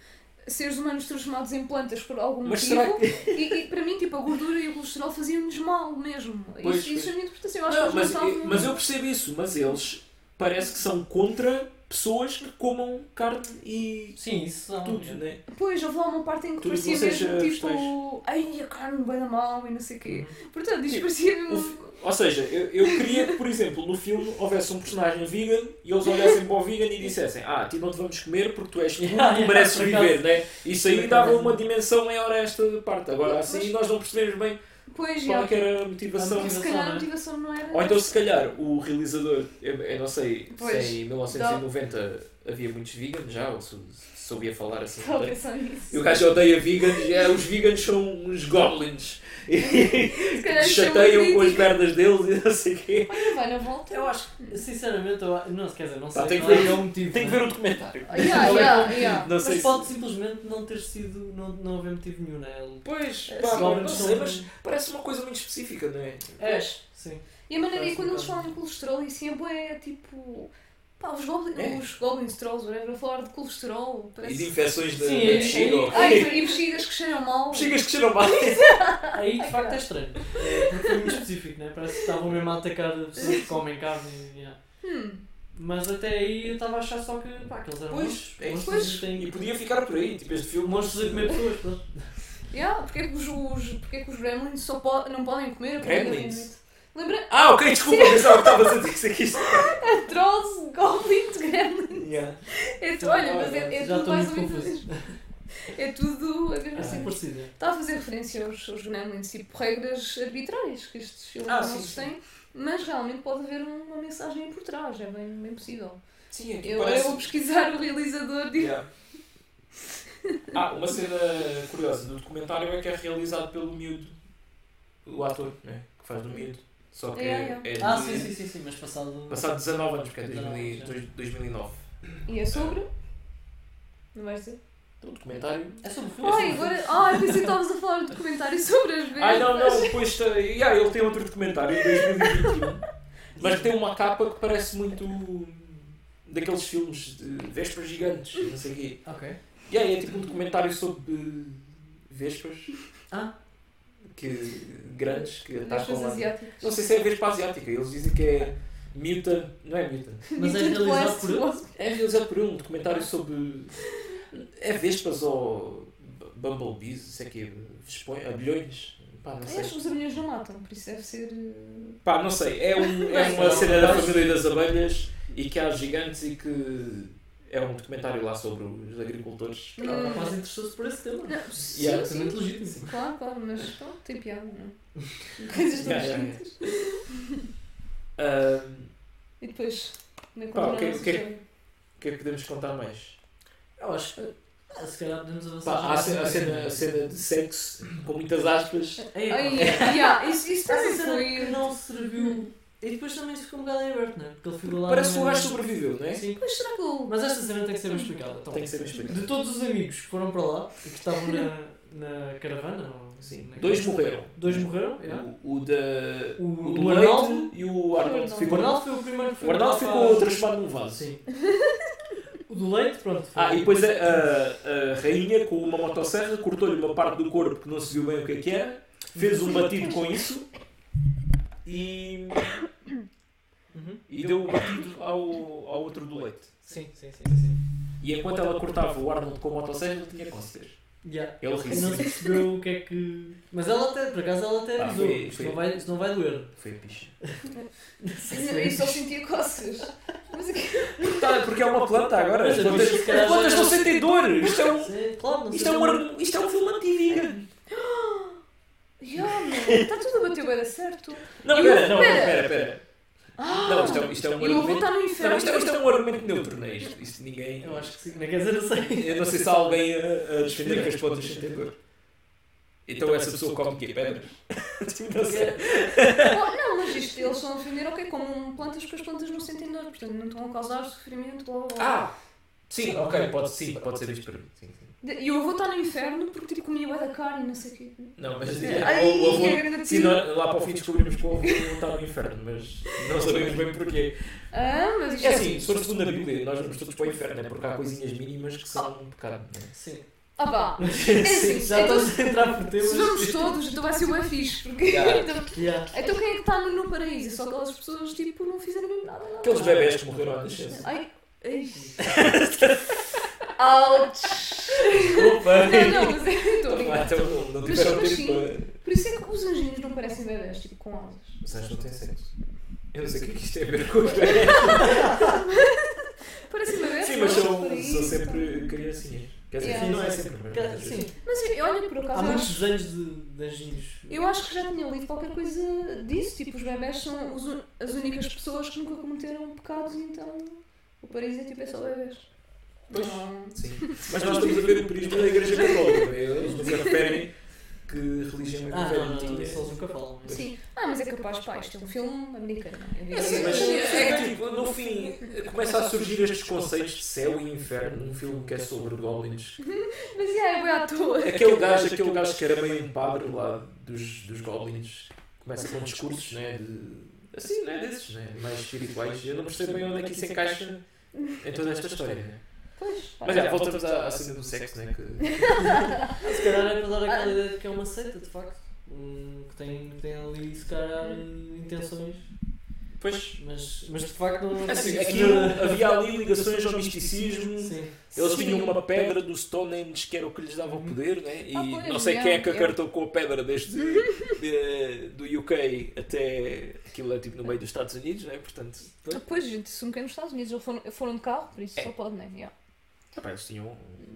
B: seres humanos transformados em plantas por algum
D: mas
B: motivo.
D: será que.
B: E, e para mim, tipo, a gordura e o colesterol faziam-nos mal mesmo.
D: Pois,
B: isso, isso
D: pois.
B: é a minha interpretação. Eu acho
D: Não,
B: que eles
D: mas, eh,
B: não estavam.
D: mas eu percebo isso, mas eles parece que são contra pessoas que comam carne e
C: Sim, isso são...
D: tudo,
C: yeah.
D: né?
B: Pois, houve lá uma parte em que
D: Tudo
B: parecia
D: que não seja
B: mesmo tipo.
D: vegetais.
B: Ai, a carne bem da mal e não sei o quê. Portanto, isto
D: Uhum. Sim,
B: parecia
D: o
B: mesmo.
D: Ou seja, eu, eu queria que, por exemplo, no filme houvesse um personagem vegan e eles olhassem para o vegan e dissessem Ah, ti não te vamos comer porque tu és tu,
C: Yeah,
D: tu
C: yeah,
D: mereces
C: por acaso.
D: viver, né? Isso aí
C: Por
D: dava
C: acaso.
D: uma dimensão maior a esta parte. Agora,
B: Mas-
D: assim, nós não percebemos bem
B: Pois,
D: qual
B: já.
D: é que era a motivação.
B: Se
C: Motivação,
B: calhar
C: não
B: a
C: é?
B: motivação não era.
D: Ou então, se calhar, o realizador, eu, eu não sei
B: Pois,
D: se em 1990 havia muitos vegans já, ou se soubia falar assim.
B: Estava a
D: tanto.
B: pensar nisso.
D: E o gajo odeia vegans, é, os vegans são uns goblins. E
B: Se calhar
D: que
B: isto é uma
D: chateiam com as
B: crítica.
D: merdas deles e não sei o quê.
B: Olha, vai na volta.
C: Eu acho que, sinceramente, eu, a- não, quer dizer, não sei
D: Pá, tem que
C: qual é
D: ver-
C: que é o motivo.
D: Tem que
C: não é?
D: ver o documentário.
B: Yeah,
C: Não é
B: yeah,
C: como-
B: yeah.
D: Não sei
C: Mas
D: se-
C: pode simplesmente não ter sido, não, não haver motivo nenhum, não é? Ele-
D: Pois,
A: Ah,
C: É,
D: pá,
C: sim,
D: não,
C: homens são-
D: sei, mas parece uma coisa muito específica, não é?
C: É,
B: Pois.
C: sim.
B: E a maneira e
C: Parece
B: quando
C: um
B: eles
C: bocado.
B: falam em colesterol e sempre é tipo. Pá, os goblins,
D: É.
B: os goblins trolls, whatever, a falar de colesterol.
D: E
B: Parece.
D: de infecções de,
C: Sim,
D: de
C: é-
D: bexiga. ou-
B: Ai, e mexidas que cheiram mal.
D: Bexigas que cheiram mal.
C: Aí de facto é estranho. É, porque foi muito específico, né? Parece que estavam mesmo a atacar pessoas que comem carne. e- yeah.
B: Hum.
C: Mas até aí eu estava a achar só que, pá, que eles eram
D: Pois,
C: monstros.
D: é,
C: monstros
B: pois.
C: E, têm-
D: E podia ficar por aí, tipo, este filme
C: monstros a comer pessoas, pronto.
B: Yeah, porque é que os, os, porque é que os gremlins só po- não podem comer? é
D: Gremlins?
B: Lembra?
D: Ah, ok, desculpa, pensava que estavas a dizer que isso aqui está.
B: Trolls, goblins, gremlins.
D: Yeah.
B: É tu- olha, mas é, é tudo
C: Já estou
B: mais ou
C: muito
B: menos.
C: confuso.
B: É tudo a mesma
C: É
B: cena.
C: parecido. é.
B: Estava a fazer referência aos, aos gremlins, tipo regras arbitrárias que estes filmes
D: Ah, sim,
B: nossos
D: sim.
B: têm, mas realmente pode haver uma mensagem aí por trás, é bem, bem possível.
D: Sim, aqui
B: Eu agora
D: É parece.
B: vou pesquisar o realizador de.
D: Yeah. Ah, uma cena curiosa do documentário é que é realizado pelo miúdo, o ator, né? Que faz do miúdo. Só que
B: É,
D: é,
B: é.
D: de-
C: Ah, sim, sim, sim, sim, mas passado.
D: Passado 19 anos, porque é
C: 19
D: 2000
C: anos,
D: dois- 2009.
B: E é sobre.
D: Ah.
B: Não vais dizer?
D: O documentário
C: É sobre o filme.
B: Ai, agora. Ai, pensei que estavas a falar do documentário sobre as vezes.
D: Ah, não, não, depois tem- yeah, ele tem outro documentário em 2021, mas que tem uma capa que parece muito daqueles filmes de Vespas Gigantes, não sei o quê.
C: Ok.
D: Yeah, é tipo um documentário sobre Vespas
C: Ah,
D: que, grandes que
B: Vespas
D: atacam lá.
B: asiáticas.
D: Não sei se é Vespa Asiática, eles dizem que é Mutant, não é Mutant, mas é
B: Mutant
D: realizado,
B: Blast
D: por,
B: Wasp.
D: é realizado por um documentário sobre. É Vespas ou b- Bumblebees, isso é que é, vespõe- abelhões? Pá, não
B: Eu acho que
D: sei.
B: os abelhões não matam, por isso deve ser. eh,
D: Pá, não sei. É, um, é uma cena da família das abelhas e que há gigantes e que é um documentário lá sobre os agricultores.
B: Hum.
D: Pá,
B: Mas
C: interessou-se por esse tema.
B: Não, sim,
D: E é
B: sim,
C: absolutamente legítimo.
B: sim, Claro, claro, mas pronto, tem piada, não é? Coisas
D: Yeah, yeah,
B: tão simples.
D: ah,
B: E depois, como é que
D: Pá,
B: continua
D: ok,
B: a nossa
D: ok.
B: história?
D: O que é que podemos contar mais?
C: Eu acho que ah, se calhar podemos avançar.
D: Pá, há a
C: já
D: cena,
C: para
D: a cena- a cena de sexo com muitas aspas.
C: Ei,
B: Ai, yeah, yeah, isso, isso
C: Essa
B: também
C: cena que
B: foi.
C: não serviu. E depois também se ficou um bocado em aberto, não é? Porque ele ficou lá.
D: Parece que
C: no-
D: o gajo sobreviveu, não é?
C: Sim.
B: Mas será que eu.
C: Mas esta cena tem que ser bem explicada. Então,
D: Tem que ser bem explicado.
C: De todos os amigos que foram para lá e que estavam na, na caravana, ou, assim,
D: Sim.
C: na-
D: Dois morreram.
C: Dois morreram, é.
D: O, o da.
C: O,
D: O
C: o,
D: do
C: Arnaldo.
D: Arnaldo e o Arnaldo.
B: O
C: O
D: Ficou-
C: Arnaldo foi o primeiro que foi
D: O Arnaldo
C: para-
D: ficou transformado num vaso.
C: Sim. o do leite, pronto. foi.
D: Ah, e depois a, a- a rainha com uma motosserra cortou-lhe uma parte do corpo que não se viu bem o que é que era, fez um batido com isso e,
C: Uhum.
D: e deu o batido ao, ao outro do leite.
C: Sim, sim, sim. sim.
D: E enquanto ela cortava o Arnold com a motosserra, tinha cócegas.
C: Yeah.
D: Ele
C: E não se
D: riu.
C: percebeu o que é que. Mas ela até, por acaso, ela até
D: Ah,
C: avisou.
D: foi-
C: Isto
D: foi-
C: não vai- isto não vai doer.
D: Foi picha.
B: Eu só sentia coças. Mas é que-
D: Tá, porque é uma planta agora. Então
C: Mas
D: As
C: a bicha,
D: plantas,
C: se calhar,
D: as plantas
C: já-
D: não sentem dor. Isto é um,
C: Sim, claro, não
D: isto
C: sei
D: é um,
C: como-
D: ar- isto é um filme anti-vida.
B: Yeah, meu, está tudo a bater bem certo.
D: Não,
B: Eu-
D: pera, não, não,
B: pera.
D: pera, pera.
B: Ah,
D: Não, isto é, isto é um
B: eu vou
D: argumento.
B: estar no
D: Não,
B: inferno.
D: isto, é- isto é um argumento neutro, não é? Isto, isto ninguém.
C: Eu acho que sim. Não quer dizer, assim. eu sei.
D: Eu não sei se há alguém a, a defender que as plantas sentem dor. Então essa pessoa come o quê? Pedras? Tipo, não sei.
B: Oh, não, mas isto, eles estão a defender, ok, como plantas, porque as plantas não sentem dor, portanto não estão a causar sofrimento. Blá, blá, blá.
D: Ah! Sim, ok, pode, sim, pode ser visto para mim. Sim, sim.
B: E eu vou estar no inferno porque tipo, comia bué da carne e não sei o quê.
D: Não, mas é,
B: Ai,
D: o, o avô.
B: que grande assim.
D: Sim, nós- lá para o fim descobrimos que o avô está no inferno, mas não sabemos bem porquê.
B: Ah, mas isto
D: É assim, se for segundo a Bíblia, nós vamos todos para o inferno, é porque há coisinhas mínimas que são um pecado. não é?
C: Sim.
B: Ah pá,
C: Sim,
B: assim,
C: já
B: então-
C: estamos a entrar por temas.
B: se vamos todos, então vai ser bué fixe. Porque...
D: Yeah.
B: então,
C: Yeah.
B: então quem é que está no, no paraíso? É Só aquelas pessoas tipo não fizeram mesmo nada. nada.
D: Aqueles bebés que morreram à nascença.
B: Ai, ai. Ouch!
D: Desculpa!
B: Não, não, mas é estou a
D: Então,
B: brincar.
D: lá, então, não, não
B: Mas
D: tiveram
B: sim,
D: tempo para.
B: Por isso é que os anjinhos não parecem bebés, tipo com asas.
D: Os anjos não têm sexo. Eu não sei o que é que isto tem a ver com os bebés.
B: Parecem bebés.
D: Sim, mas
B: são
D: são,
B: paraísos,
D: são
B: são-
D: sempre criancinhas. Quer dizer,
B: Yeah.
D: não então. é sempre. mas
C: Ca-
D: muitas vezes.
C: Sim.
B: Mas eu- olha, por
C: Há
B: acaso, eu
C: muitos
B: acho,
C: desenhos de, de anjinhos.
B: eu acho que já tinha lido qualquer coisa disso. Tipo, os bebés são os un- as únicas pessoas que nunca cometeram pecados, então o paraíso é tipo é só bebés.
D: Pois.
B: Não.
D: Sim. Mas nós estamos a ver o prisma da Igreja Católica. não é? Eles nunca referem que religião é que o
C: Ah, não,
D: velho
C: não, não, isso
D: tinha.
C: eles nunca falam. mas-
B: Sim. Ah, mas é capaz, pá, isto é um filme americano. Eu vi-
D: É assim, mas é que, tipo, no fim começa a surgir estes conceitos de céu e inferno num filme que é sobre goblins.
B: Mas yeah, é bem à toa.
D: Aquele gajo, aquele gajo que era meio um padre lá dos, dos goblins começa com discursos, né? De, assim, né? Desses, né? Mais espirituais. Eu não percebo bem onde é que isso encaixa em toda esta história, né?
B: Pois, pá.
D: Mas já, voltamos à, à cena do sexo, né? Que...
C: Se calhar é para dar aquela ideia de que é uma seita, de facto. Hum, que tem, que tem ali, se calhar, intenções.
D: Pois.
C: Mas, mas de facto não é
D: Assim,
C: isso
D: aqui
C: não-
D: havia ali ligações ao misticismo.
C: Sim.
D: Eles
B: Sim.
D: tinham uma pedra do Stonehenge que era o que lhes dava o poder, né? e
B: Ah, pois,
D: não sei
B: não,
D: quem é que
B: eu-
D: acartou com a pedra desde de- do UK até aquilo é tipo no meio dos Estados Unidos, né? portanto
B: Ah, Pois, gente, se um bocadinho nos Estados Unidos, eles foram, foram de carro, por isso
D: É.
B: só pode, né? Yeah.
D: ah, pá, eles tinham um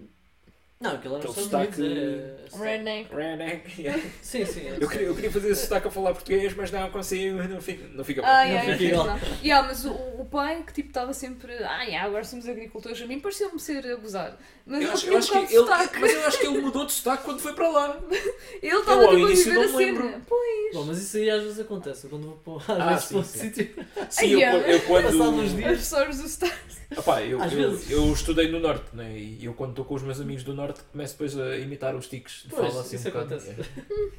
C: Não, aquilo era
D: Aquele
C: nos Estados
D: sotaque-
C: Unidos, é-
B: Redneck.
D: redneck. yeah.
C: Sim, sim. é-
D: né? Eu queria, eu queria fazer esse sotaque a falar português, mas não consigo, não fica, não fica bom.
B: Ah,
C: Não
B: yeah,
C: fica
B: yeah,
C: igual.
B: não. Yeah, mas o, o pai que tipo estava sempre, ah, yeah, agora somos agricultores, a mim pareceu-me ser abusado. Mas
D: Eu
B: ele
D: acho,
B: tinha
D: eu
B: um
D: acho
B: bocado
D: que
B: de
D: ele,
B: sotaque.
D: mas eu acho que ele mudou de sotaque quando foi para lá.
B: Ele
D: Eu,
B: estava
D: ao
B: tipo a
D: início,
B: viver
D: não
B: a
D: me lembro.
B: cena. Pois,
C: Bom, mas isso aí às vezes acontece. Eu quando vou para, às
D: Ah,
C: vezes
D: sim,
C: para outro
D: sim.
C: sítio,
D: Sim, eu,
B: yeah.
D: eu quando.
C: passado uns
B: as
C: dias.
B: pessoas do sotaque.
D: Epá, eu,
C: Às
D: eu,
C: vezes.
D: eu estudei no Norte, né? e eu quando estou com os meus amigos do Norte começo depois a imitar os tiques de
C: Pois,
D: fala assim
C: isso
D: um bocado.
C: acontece.
D: É.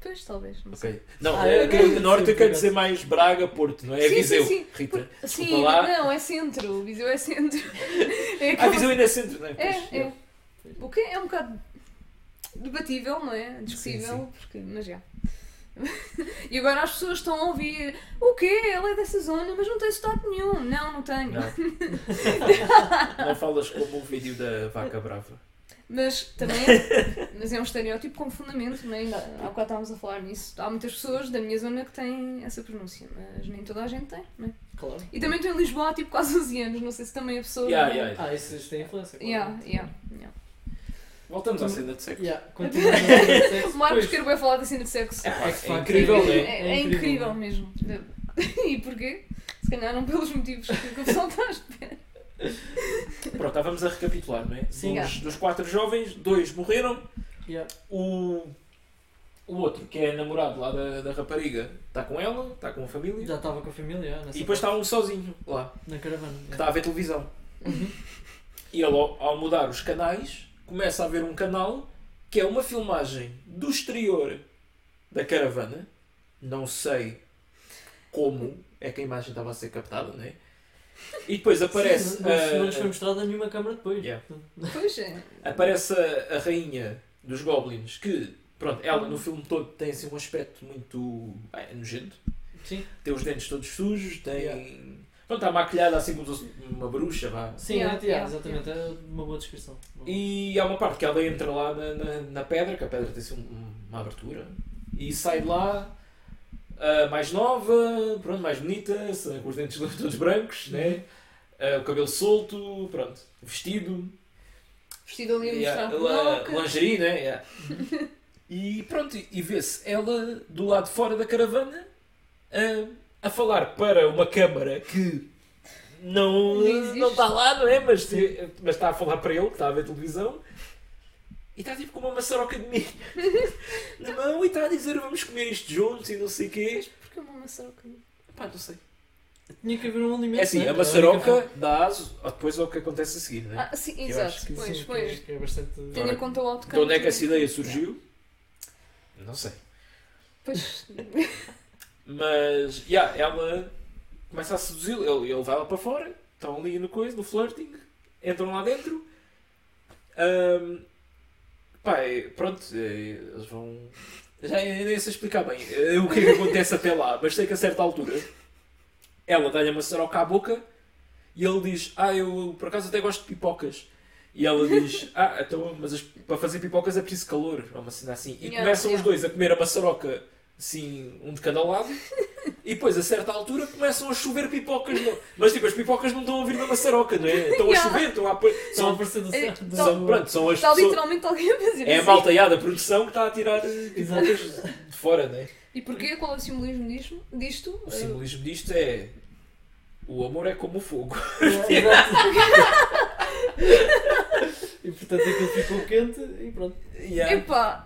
B: Pois, talvez, não sei.
D: Ok. Não,
C: Ah,
D: é,
C: eu-
D: que
C: eu-
D: no Norte
C: sim,
D: eu quero
C: por
D: dizer mais Braga, Porto, não é? É
B: Sim,
D: Viseu,
B: sim, sim.
D: Rita.
B: Sim,
D: Desculpa lá.
B: não, é centro, o Viseu é centro. É,
D: Ah,
B: como-
D: Viseu ainda é centro, não é? Pois,
B: é, é. O que é um bocado debatível, não é? Discutível,
D: sim.
B: porque, mas já. e agora as pessoas estão a ouvir: o quê? Ela é dessa zona, mas não tem sotaque nenhum. Não, não tenho.
D: Não. não falas como o vídeo da vaca brava.
B: Mas também é, mas é um estereótipo com fundamento, né? Ainda há bocado estávamos a falar nisso. Há muitas pessoas da minha zona que têm essa pronúncia, mas nem toda a gente tem, né?
C: Claro.
B: E também estou em Lisboa há tipo quase 11 anos, não sei se também a pessoa.
D: Yeah, yeah.
C: Ah, isso tem influência. claro.
B: Yeah, yeah, yeah.
D: Voltamos à cena de sexo.
C: Yeah, continua. Pois.
B: O Marcos quer bem falar da cena de sexo.
D: Epá,
C: É que
D: é
C: é
D: incrível,
C: incrível,
D: né?
B: É,
C: É
B: é incrível
C: incrível.
B: mesmo. E porquê? Se calhar não pelos motivos que o pessoal tá está à espera.
D: Pronto, tá, vamos a recapitular, não é?
C: Sim.
D: Dos, dos quatro jovens, dois morreram.
C: Yeah.
D: O, o outro, que é namorado lá da, da rapariga, está com ela, está com a família.
C: Já estava com a família, ah, nessa
D: E depois Tá. está um sozinho lá,
C: parte, na caravana. né? Uhum.
D: que
C: yeah.
D: está a ver televisão. E ele, ao, ao mudar os canais, começa a ver um canal que é uma filmagem do exterior da caravana. Não sei como é que a imagem estava a ser captada, não é? E depois aparece. eh,
C: Sim, não, não
D: a-
C: nos foi mostrada nenhuma câmara depois.
D: Yeah.
B: Pois é.
D: Aparece a, a rainha dos goblins que, pronto, ela no filme todo tem assim um aspecto muito ah, é nojento.
C: Sim,
D: Tem os dentes todos sujos, tem.
C: Yeah.
D: Pronto, está maquilhada assim como se fosse uma bruxa, vá.
C: sim
B: Yeah,
C: é, yeah,
B: yeah,
C: exatamente. É uma boa descrição.
D: E há uma parte que ela entra lá na, na, na pedra, que a pedra tem assim um- uma abertura, e sai de lá ah, mais nova, pronto, mais bonita, se- com os dentes todos brancos, né? Ah, o cabelo solto, pronto, vestido.
B: Vestido ali a
D: Yeah,
B: mostrar
D: ela-
B: peruca.
D: lingerie, né? Yeah. e pronto, e- e vê-se ela do lado de fora da caravana ah, a, a falar para uma câmara que não,
B: Não existe.
D: não está lá, não é? Mas, se- mas está a falar para ele, que está a ver televisão. E está tipo com uma maçaroca de milho na mão e está a dizer vamos comer isto juntos e não sei o quê.
B: Porque é uma maçaroca.
D: Pá, não sei.
C: Tinha que haver um alimento.
D: É assim,
C: né?
D: a
C: Era
D: maçaroca
C: única
D: dá aso depois ao que acontece a seguir, né?
B: Ah, sim,
D: Eu
B: exato.
D: acho que
C: forma.
B: Pois,
C: Sim,
B: pois.
C: que- Que é bastante.
B: Tenha conta o alto
D: De onde é que essa ideia surgiu? Não sei.
B: Pois.
D: Mas, yeah, ela começa a seduzi-lo, ele, ele vai lá para fora, estão ali no coisa, no flirting, entram lá dentro. Ahm, pá, é- pronto, é, eles vão. Já nem nem sei explicar bem é, o que é que acontece até lá, mas sei que a certa altura ela dá-lhe uma saroca à boca e ele diz: Ah, eu por acaso até gosto de pipocas. E ela diz: Ah, então, mas as- para fazer pipocas é preciso calor, ou uma cena assim. E
B: Yeah,
D: começam os
B: yeah.
D: dois a comer a maçaroca, assim, um de cada lado. E depois, a certa altura, começam a chover pipocas. no- Mas tipo, as pipocas não estão a vir da maçaroca, não é? Estão a
B: Yeah.
D: chover, estão a. apo-
C: Só
D: São,
C: aparecer do
B: É,
C: céu. né?
B: só-
D: são, pronto, são as
B: Está
D: pessoas.
B: literalmente alguém a fazer
D: É a
B: assim.
D: maltaiada produção que está a tirar eh,
C: Exato.
D: pipocas de fora, não é?
B: E porquê? Qual é o simbolismo disto? disto?
D: O simbolismo disto é. O amor é como o fogo.
C: Exato. E portanto aquilo ficou quente e pronto.
D: Yeah.
B: eh, Epá,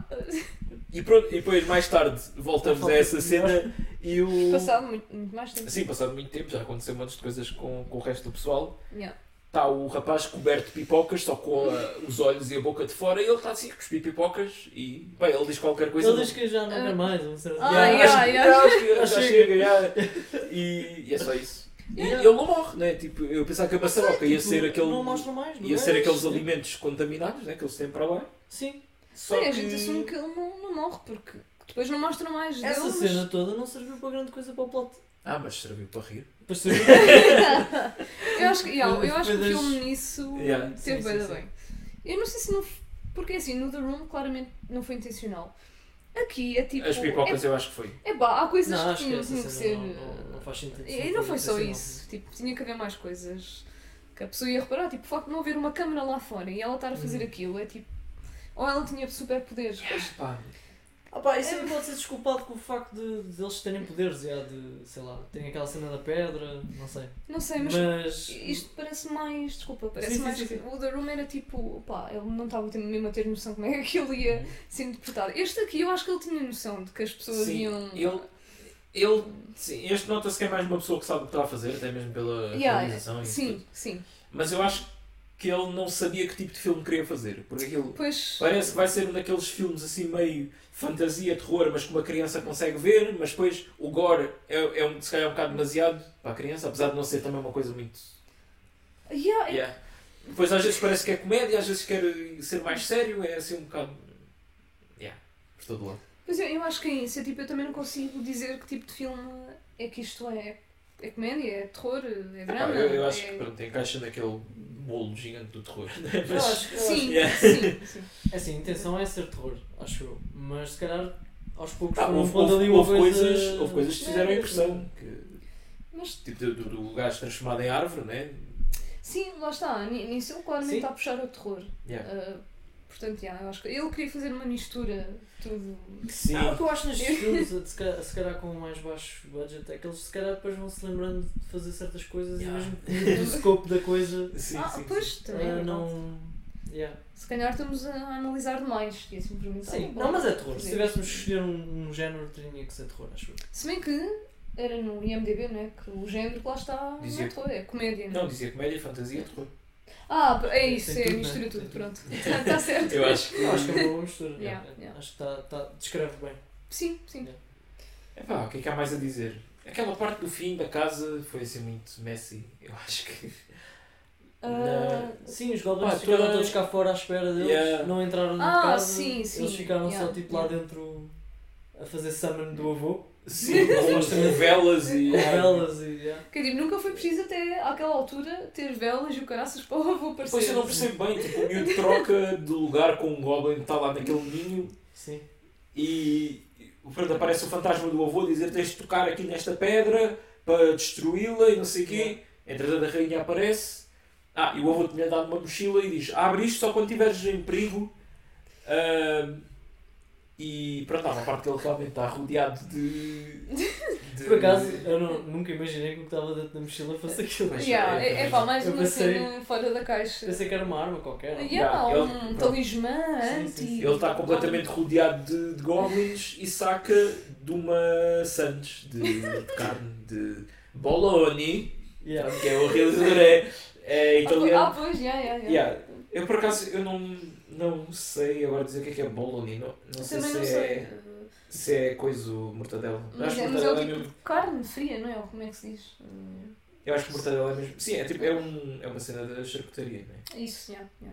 D: E, pronto, e depois, mais tarde, voltamos a essa cena e o.
B: passado muito, muito mais tempo.
D: Sim, passado muito tempo, já aconteceu um monte de coisas com, com o resto do pessoal.
B: Yeah.
D: Está o rapaz coberto de pipocas, só com a- os olhos e a boca de fora, e ele está assim a cuspir pipocas e. Bem, ele diz qualquer coisa.
C: Ele
D: não-
C: diz que já não quer
B: Ah.
C: mais. Não sei
B: Ah,
D: Já-
B: ai,
D: acho-
B: ai, ai.
D: já- acho que- já
C: Chega.
D: chega, já. E, e é só isso. E
C: Yeah.
D: ele não morre, né? Tipo, eu pensava que a maçaroca
B: tipo,
D: ia ser aquele.
C: Tipo, Não mostra mais. não
D: ia
C: é?
D: ser
B: né?
D: aqueles alimentos contaminados, né? Que eles têm para lá.
C: Sim.
D: Só
B: Bem,
D: que...
B: a gente assume que ele não, não morre porque depois não mostra mais
C: Essa
B: dele. mas-
C: cena toda não serviu para grande coisa para o plot.
D: Ah, mas serviu para rir.
C: Para servir.
B: eu acho que, yeah, eu acho que o
C: Coisas-
B: filme nisso
D: Yeah,
B: teve
C: sim, sim,
B: bué da
C: sim.
B: bem. Eu não sei se não. f- Porque assim, no The Room claramente não foi intencional. Aqui é tipo.
D: As pipocas eu acho que foi.
B: É, é pá, há coisas
C: não,
B: que
C: acho que
B: tinham,
C: essa
B: tinham que ser.
C: cena não, não, não faz sentido.
B: E não foi só isso. Tipo, tinha que haver mais coisas que a pessoa ia reparar. Tipo, o facto de não haver uma câmera lá fora e ela estar a fazer
C: Uhum.
B: aquilo é tipo. Ou ela tinha superpoderes.
D: Pá,
C: Ah pá, isso
B: É-
C: não pode ser desculpado com o facto de, de eles terem poderes, já de, sei lá, terem aquela cena da pedra, não sei.
B: Não sei, mas.
C: Mas,
B: Isto parece mais. Desculpa, parece
C: Sim, sim,
B: mais.
C: sim, sim.
B: O The Room era tipo. Pá, ele não estava tendo- mesmo a ter noção como é que aquilo ia ser interpretado. Este aqui eu acho que ele tinha noção de que as pessoas
D: Sim,
B: iam.
D: ele, ele, sim, este nota-se que é mais uma pessoa que sabe o que está a fazer, até mesmo pela
B: Yeah,
D: realização e
B: Sim,
D: tudo.
B: sim.
D: Mas eu acho que ele não sabia que tipo de filme queria fazer, porque aquilo
B: Pois.
D: parece que vai ser um daqueles filmes assim meio fantasia, terror, mas que uma criança consegue ver, mas depois o gore é, é um, se calhar um bocado demasiado para a criança, apesar de não ser também uma coisa muito...
B: Yeah, é-
D: Yeah. Depois às vezes parece que é comédia, às vezes quer ser mais sério, é assim um bocado... Yeah, por todo lado.
B: Pois é, eu acho que é isso. É, tipo, eu também não consigo dizer que tipo de filme é que isto é. É comédia, é terror, é
A: Pá,
B: drama.
A: eu, eu acho
B: é...
A: que pronto, encaixa naquele bolo gigante do terror.
C: Eu acho, eu acho-
B: Sim,
A: Yeah.
B: sim, sim.
C: Assim, a intenção é ser terror, acho eu. Mas se calhar aos poucos
A: Pá,
C: foram
A: houve,
C: pondo
A: houve,
C: ali uma
A: houve
C: coisa-
A: coisas, houve coisas que fizeram
B: É.
A: impressão. Que,
B: Mas
A: tipo, do, do gajo transformado em árvore, né?
B: sim, lá está. Ni- Nisso ele claramente
C: Sim.
B: está a puxar o terror.
A: Yeah.
B: Ah, portanto, yeah, eu acho que ele queria fazer uma mistura de tudo.
A: Sim.
C: Ah, o que eu acho nestes filmes, se calhar, se calhar com mais baixo budget, é que eles se calhar depois vão se lembrando de fazer certas coisas
A: Yeah.
C: e mesmo o scope da coisa
A: Sim,
B: ah,
A: sim,
B: pois
C: ah,
B: também.
C: não. Yeah.
B: Se calhar estamos a analisar demais. E assim, por mim, tá
C: Sim,
B: bom.
C: não, mas é terror. Se
B: Sim.
C: tivéssemos que escolher um, um género, teria que ser terror, acho eu.
B: Se bem que era no IMDB, não é? Que o género que lá está
A: Dizia-
B: não é terror, é comédia.
A: Não, dizia comédia, fantasia, terror.
B: Ah, é isso,
C: Tem
B: é
C: tudo,
B: mistura
C: né?
B: tudo,
C: Tem
B: pronto. Está tá certo.
A: Eu acho que.
C: Eu acho que é uma boa mistura.
B: Yeah,
C: É,
B: yeah.
C: Acho que tá, tá, descreve bem.
B: Sim, sim.
A: Epá, o que é que há mais a dizer? Aquela parte do fim da casa foi assim muito messy, eu acho que.
B: Ah,
C: Sim, os goblins
A: Pá,
C: ficaram
A: toda-
C: todos cá fora à espera deles,
A: Yeah.
C: não entraram no
B: Ah,
C: casa,
B: sim, sim,
C: eles ficaram só
B: yeah,
C: tipo lá
B: yeah.
C: dentro a fazer summon do avô,
A: Sim, com velas e.
C: com velas e... Yeah.
B: Quer dizer, nunca foi preciso até àquela altura ter velas e o caraças para o avô aparecer.
A: Depois eu não percebo bem, tipo, o miúdo troca de lugar com um goblin que está lá naquele ninho
C: Sim.
A: e pronto, aparece o fantasma do avô a dizer tens de tocar aqui nesta pedra para destruí-la e não sei o quê. Entretanto a rainha aparece. Ah, e o avô tinha dado uma mochila e diz abre isto só quando estiveres em perigo. Ahm, e pronto, há uma parte que ele realmente está rodeado de... de-
C: Por acaso, eu não- nunca imaginei que o que estava dentro da mochila fosse aquilo.
A: Pois,
B: Yeah,
A: é,
B: é, é pá, mais
C: eu
B: uma
C: pensei-
B: cena um fora da caixa.
C: Pensei que era uma arma qualquer.
B: Yeah,
A: Yeah, ele-
B: um
A: pronto.
B: talismã Ah,
C: Sim,
B: anti.
C: sim, sim.
A: Ele está completamente rodeado de, de goblins e saca de uma Santos de, de carne de Bologna,
C: Yeah.
A: que é o realizador é, é
B: Ah,
A: italiano.
B: pois, yeah, yeah, yeah.
A: Yeah. Eu por acaso eu não, não sei agora dizer o que é que é Bologna, não, não sei,
B: Também
A: se,
B: não
A: é,
B: sei.
A: se é coisa mortadela. Eu
B: Mas
A: acho,
B: é,
A: que
B: mas é
A: mortadela
B: o
A: é
B: tipo
A: mesmo,
B: de carne fria, não é? Ou Como é que se diz? Hum,
A: eu acho que mortadela é mesmo. Sim, é, tipo, é, um, é uma cena da charcutaria, não é?
B: é Isso, já. já.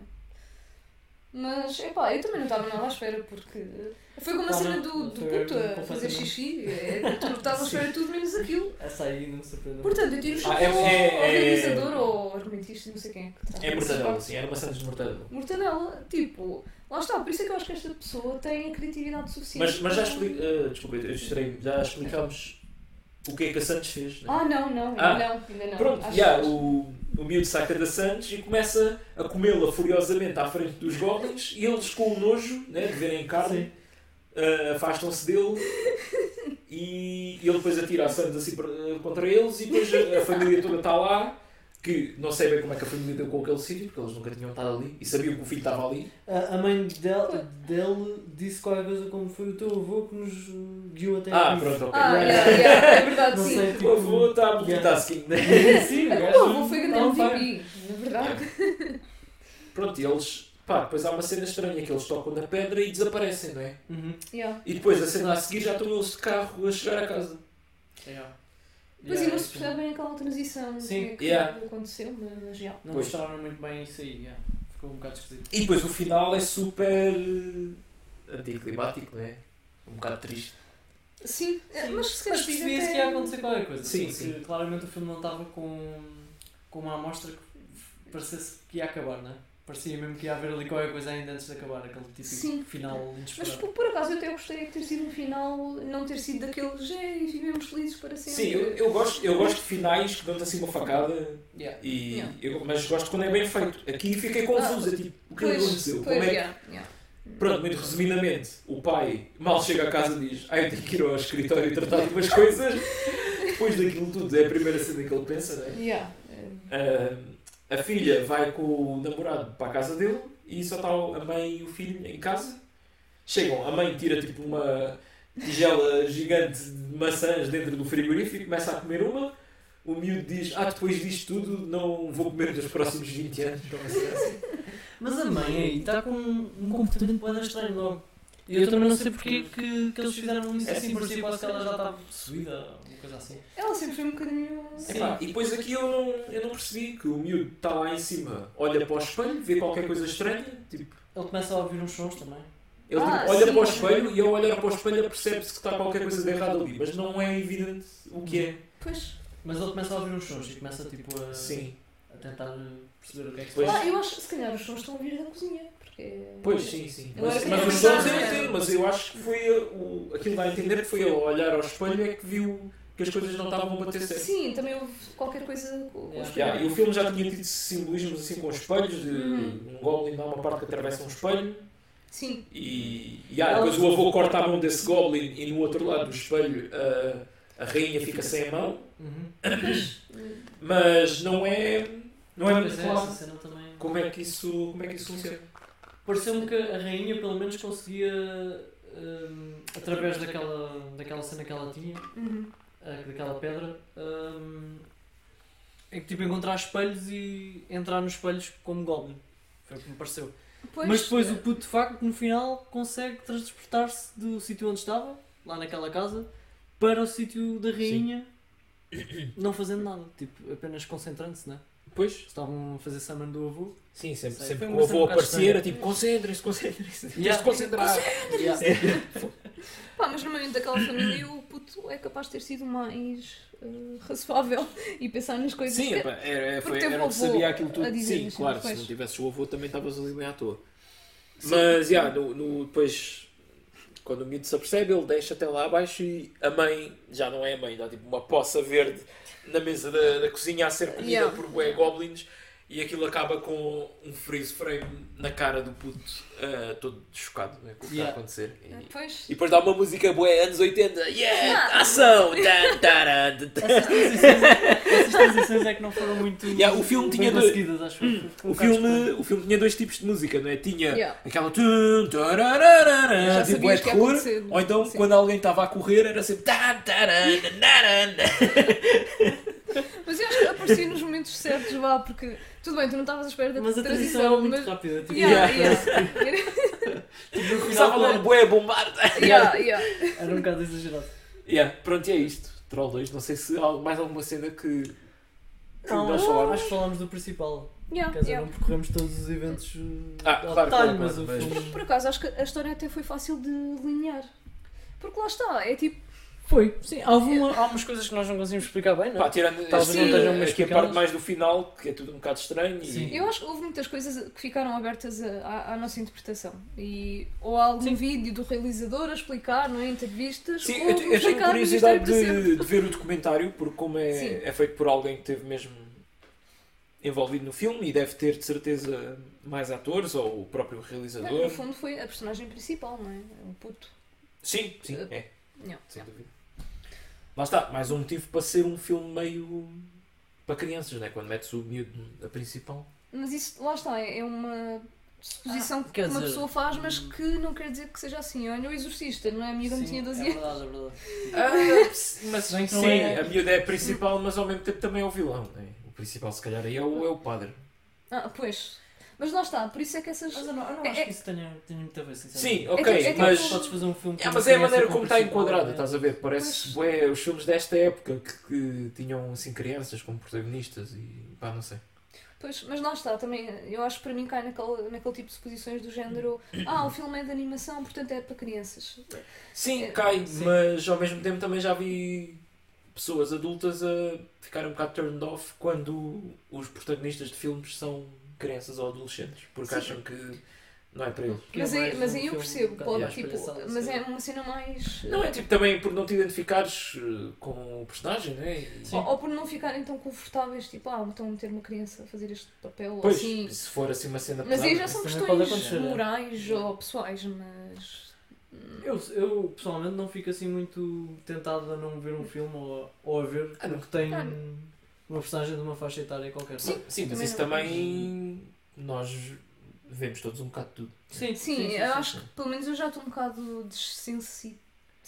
B: Mas, epá, eu também não estava nada à espera porque. Foi como a
C: Não,
B: cena
C: não,
B: do,
C: não
B: do
C: foi
B: puto a
C: completamente.
B: fazer xixi. É, tu estava à espera de tudo menos aquilo.
C: Essa aí não me surpreendeu.
B: Portanto, eu tiro o chapéu
A: Ah, é- é-
B: ao
A: é-
B: organizador ou argumentista, não sei quem é que está.
A: É mortadela, sim, era uma Santos de mortadela.
B: Mortadela, tipo, lá está, por isso é que eu acho que esta pessoa tem criatividade suficiente.
A: Mas, mas já
B: para-
A: expli- ah, desculpa, eu distraí-me. já explicámos o que é que a Santos fez, não é?
B: Ah, não, não, ainda
A: Ah.
B: não, ainda não.
A: Pronto,
B: Acho
A: já,
B: que-
A: o, o miúdo saca da Santos e começa a comê-la furiosamente à frente dos goblins e eles com o nojo né, de verem carne ah, afastam-se dele e ele depois atira a Santos assim para- contra eles e depois a, a família toda está lá que não sei bem como é que a família deu com aquele sítio porque eles nunca tinham estado ali e sabiam que o filho estava ali
C: A, a mãe dele, dele disse qualquer coisa como foi o teu avô que nos uh, guiou até
A: Ah,
C: aqui.
A: pronto, ok.
B: Ah, yeah, yeah, é verdade,
C: Não
B: sim.
C: sei, tipo...
A: o avô está
B: tá,
A: a multitasking né?
C: sim, o
B: O
C: gajo
B: avô foi grande
C: não
B: MTV, na verdade.
A: pronto, e eles pá, depois há uma cena estranha que eles tocam na pedra e desaparecem, não é?
C: Uhum.
B: Yeah.
A: E depois a cena a seguir já estão eles de carro a chegar a casa. É,
B: Pois e
C: Yeah,
B: não se
C: sim.
B: percebe aquela transição
C: Sim,
B: que, é que
A: yeah.
B: aconteceu, mas já.
C: Não
A: Pois.
C: gostaram muito bem isso aí, yeah. ficou um bocado esquisito.
A: E depois o final é super eh, anticlimático, não é? Um bocado triste.
B: Sim, é, mas se
C: Mas
B: calhar
C: percebia-se que ia acontecer qualquer coisa.
A: Sim,
C: porque
A: sim.
C: Claramente o filme não estava com, com uma amostra que parecesse que ia acabar, não é? Parecia mesmo que ia haver ali qualquer coisa ainda antes de acabar, aquele típico
B: Sim.
C: final
B: Mas
C: inesperado.
A: é?
B: por, por acaso eu até gostaria de ter sido um final, não ter sido daquele género e vivemos felizes para sempre.
A: Sim, eu, eu gosto, eu gosto de finais que dão-te assim uma facada,
C: Yeah.
A: e
B: Yeah.
A: eu, mas gosto quando é bem feito. Aqui fiquei confusa, tipo, o que é que
B: Pois,
A: aconteceu? Como
B: pois,
A: é que-
B: yeah, yeah.
A: Pronto, muito resumidamente, o pai mal chega a casa e diz: Ah, eu tenho que ir ao escritório e tratar de umas coisas. Depois daquilo tudo, é a primeira cena que ele pensa, não é?
B: Yeah, é.
A: Ah, a filha vai com o namorado para a casa dele e só está a mãe e o filho em casa. Chegam, a mãe tira tipo uma tigela gigante de maçãs dentro do frigorífico, começa a comer uma. O miúdo diz: Ah, depois disto tudo, não vou comer nos próximos 20 anos. Então, assim, assim.
C: Mas a mãe aí está com um um comportamento bem estranho logo. E eu também não sei porque que, que eles fizeram isso
A: É
C: assim,
A: assim,
C: por
A: sim,
C: si quase que ela já tá estava
A: sim.
C: subida, uma coisa assim.
B: Ela sempre foi um bocadinho.
C: Sim.
A: Epá, e depois aqui eu não, eu não percebi que o miúdo
D: tá
A: está lá em cima, olha para o espelho, vê qualquer coisa estranha, tipo.
C: Ele começa a ouvir uns sons também.
D: Ele tipo,
B: Ah,
D: olha
B: sim.
D: para o espelho e ao olhar para o espelho percebe-se que está qualquer coisa de errado ali, mas não é evidente o que é.
B: Pois.
C: Mas ele começa a ouvir uns sons e começa tipo a,
D: Sim.
C: a tentar perceber o que é que se
D: Pois.
C: passa.
B: Ah, eu acho que se calhar os sons estão a vir da cozinha. Porque...
D: Pois, sim, sim.
B: Agora
D: Mas,
B: é que
D: mas
B: eu
D: os
B: pensar,
D: sons eu
B: né?
D: entendo, mas eu acho que foi
A: eh,
D: o, aquilo dá a entender que foi ele ao olhar ao espelho é que viu que as coisas não estavam a bater certo.
B: Sim, também houve qualquer coisa. com- com os
C: Yeah.
D: Yeah, e o filme já tinha tido simbolismos assim com os
A: eh,
D: espelhos, de
B: Uhum.
D: um goblin dá uma parte que atravessa um espelho
B: Sim.
D: e yeah, depois o avô corta a mão desse goblin e no outro lado do espelho a, a rainha fica sem a mão,
C: Uhum.
D: mas não é não é muito
C: Pois é, essa
D: claro
C: cena também.
D: como é que isso, como é que isso funciona.
C: Pareceu-me que a rainha pelo menos conseguia, hum, através daquela, daquela cena que ela tinha,
B: Uhum.
C: ah, daquela pedra, hum, é que tipo encontrar espelhos e entrar nos espelhos como Goblin. Foi o que me pareceu.
B: Pois, eh,
C: Mas depois o puto de facto no final consegue transportar-se do sítio onde estava, lá naquela casa, para o sítio da rainha, não fazendo nada, tipo, apenas concentrando-se, né?
D: Pois,
C: Estavam a fazer summon do avô.
D: sim, sempre,
C: Sei, foi
D: sempre que
C: uma
D: o
C: cena um
D: avô
C: bocado
D: aparecer era
C: estranha.
D: tipo concentrem-se, concentrem-se, tens
C: Yeah.
D: de concentrar.
B: Pá, mas no meio daquela família o puto é capaz de ter sido mais eh, razoável e pensar nas coisas.
D: Sim, é
B: que-
D: epá, era, era, foi,
B: é, porque teve
D: era
B: o
D: onde
B: avô
D: sabia aquilo tudo.
B: a dizer
D: Sim,
B: isso,
D: claro,
B: pois.
D: se não tivesses o avô também estavas ali bem à toa.
B: Sim.
D: Mas, já, no, no- depois, quando o miúdo se apercebe, ele deixa até lá abaixo e a mãe, já não é a mãe, dá tipo uma poça verde na mesa da, da cozinha a ser comida
B: Yeah.
D: por bué goblins e aquilo acaba com um freeze frame na cara do puto, ah, todo chocado né, com o que está a
C: Yeah.
D: acontecer. E,
B: Eh, Pois.
D: e depois dá uma música bué anos 80, yeah,
B: Ah.
D: ação! Tan, taran,
B: Assim,
D: tan, tan.
C: Essas transições, essas transições é que não foram muito
D: Yeah, o filme
C: bem
D: tinha dois-
C: conseguidas, acho eu. Foi um bocado
D: O filme,
C: estranho.
D: o filme tinha dois tipos de música, não é? Tinha
B: Yeah.
D: aquela tum, tarararara,
B: Já
D: tipo
B: sabias
D: é
B: que ia
D: terror,
B: acontecer.
D: ou então
B: Sim.
D: quando alguém estava a correr era sempre tan, taran, naran.
B: Mas eu acho que aparecia nos momentos certos, vá, porque tudo bem, tu não estavas à espera da
C: Mas a transição
B: transição,
C: era muito
B: mas.
C: rápida. Tipo,
B: Yeah,
D: Yeah.
B: yeah.
C: tipo, no
D: começava
C: final
D: logo
C: era,
D: bué a bombar.
B: Yeah, yeah.
C: era um bocado exagerado.
D: Yeah, pronto, e é isto. Troll 2, não sei se há mais alguma cena que, que nós falámos.
C: acho que falámos do principal.
B: Oh. Yeah,
C: Quer dizer,
B: yeah.
C: não percorremos todos os eventos uh,
D: Ah,
C: ao detalhe,
D: claro, claro,
C: mas o
D: claro, mas-
C: filme.
B: Por acaso, acho que a história até foi fácil de delinear. Porque lá está, é tipo.
C: Foi, sim. Há, alguma- há umas coisas que nós não conseguimos explicar bem, não
D: Pá,
C: é?
D: tirando
C: Talvez
D: este-
B: não estejam
C: muito
D: aqui a parte
C: explicadas.
D: mais do final, que é tudo um bocado estranho.
C: Sim.
D: E...
B: Eu acho que houve muitas coisas que ficaram abertas a- à, à nossa interpretação. E, ou há algum vídeo do realizador a explicar, não é? Entrevistas.
D: Sim,
B: ou
D: eu, eu tenho
B: explicar o
D: curiosidade
B: mistério para
D: de, de ver o documentário, porque como
B: é Sim.
D: é, é feito por alguém que esteve mesmo envolvido no filme e deve ter de certeza mais atores ou o próprio
B: sempre.
D: realizador.
B: Bem, É, No fundo, foi a personagem principal, não é? O puto.
D: Sim, sim, é,
B: Não.
D: sem dúvida. Lá está, mais um motivo para ser um filme meio para crianças, né? quando metes o miúdo a principal.
B: Mas isso, lá está, é é uma suposição que
C: Ah, quer
B: uma
C: dizer,
B: pessoa faz, mas
C: hum.
B: que não quer dizer que seja assim. Olha, o exorcista, não é? A miúda me tinha 12
C: é
B: anos. Ah,
C: verdade, é verdade.
D: mas
C: bem que não
D: sim,
C: é-
D: a miúda é a principal, mas ao mesmo tempo também é o vilão. Né? O principal, se calhar, aí é o, é o padre.
B: Ah, pois. Mas lá está, por isso é que essas.
C: Mas eu não, eu não
B: É-
C: acho
B: é-
C: que isso tenha, tenha muito a ver,
D: Sim,
C: sinceramente.
D: ok,
B: É que- é que
D: mas.
B: eu-
C: Podes fazer um filme
D: É,
C: com uma
D: mas é a
C: criança
D: maneira
C: com
D: como está
C: principal,
D: enquadrada,
C: é.
D: estás a ver? Parece bué, os filmes desta época que, que tinham assim crianças como protagonistas e pá, não sei.
B: Pois, mas lá está também. Eu acho que para mim cai naquele, naquele tipo de suposições do género. Ah, o filme é de animação, portanto é para crianças.
D: Sim,
B: É,
D: cai,
C: sim.
D: mas ao mesmo tempo também já vi pessoas adultas a ficarem um bocado turned off quando os protagonistas de filmes são crianças ou adolescentes, porque
B: Sim.
D: acham que não é para eles.
C: Que é
B: Mas aí,
C: mais
B: mas
C: um
B: aí eu
C: filme
B: percebo,
C: um bocado
B: pode,
D: mais
B: tipo,
C: palhaçada,
B: mas
C: sei
B: é
C: lá.
B: uma cena mais.
D: Não é tipo também por não te identificares eh, com o personagem, né? E-
C: Sim.
B: Ou, ou por não ficarem tão confortáveis, tipo, ah, estão a meter uma criança a fazer este papel ou
D: Pois,
B: assim.
D: se for assim uma cena
B: Mas aí já
D: pesada,
B: são
C: é Isso também pode
B: questões
C: acontecer, é.
B: morais ou pessoais, mas.
C: Eu, eu pessoalmente não fico assim muito tentado a não ver um filme ou, ou a ver
D: Ah, não.
C: que tem
B: Ah,
C: uma personagem de uma faixa etária qualquer.
D: Sim, sim, mas
B: também é
D: isso
B: não.
D: também nós vemos todos um bocado de tudo.
C: sim,
B: Sim,
C: sim,
B: eu
C: sim,
B: acho que pelo menos eu já estou um bocado dessensi...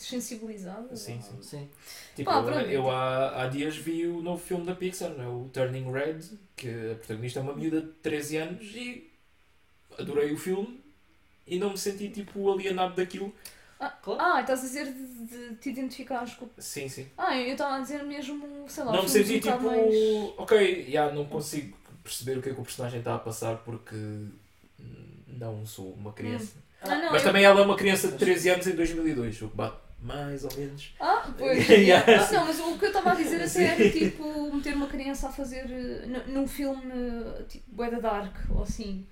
B: dessensibilizada.
D: Sim, sim.
C: Sim.
D: Tipo,
B: Pá,
D: eu-
B: pronto. então.
D: eu, há, há dias vi o novo filme da Pixar, não é? o Turning Red, que a protagonista é uma miúda de 13 anos e adorei o filme e não me senti tipo alienado daquilo.
B: Ah, estás a dizer de, de te identificares com.
D: Sim, sim.
B: Ah, eu estava a dizer mesmo, sei lá,
D: não me
B: filmes
D: senti
B: um
D: tipo.
B: bocado mais-
D: Ok, já não consigo perceber o que é que o personagem está a passar porque hum, não sou uma criança.
B: Ah, não,
D: Mas
B: eu-
D: também ela é uma criança de 13 anos em 2002, o que bate mais ou menos.
B: Ah, pois.
D: Yeah.
B: yeah. Não, mas o que eu estava a dizer até era tipo meter uma criança a fazer eh, n- num filme eh, tipo Boeda Dark ou assim,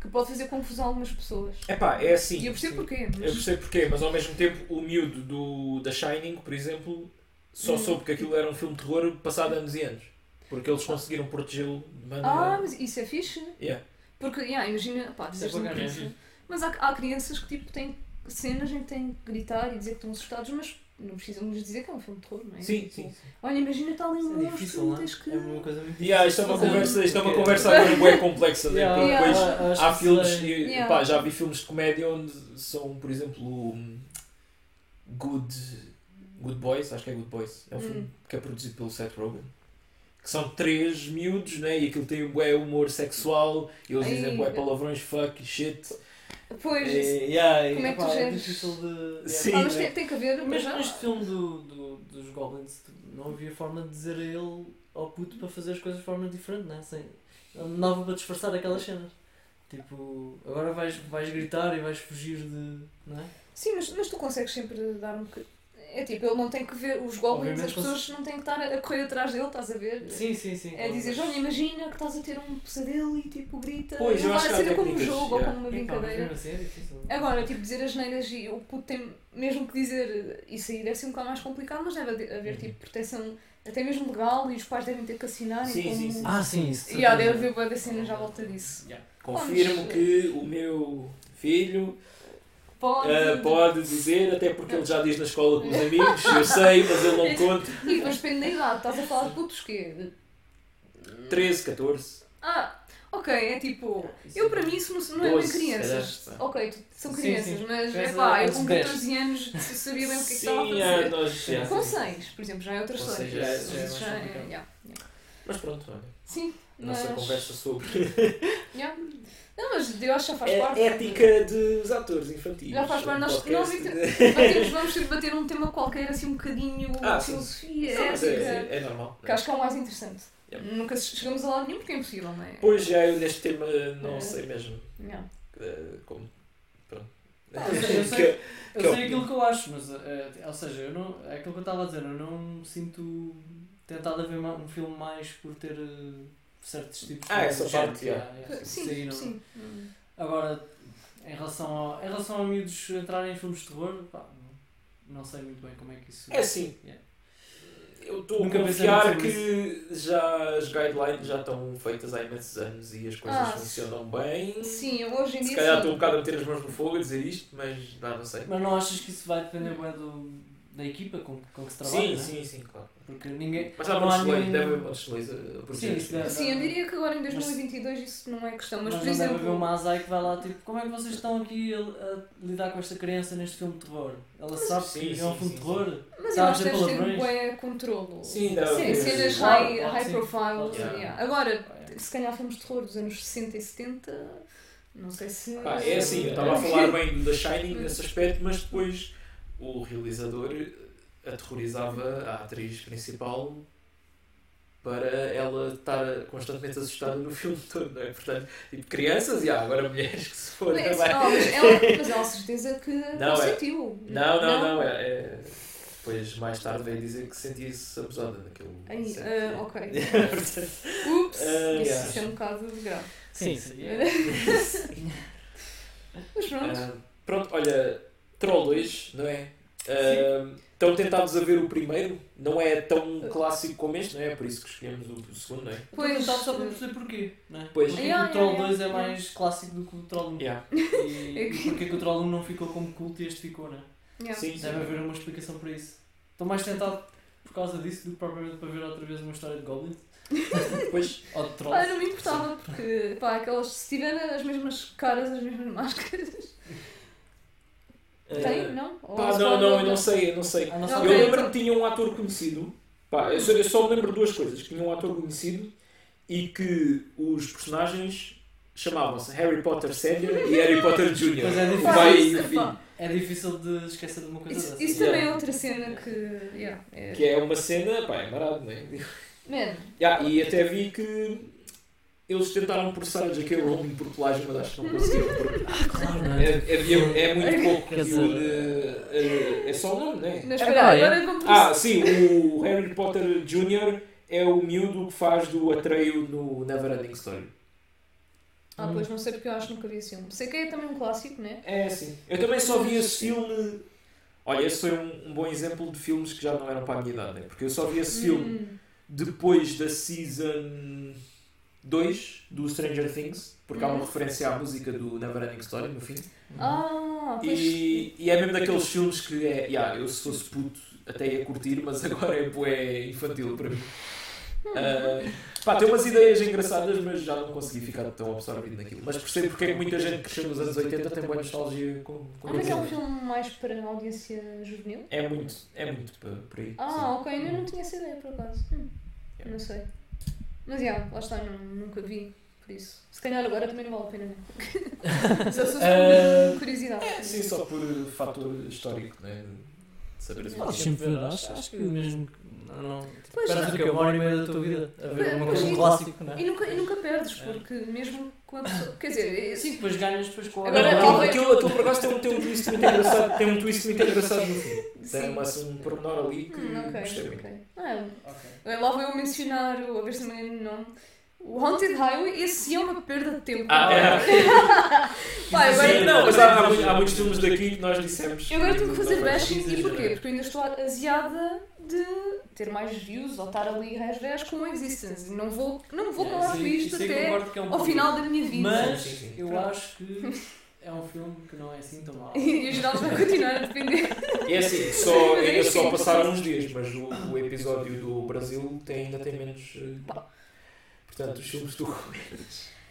B: que pode fazer confusão a algumas pessoas.
D: Epá, é assim.
B: e eu percebo
D: sim.
B: porquê,
D: Eu
B: mas.
D: percebo porquê, mas ao mesmo tempo o miúdo do, da Shining, por exemplo, só
B: Hum.
D: soube que aquilo era um filme de terror passado anos e anos. Porque eles conseguiram protegê-lo de maneira.
B: Ah, mas isso é fixe.
D: Yeah.
B: Porque, yeah, imagina, pá,
C: Isso é
B: dizeres uma
C: bacana,
B: criança. Mas há, há crianças que tipo têm cenas em que têm que gritar e dizer que estão assustados, mas não precisam nos dizer que é um filme de terror, não é?
D: Sim,
B: Tipo,
D: sim. sim.
B: Olha, imagina está ali um
A: Isso é difícil,
B: monstro,
A: não é?
B: tens que.
A: É uma coisa muito
D: Yeah, isto é uma
B: Sim.
D: conversa, isto é uma
A: Porque-
D: conversa agora bem complexa, né?
C: Yeah,
D: porque depois
C: yeah, acho
D: há
C: que é-
D: filmes,
C: sei.
D: e,
B: eh, Yeah.
D: pá, já vi filmes de comédia onde são, por exemplo, um, Good, Good Boys, acho que é Good Boys, é um filme
B: Hum.
D: que é produzido pelo Seth Rogen, que são três miúdos, né? e aquilo tem bué humor sexual, e eles dizem
B: Ai.
D: bué palavrões, fuck, e shit.
B: Pois,
D: É, yeah, e-
B: como é que tu
A: Epá, é
B: geres?
A: difícil de.
D: Sim. né?
B: Ah, mas
A: é.
B: tem, tem que haver, mas
A: Mas
B: já.
A: neste filme do, do- dos Goblins não havia forma de dizer a ele ao puto para fazer as coisas de forma diferente, não é? Sem, não dava para disfarçar aquelas cenas. Tipo, agora vais, vais gritar e vais fugir de. não é?
B: Sim, mas, mas tu consegues sempre dar um bocadinho. É tipo, ele não tem que ver os goblins,
A: Obviamente
B: as pessoas não têm que estar a a correr atrás dele, estás a ver?
A: Sim, sim, sim.
B: É dizer, olha, imagina que estás a ter um pesadelo e tipo grita.
D: Pois, eu
B: não
D: acho
B: vai
D: que há
B: ser como um
D: técnicas, Então,
B: jogo
D: yeah.
B: ou como uma
A: Epá, mas
B: brincadeira.
A: mesmo assim é difícil.
C: né?
B: Agora, tipo, dizer as neiras e o puto tem mesmo que dizer isso aí deve ser um bocado mais complicado, mas deve haver haver, tipo proteção até mesmo legal e os pais devem ter que assinar
D: Sim,
B: e como...
D: sim, sim.
C: Ah, sim, isso.
B: E há, deve haver boa da cena já à volta disso.
A: Yeah.
D: Confirmo que o meu filho
B: Pode.
D: ah, pode dizer, até porque ele já diz na escola com os amigos, eu sei, mas ele não conta,
B: E depois depende da idade, estás a falar de putos quê? De-
D: 13, 14,
B: Ah, ok, é tipo.
A: Isso
B: Eu
A: é-
B: para mim isso não, não é
D: 12,
B: bem crianças.
D: se calhar.
B: Ok, tu- são
A: Sim,
B: crianças,
A: sim.
B: mas é
A: Crianças
B: pá, eu
A: antes
B: com
A: de dez.
B: 14 anos sabia bem o que é que
D: Sim,
B: estava a
D: é,
B: fazer.
D: nós, é.
B: Com 6, por exemplo, já é outra
D: Com
B: história.
D: seis já é-
A: já é mais
B: Já é-
A: complicado.
B: yeah, yeah.
D: Mas pronto,
A: é?
D: olha.
B: Sim,
D: Nossa
B: mas.
D: conversa sobre
B: yeah. Não, mas eu acho que já faz
D: a
B: parte.
D: É ética dos atores infantis.
B: Já faz parte, nós-
D: Um podcast
B: nós-
D: de-
B: Nós temos- vamos ter de bater um tema qualquer, assim um bocadinho
D: Ah, sim.
B: filosofia,
D: Sim, mas
B: ética.
D: é, é normal.
B: Que acho que é o mais interessante.
D: Yep.
B: Nunca chegamos a lado nenhum porque é impossível, não é?
D: Pois já eu neste tema não
B: É.
D: sei mesmo
B: Não.
D: eh, como. Pronto.
C: Ah, eu sei- eu sei- Eu
D: Que é o-
C: sei aquilo que eu acho, mas, eh, ou seja, eu não, é aquilo que eu estava a dizer, eu não me sinto tentado a ver ma- um filme mais por ter eh, certos tipos
D: Ah, essa
C: género,
D: parte, yeah.
C: yeah,
B: Sim,
C: isso aí
B: sim.
C: não- Agora, em relação, ao, em relação a miúdos entrarem em filmes de terror, pá, não, não sei muito bem como é que isso...
D: É assim.
C: Yeah.
D: Eu estou a
C: Nunca pensei
D: confiar
C: muito
D: que já as guidelines já estão feitas há imensos anos e as coisas
B: Ah,
D: funcionam bem.
B: Sim, hoje em
D: Se
B: dia.
D: calhar
B: sim.
D: estou um bocado a meter as mãos no fogo a dizer isto, mas não, não sei.
C: Mas não achas que isso vai depender bué do da equipa com, com que se trabalha, não
D: Sim,
C: é?
D: sim, sim, claro.
C: Porque ninguém...
D: Mas há
C: não
D: muitos leis,
C: ninguém-
D: deve haver muitos leis a por assim.
C: Sim, isso deve-
B: Sim, eu diria que agora em 2022 isso não é questão, mas por
C: não deve haver
B: exemplo.
C: uma azai que vai lá tipo, como é que vocês estão aqui a, a lidar com esta criança neste filme de terror? Ela sabe
D: sim,
C: que
D: sim,
C: é um filme
D: sim,
C: de terror?
B: Mas eu
C: Sabes
B: acho que
C: dizer
B: deves ter um
C: palavrões?
B: bué controlo.
D: Sim, deve
B: Sim,
D: haver.
B: cenas
C: Claro,
B: high,
C: claro,
B: high
C: sim.
B: profile.
D: Yeah.
B: yeah. Agora,
C: Pá, é.
B: se calhar filmes de terror dos anos 60 e 70, não sei se.
D: Pá, é assim, eu estava a falar bem do The Shining nesse aspecto, mas depois o realizador aterrorizava a atriz principal para ela estar constantemente assustada no filme todo, não é? Portanto, tipo, crianças e há agora mulheres que se foram
B: Mas,
D: também.
B: não, mas ela, mas ela certeza que
D: é? Não, é-
B: sentiu.
D: Não, não, não, é, é- Depois, mais tarde, veio dizer que sentia-se abusada naquele.
B: Ai,
D: set.
B: ah, ok.
D: Portanto,
B: Ups, isso,
D: Ah, yeah.
B: isso é um bocado grave.
C: Sim, é. Então
A: sim.
B: Mas pronto.
D: Ah, pronto, olha, Troll 2, não é? Ah, estão tentados a ver o primeiro, não é tão clássico como este, não é? É Por isso que escolhemos o, o segundo, não é?
B: Pois,
A: Pois, só para
B: eh,
A: perceber porquê, não é?
D: Pois.
C: Porque
B: Yeah,
C: né? o Troll
B: yeah,
C: 2 é
B: yeah.
C: mais clássico do que o Troll 1.
D: Yeah.
C: E, e porque é que o Troll 1 não ficou como culto e este ficou, não é?
B: yeah.
D: Sim, sim.
C: Deve haver uma explicação para isso. Estou mais tentado por causa disso do que propriamente para ver outra vez uma história de Goblin
D: Pois,
C: ou de Troll.
B: Pá, eu não me importava porque, pá, aquelas, se tiverem as mesmas caras, as mesmas máscaras. Tem,
D: ah,
B: não? Ou
D: pá,
B: se
D: não,
B: fala
D: não, eu
B: de
D: não
B: outra?
D: sei, eu não sei.
C: Ah, não
B: Eu
D: Eu
C: sabe?
B: Ok.
D: lembro que tinha um ator conhecido, pá, eu só, eu só me lembro de duas coisas: que tinha um ator conhecido e que os personagens chamavam-se Harry Potter Senior e Harry Potter Junior.
C: Mas é
D: O
C: difícil.
D: pai e o
B: Pá,
D: filho.
C: É difícil de esquecer de uma coisa
B: Isso,
C: dessa.
B: isso
D: Yeah.
B: também é outra cena que. Yeah, é.
D: Que é uma cena, pá, é marado, não é?
B: Man,
D: Ya, e até vi que Eles tentaram processar a J.K. Rowling por plágio, mas acho que não conseguiram. porque
A: Claro, não
D: É,
A: é?
D: é, é muito pouco.
A: Quer
D: e,
A: dizer-
D: eh, eh, é só o nome, não é?
B: Mas
A: É
B: espera,
A: bem.
B: agora vamos
D: Ah, sim, o Harry Potter Jr. é o miúdo que faz do atreio no Neverending Story.
B: Ah, pois não sei porque eu acho que nunca vi esse filme. Sei que é também um clássico, né?
D: É, sim. Eu também só vi esse filme. Olha, esse foi um, um bom exemplo de filmes que já não eram para a minha idade, né? porque eu só vi esse filme
B: Hum.
D: depois da season 2 do Stranger Things, porque há uma referência à música do Neverending Story no fim.
A: é?
B: Ah, pois.
D: E, e é mesmo daqueles filmes que é, yeah, eu se fosse puto até ia curtir, mas agora é bué infantil para mim. Ah, pá, tem umas ideias engraçadas, mas já não consegui ficar tão absorvido naquilo. Mas percebo porque é que muita gente que cresceu nos anos 80 tem boa nostalgia com, com
B: Ah, mas é um
D: aquilo.
B: filme mais para audiência juvenil?
D: É muito, é muito para, por aí.
B: Ah, ok, eu não tinha essa ideia por acaso. Hum,
D: Yeah.
B: Não sei. Mas já, lá está, não- nunca vi, por isso. Se calhar agora também não vale a pena, não. Só se
A: Ah,
B: for curiosidade.
D: Eh, sim. Sim, só por uh, fator histórico, né? De saber
B: Mas
D: se
A: Podes
C: é
A: sempre ver, acho, acho que mesmo que. Não, não.
B: Pois,
A: Esperas o quê? é Uma hora e meia da tua vida a ver uma
B: Pois,
A: coisa um
B: e-
A: clássico,
C: né?
A: não é?
B: E nunca, e nunca perdes,
A: É.
B: porque mesmo com a pessoa. Quer dizer, é assim,
C: Sim,
B: sim.
C: depois ganhas depois com a
B: Agora,
D: aquilo,
B: qual é-
D: aquilo, aquilo por acaso tem um, tem um twist muito engraçado. Tem um twist muito engraçado no fim. Tem
B: sim.
D: uma, assim, um pormenor ali que
B: Hum,
D: gostei
B: ok,
D: muito.
B: ok. Ah, é- lá vou eu mencionar, o- a ver se me lembro o nome. O Haunted Highway, esse sim é uma perda de tempo.
D: Ah, é.
B: Vai, agora
D: Sim, não, mas há, há muitos- há muitos filmes daqui que nós dissemos.
B: Eu agora tenho que fazer
D: Não é? faz
B: bashing e
D: sentido.
B: porquê? Porque eu ainda estou aziada de ter mais views ou estar ali às 10 com o Existence. Não vou, não
D: É,
C: É,
B: me vou calar com isto até ao final da minha vida.
D: um Mas-
C: um Mas eu acho que é um filme que não é assim tão mau.
B: E os dados vai continuar a depender.
D: É assim, só, é só passaram uns dias, mas o, o episódio do Brasil tem, ainda tem menos. eh, Portanto, os filmes do.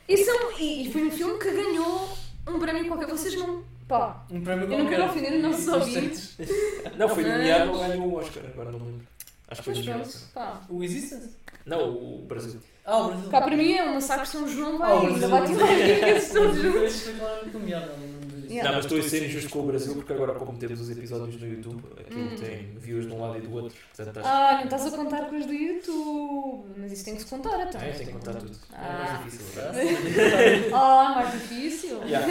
B: E, são, e, e foi um filme que ganhou um prémio qualquer. Vocês não. Pá,
A: Um prémio
B: eu não quero ofender os nossos
C: é
A: Existente.
B: ouvintes.
D: Não, foi nomeado ou ganhou o Oscar, agora não me lembro. Acho que foi
B: Mas
D: nomeado.
B: pronto, pá.
C: O Existence?
D: Não, o Brasil.
C: Ah, o Brasil.
B: Cá para mim é um massacre São João, vai,
C: Ah, o
B: ainda
C: Brasil.
D: é
B: bate lá todos
C: O
B: juntos.
C: Brasil foi claramente nomeado, não lembro disso.
B: Yeah.
D: É, Não, mas estou a tipo assim. ser injusto com o Brasil porque agora, como temos os episódios no YouTube, aquilo
B: Hum.
D: tem views de um lado e do outro. Portanto, acho
B: Ah, não estás a contar com os do YouTube. Mas isso tem que se contar então. até.
D: É, Tem, tem que contar tudo. É
B: Ah.
D: mais difícil agora.
B: Ah, mais difícil.
D: Yeah.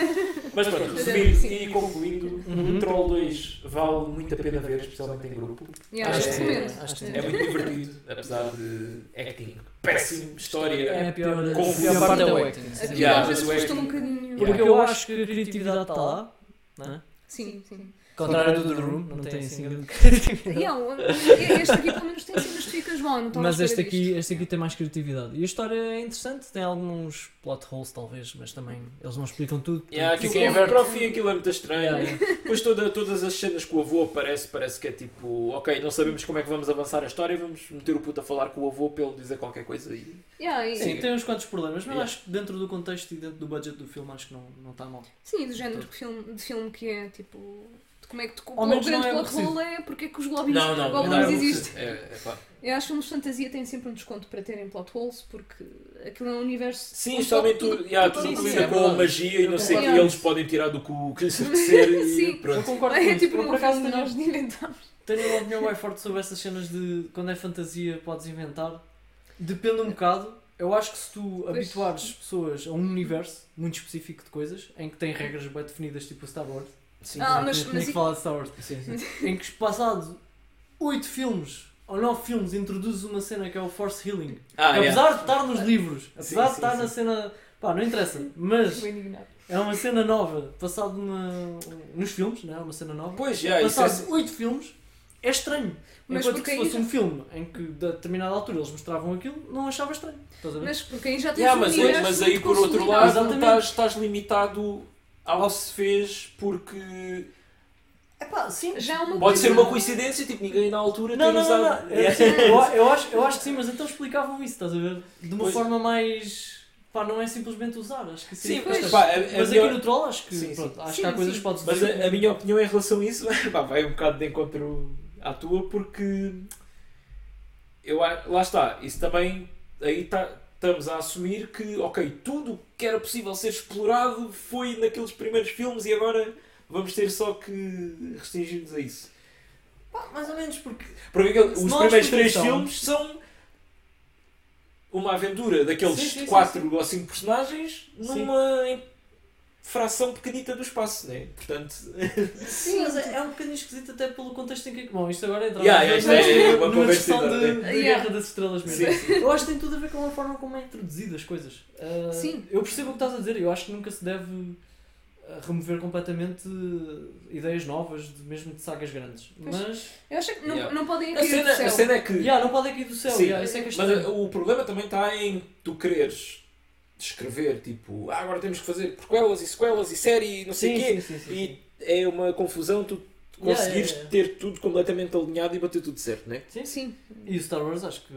D: Mas é assim. pronto, resumindo e concluindo,
A: Uhum.
D: o
C: Então,
D: Troll 2 vale muito a pena ver, especialmente em grupo.
B: Yeah,
D: Acho
B: acho que
D: que-
B: recomendo.
C: acho que
D: É muito divertido, apesar de acting péssimo, história.
A: É a pior,
D: Com
A: a
D: a
A: pior parte
D: parte
A: é
D: da
A: o
D: Wake.
A: acting.
B: Aquilo
A: sim.
D: Yeah,
B: às vezes
D: mas o
B: custa um
D: acting-
B: bocadinho.
A: Porque
D: Yeah.
A: eu acho que a criatividade está lá, não é?
B: Sim, sim.
A: Contrário do The Room, não tem assim grande
B: E
A: criatividade.
B: há um- este aqui pelo menos tem cenas então que é ficas mal, não estão à
A: Mas
B: espera
A: este aqui,
B: disto.
A: este aqui tem mais criatividade. E a história é interessante, tem alguns plot holes talvez, mas também eles não explicam tudo.
D: Yeah,
A: Tudo
D: aquilo,
A: é
D: é
A: aberto.
D: para o fim aquilo é muito estranho.
A: Yeah, yeah.
D: Depois toda- todas as cenas que o avô aparece, parece que é tipo, ok, não sabemos como é que vamos avançar a história, vamos meter o puto a falar com o avô para ele dizer qualquer coisa e
B: Yeah, e-
C: Sim, tem uns quantos problemas, mas
D: Yeah.
C: acho que dentro do contexto e dentro do budget do filme acho que não, não está mal.
B: Sim, do género de filme, de filme que é tipo. de Como é que tu,
A: Ao
B: o
A: menos
B: grande
A: não é
B: plot hole é porque é que os goblins,
D: Não, não,
B: goblins
D: não é
B: existem.
D: É, é, pá.
B: Eu acho que filmes de fantasia têm sempre um desconto para terem plot holes porque aquilo é um universo.
D: Sim, é
B: onde
D: especialmente
B: tudo-
D: tu, yeah,
B: tudo
D: tudo que
B: pode
D: lida
B: acontecer.
D: com a magia e não sei o que,
B: concordo.
D: eles podem tirar do cu o que lhes apetecer e
B: Sim.
C: Eu
D: pronto.
C: concordo com
B: É
C: isso.
B: tipo
C: Eu, por
B: uma
C: acaso,
B: fase de
C: tenho-
B: nós de inventar.
C: Tenho uma opinião bem forte sobre essas cenas de quando é fantasia podes inventar. Depende um bocado. Eu acho que se tu habituares pessoas a um universo muito específico de coisas, em que tem regras bem definidas, tipo o Star Wars,
D: Sim,
B: Ah,
C: não
B: mas-
C: tinha
B: mas
C: que
B: e-
C: falar de Star Wars,
D: sim, sim.
C: em que passado 8 filmes ou 9 filmes introduzes uma cena que é o Force Healing.
D: Ah,
C: apesar
D: yeah.
C: de estar nos livros, apesar
D: sim,
C: de estar
D: sim.
C: na cena. pá, não interessa, mas
B: Estou indignado.
C: é uma cena nova, passado na- nos filmes, não é? Uma cena nova
D: Pois, yeah, isso
C: passados
D: é...
C: 8 filmes é estranho.
B: Mas
C: Enquanto
B: porque
C: que se fosse
B: aí-
C: um filme em que a determinada altura eles mostravam aquilo, não achava estranho. Estás a ver?
B: Mas porque aí já tens
D: Yeah,
B: um
D: mas,
B: universo
D: mas aí
B: muito
D: por outro
B: consolidado.
D: lado não
C: Exatamente.
D: estás, estás limitado ao que se fez porque
C: Epá, sim.
B: Já é uma
D: pode
B: coisa-
D: ser uma coincidência, tipo, ninguém na altura
C: Não,
D: tem
C: não, não,
D: usado.
C: não. Eu,
D: Yeah.
C: É, eu- eu acho, eu acho que sim, mas então explicavam isso, estás a ver? De uma
D: Pois.
C: forma mais. Pá, não é simplesmente usar, acho que
D: Sim,
C: sim.
D: mas,
B: pois.
D: pá, a- a
C: mas
D: melhor-
C: aqui no Troll acho que,
D: Sim, sim.
C: pronto, acho
B: Sim,
C: que há coisas
B: sim.
C: que podes
D: Mas é-
C: dizer.
D: a, a minha opinião em relação a isso pá, vai um bocado de encontro à tua, porque eu, a- lá está, isso também aí tá- estamos a assumir que ok, tudo que era possível ser explorado foi naqueles primeiros filmes e agora vamos ter só que restringir-nos a isso.
C: Pá, Ah, mais ou menos porque.
D: Porque aquele-
C: Se
D: os
C: não há
D: primeiros três
C: explicação.
D: filmes são
A: uma aventura daqueles
C: Sim, sim, sim,
A: 4
C: sim.
A: ou 5 personagens
C: Sim.
A: numa fração pequenita do espaço, né? Portanto,
C: Sim, mas é, é um bocadinho esquisito até pelo contexto em que... Bom, isto agora é entrar
A: Yeah, yeah, isto é uma
C: numa
A: conversa
C: discussão de,
A: enorme.
C: de
B: Yeah.
C: Guerra das Estrelas mesmo.
A: sim, sim.
C: Eu acho que tem tudo a ver com a forma como é introduzida as coisas. Ah,
B: Sim.
C: Eu percebo o que estás a dizer, eu acho que nunca se deve ah, remover completamente ah, ideias novas, de, mesmo de sagas grandes.
B: Pois.
C: Mas,
B: Eu acho que não,
A: Yeah.
B: não podem
A: A,
B: cair
A: cena,
B: do céu.
A: a cena é que.
C: yeah, não pode é cair do céu,
A: Sim.
C: yeah, isso é que é
A: Mas
C: estranho.
A: o problema também está em tu quereres escrever, tipo, ah, agora temos que fazer prequelas e sequelas e série e não sei o
C: Sim,
A: quê.
C: sim, sim, sim, sim.
A: E é uma confusão tu
C: Yeah,
A: conseguires
C: yeah, yeah.
A: ter tudo completamente alinhado e bater tudo certo, né?
B: Sim.
C: E o Star Wars acho que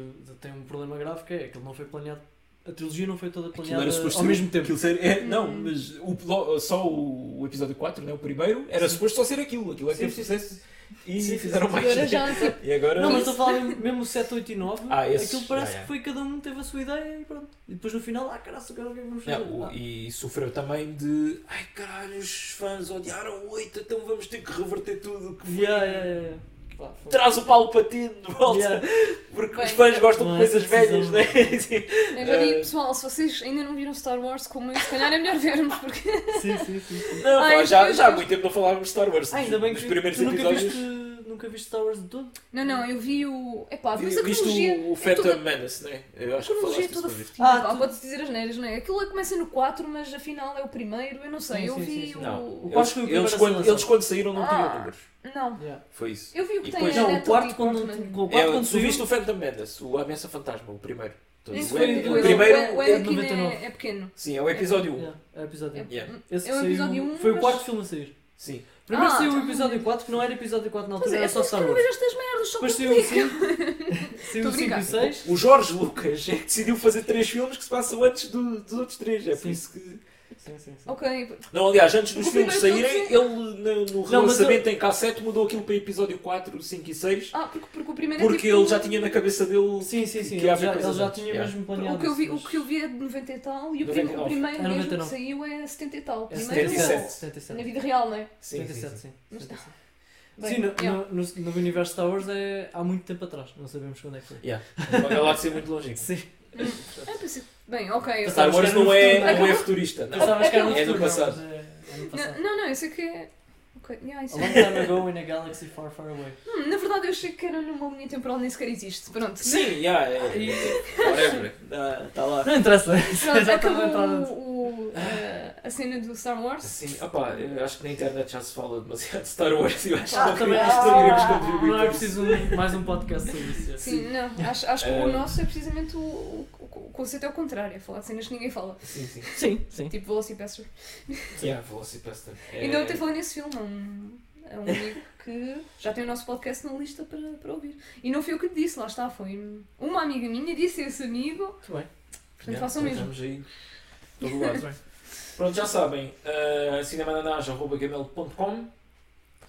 C: tem um problema grave que é que ele não foi planeado. A trilogia não foi toda
A: Aquilo
C: planeada
A: era suposto
C: ao
A: ser-
C: mesmo tempo.
A: Aquilo ser, é, não,
B: Hum.
A: mas o, plo- só o, o episódio 4, né, o primeiro, era
C: Sim.
A: suposto só ser aquilo. Aquilo é que
C: Sim,
A: teve
C: sim,
A: sucesso e
C: Sim, sim,
A: fizeram
C: sim.
A: mais.
B: Agora já tipo, não sei.
A: E agora.
C: Não, mas estou a falar mesmo- mesmo o 7, 8 e 9.
A: Ah, esses,
C: aquilo parece
A: já, já.
C: que foi cada um teve a sua ideia e pronto. E depois no final, ah, caralho, agora o que é que vamos fazer?
A: Não, o-
C: Ah.
A: e sofreu também de ai caralho, os fãs odiaram oito, então vamos ter que reverter tudo. o Que foi."
C: Yeah, yeah, yeah. Pá, foi-
A: Traz o Palpatine de volta,
C: Yeah.
A: porque os
B: Bem,
A: fãs gostam de
C: não é
A: coisas
C: essa
A: velhas, né?
B: Agora, e,
A: Eh.
B: pessoal, se vocês ainda não viram Star Wars como eu, se calhar é melhor vermos, porque
C: Sim, sim, sim. sim.
A: Não,
B: Ai,
A: pá, já,
B: Deus,
A: já há
B: Deus.
A: muito tempo não falávamos de Star Wars.
C: Ah,
A: Dos-
C: ainda bem
A: dos
C: que
A: primeiros
C: tu nunca
A: episódios.
C: viste, nunca viste Star Wars de todo.
B: Não, não, eu vi o. Epá, mas a
A: Viste
B: cronologia.
A: o, o
B: é
A: Phantom
B: toda-
A: Menace, né? Eu
B: A
A: acho que
B: cronologia é
A: falaste isso
B: toda
A: uma vez.
B: fodida.
C: Ah,
B: Ah,
C: tu-
B: Podes dizer as neiras, não é? Aquilo começa no 4, mas afinal é o primeiro, eu não sei.
C: Sim,
B: eu
C: sim,
B: vi
C: sim, sim.
B: o.
A: Não,
C: Eu
A: eles,
C: acho que o
A: eles
C: primeiro
A: quando,
C: lançou.
A: eles quando saíram não tinham
B: Ah.
A: números.
B: Não.
C: Yeah.
A: Foi isso.
B: Eu vi o que
A: E
B: tem
A: depois-
B: a
C: Não, o
B: neta
C: quarto
B: ali,
C: quando,
B: mas-
C: com o quarto
A: É,
C: quando
A: tu
C: saiu.
A: viste o Phantom Menace, o Ameaça Fantasma, o primeiro. Então,
B: Esse
A: o-
C: foi
A: o,
C: o-
A: primeiro
B: o
A: é,
B: Anakin é,
C: 99.
B: é pequeno.
A: Sim, é o episódio 1.
C: Yeah, é o episódio
B: É,
C: um.
A: Yeah.
C: Esse
B: É o
C: saiu-
B: episódio um,
C: Foi o
B: mas-
C: quarto filme a sair.
A: Sim.
C: Primeiro
B: Ah,
C: saiu
B: tá.
C: o episódio 4, que não era episódio 4 na
B: Mas
C: altura,
B: é,
C: era só
B: essas
C: Star Wars.
B: estas merdas só
C: Depois
B: Depois
C: saiu o 5, saiu
B: Tô
C: o 5
B: brincando.
C: e 6.
A: O Jorge Lucas é que decidiu fazer três filmes que se passam antes do- dos outros três. É por
C: Sim.
A: isso que.
C: Sim, sim, sim.
B: Ok,
A: Não, aliás, antes dos
B: O
A: filmes
B: primeiro
A: saírem, ele na- no
C: Não, mas
A: relançamento em cassete mudou aquilo para episódio 4, 5 e 6.
B: Ah, porque, porque o primeiro é
A: Porque
B: tipo...
A: ele já tinha na cabeça dele.
C: Sim, sim, sim.
A: Que
C: Ele
A: havia
C: já,
A: coisas
C: ele já
A: antes,
C: tinha
A: yeah.
C: mesmo planeado.
B: O que, eu vi,
C: isso,
B: o
C: mas-
B: que eu vi é de 90 e tal e o,
A: 99.
B: prim- o primeiro
C: É
B: mesmo que
C: 99.
B: saiu é 70 e tal.
C: É
B: Primeiro
A: 77.
C: 77.
B: Na vida real, não é?
A: Sim, sim, sim.
C: 77, sim.
B: Mas
C: 77.
B: Bem,
C: Sim, no,
B: yeah.
C: no, no, no universo Star Wars é há muito tempo atrás, não sabemos quando é que foi.
A: É lá de ser muito longínquo.
C: Sim.
B: Ah, pensei- Bem, ok. eu-
C: Passar-
A: Star
C: Sabes
A: Wars
C: que era
A: não
C: no
A: é,
C: futuro,
A: não é
B: não?
A: futurista. Não.
C: Pensavas que era no
A: É do
C: futuro, não,
A: passado.
C: mas É, é no
B: Não,
C: passado.
B: não, não, eu sei que é... Ok, yeah, isso
C: A
B: é-
C: long time ago in a galaxy far far away.
B: Hum, na verdade eu achei que era numa linha temporal nem sequer existe. Pronto.
A: Sim, já, é.
C: E-
A: Whatever. Está lá.
C: Não interessa.
B: Pronto,
C: Já estava a entrar
B: acabou Ah,
C: antes.
B: o, o, eh, a cena do Star Wars.
A: Sim, opá, eu acho que na internet já se fala demasiado de Star Wars e eu acho que
C: Ah,
A: não
C: também
A: queríamos,
C: acho que
A: não queríamos
C: sim.
A: contribuir
C: Não
A: para
C: é
A: isso.
C: preciso um- mais um podcast sobre isso.
B: Sim, não, acho, acho que o
A: Eh.
B: nosso é precisamente o, o, o conceito é o contrário, é falar de cenas que ninguém fala.
A: Sim, sim.
C: Sim, sim.
B: Tipo Velocipaster.
A: Yeah, Velocipaster. É-
B: Ainda ontem falei nesse filme, é um, é um amigo que já tem o nosso podcast na lista para, para ouvir. E não fui eu que lhe disse, lá está, foi uma amiga minha, disse a esse amigo,
C: Muito bem.
B: portanto
A: Yeah,
B: façam o mesmo.
A: Estamos aí. de Todo lado. Pronto, já sabem. Uh, cinemananage.gmail.com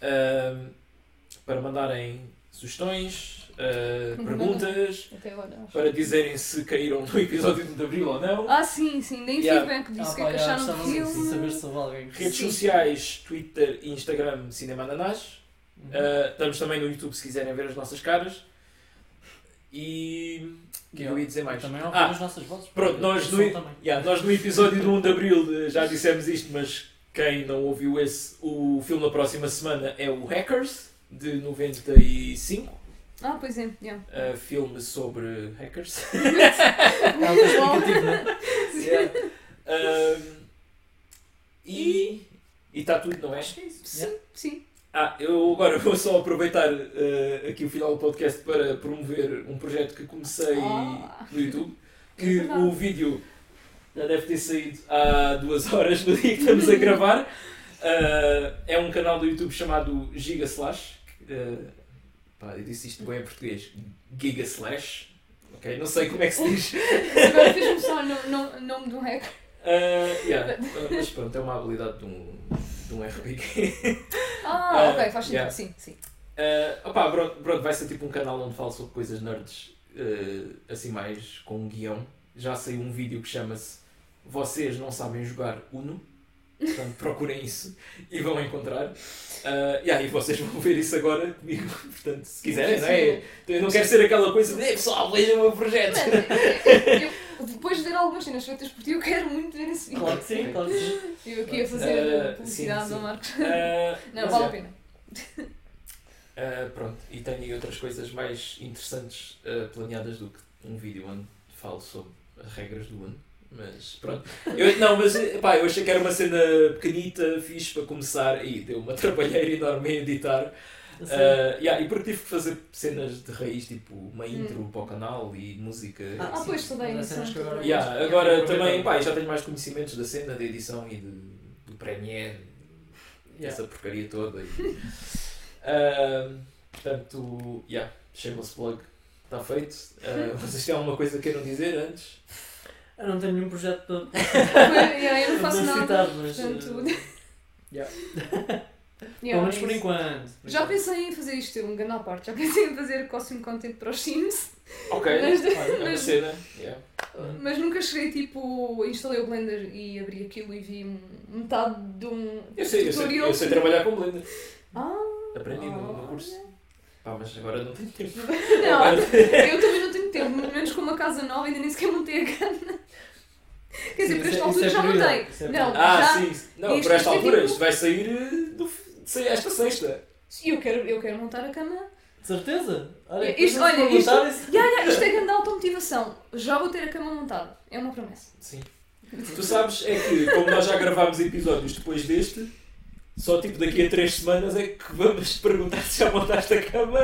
A: ah, para mandarem sugestões, ah,
B: Uhum.
A: perguntas,
B: Até agora, acho.
A: para dizerem se caíram no episódio de Abril ou não.
B: Ah, sim, sim, deem
A: então- Yeah.
B: feedback disso, o que
C: Ah, pá,
B: é que
C: já
B: acharam do
C: gostava muito de saber
B: filme.
C: sobre alguém.
A: Redes
B: Sim.
A: sociais, Twitter e Instagram Cinema Ananás.
C: Uhum.
A: Uh, estamos também no YouTube se quiserem ver as nossas caras. E. O que é que eu ia dizer mais?
C: Também não
A: Ah,
C: as nossas vozes.
A: pronto, nós
C: Som
A: no-
C: também.
A: yeah, nós no episódio do 1 de Abril de- já dissemos isto, mas quem não ouviu esse, o filme da próxima semana é o Hackers, de 95.
B: Ah, pois é, yeah.
A: Uh, filme sobre hackers.
C: É autoexplicativo, não é?
A: Yeah. Um, e. E está tudo, não é?
B: Sim, sim.
A: Ah, eu agora vou só aproveitar eh, aqui o final do podcast para promover um projeto que comecei
B: Ah.
A: no YouTube,
B: É
A: que
B: verdade.
A: o vídeo já deve ter saído há duas horas no dia que estamos a gravar. Eh, é um canal do YouTube chamado Giga Slash. que, eh, pá, eu disse isto bem em português. Giga Slash. Ok, não sei como é que se diz.
B: Agora fiz-me só o no, no, nome do hack.
A: Eh, yeah, mas pronto, é uma habilidade de um, de um RPG.
B: Ah,
A: Ah,
B: ok, faz sentido,
A: yeah.
B: sim, sim.
A: Uh, opá, pronto, pronto, vai ser tipo um canal onde falo sobre coisas nerds, uh, assim mais com um guião. Já saiu um vídeo que chama-se Vocês Não Sabem Jogar Uno. Portanto, procurem isso e vão encontrar. Ah, yeah, e vocês vão ver isso agora comigo. Portanto, se quiserem, não é? Eu não quero ser aquela coisa de "Ei, pessoal, vejam o meu projeto.
B: Mano, eu- eu- depois de ver algumas cenas feitas por ti, eu quero muito ver esse vídeo.
D: Claro que sim, claro que sim.
B: Eu aqui a fazer
A: Ah,
B: publicidade
A: sim, sim.
B: ao Marcos.
A: Ah,
B: Não,
A: mas,
B: vale
A: yeah.
B: a pena.
A: Uh, pronto, e tenho aí outras coisas mais interessantes uh, planeadas do que um vídeo onde falo sobre as regras do ano. Mas pronto. Eu, não, mas pá, eu achei que era uma cena pequenita, fixe para começar e deu uma trabalheira enorme em editar. Uh,
D: Assim.
A: yeah, e porque tive que fazer cenas de raiz, tipo uma intro para o canal e música.
D: Ah,
A: e
B: Hum. Ah,
A: assim.
B: pois, toda a
D: Mas há
B: emissão.
D: cenas que agora-
A: Yeah, agora
D: Aproveitando.
A: também pá, já tenho mais conhecimentos da cena, da edição e de, do Premiere
D: Yeah.
A: essa porcaria toda. E... Ahm, portanto, yeah, shameless plug, está feito. Ah, vocês têm alguma coisa que queiram dizer antes?
D: Eu não tenho nenhum projeto para
B: Eu não
D: para
B: faço nada.
D: citar, mas.
B: portanto-
D: eh,
A: ah,
D: Pelo
B: Yeah,
D: menos
B: é
D: por
B: isso.
D: enquanto. por
B: Já
D: enquanto.
B: pensei em fazer isto, um grande à parte. Já pensei em fazer costume content para os Sims,
A: Ok,
B: mas,
A: é uma
B: mas-
A: cena. Yeah.
B: mas nunca cheguei tipo. Instalei o Blender e abri aquilo e vi metade de um
A: Eu, sei, eu, sei,
B: tutorial.
A: eu sei trabalhar com Blender,
B: Ah,
A: aprendi no, no curso. Pá, mas agora não tenho tempo.
B: Não, eu também não tenho tempo, pelo menos com uma casa nova ainda nem sequer montei a cana. Quer dizer,
D: Sim,
B: para
D: isso é-
B: esta altura
D: isso é
B: já
D: prioridade,
B: montei.
D: isso é
B: Não,
A: Ah,
B: já.
A: sim. Não,
B: isto
A: por esta
B: é
A: altura
B: tipo-
A: isto vai sair eh, do, sei, esta sexta.
B: E Eu quero, eu quero montar a cama.
D: De certeza?
B: É, isto-
D: depois
B: olha,
D: vamos
B: isto-
D: perguntar isso.
B: E olha, isto é grande automotivação. Já vou ter a cama montada. É uma promessa.
A: Sim. Tu sabes é que, como nós já gravámos episódios depois deste, só tipo daqui a três semanas é que vamos perguntar se já montaste a cama.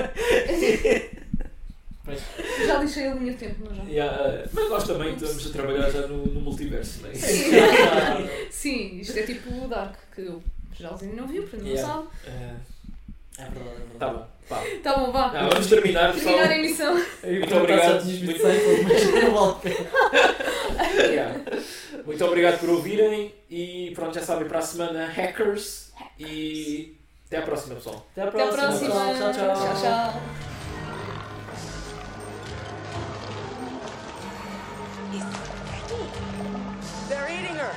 B: Já deixei a linha de tempo, não já?
A: Yeah, eh, mas nós também estamos a trabalhar já no, no multiverso, não é?
B: Sim.
D: Ah,
B: Sim, isto é tipo o Dark, que o Geraldo ainda não viu, portanto não
A: Yeah.
B: sabe.
A: Ah,
D: É verdade, é verdade.
A: tá bom. Pá.
B: Tá bom, vá.
A: Não, Ah, vamos terminar, pessoal.
B: Terminar a emissão.
D: Eu ia
C: Então, tá,
A: Muito
D: perguntar se já
A: obrigado.
D: tinhas visto Seinfeld, mas não vale a pena.
A: Yeah. Muito obrigado por ouvirem e pronto, já sabem, para a semana hackers e até à próxima, pessoal.
D: Até à
B: Até a
D: próxima.
B: próxima.
D: Tchau, tchau.
B: Tchau, tchau.
E: They're eating her.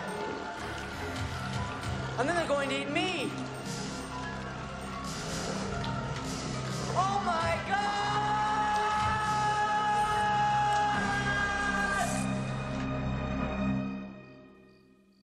E: And then they're going to eat me.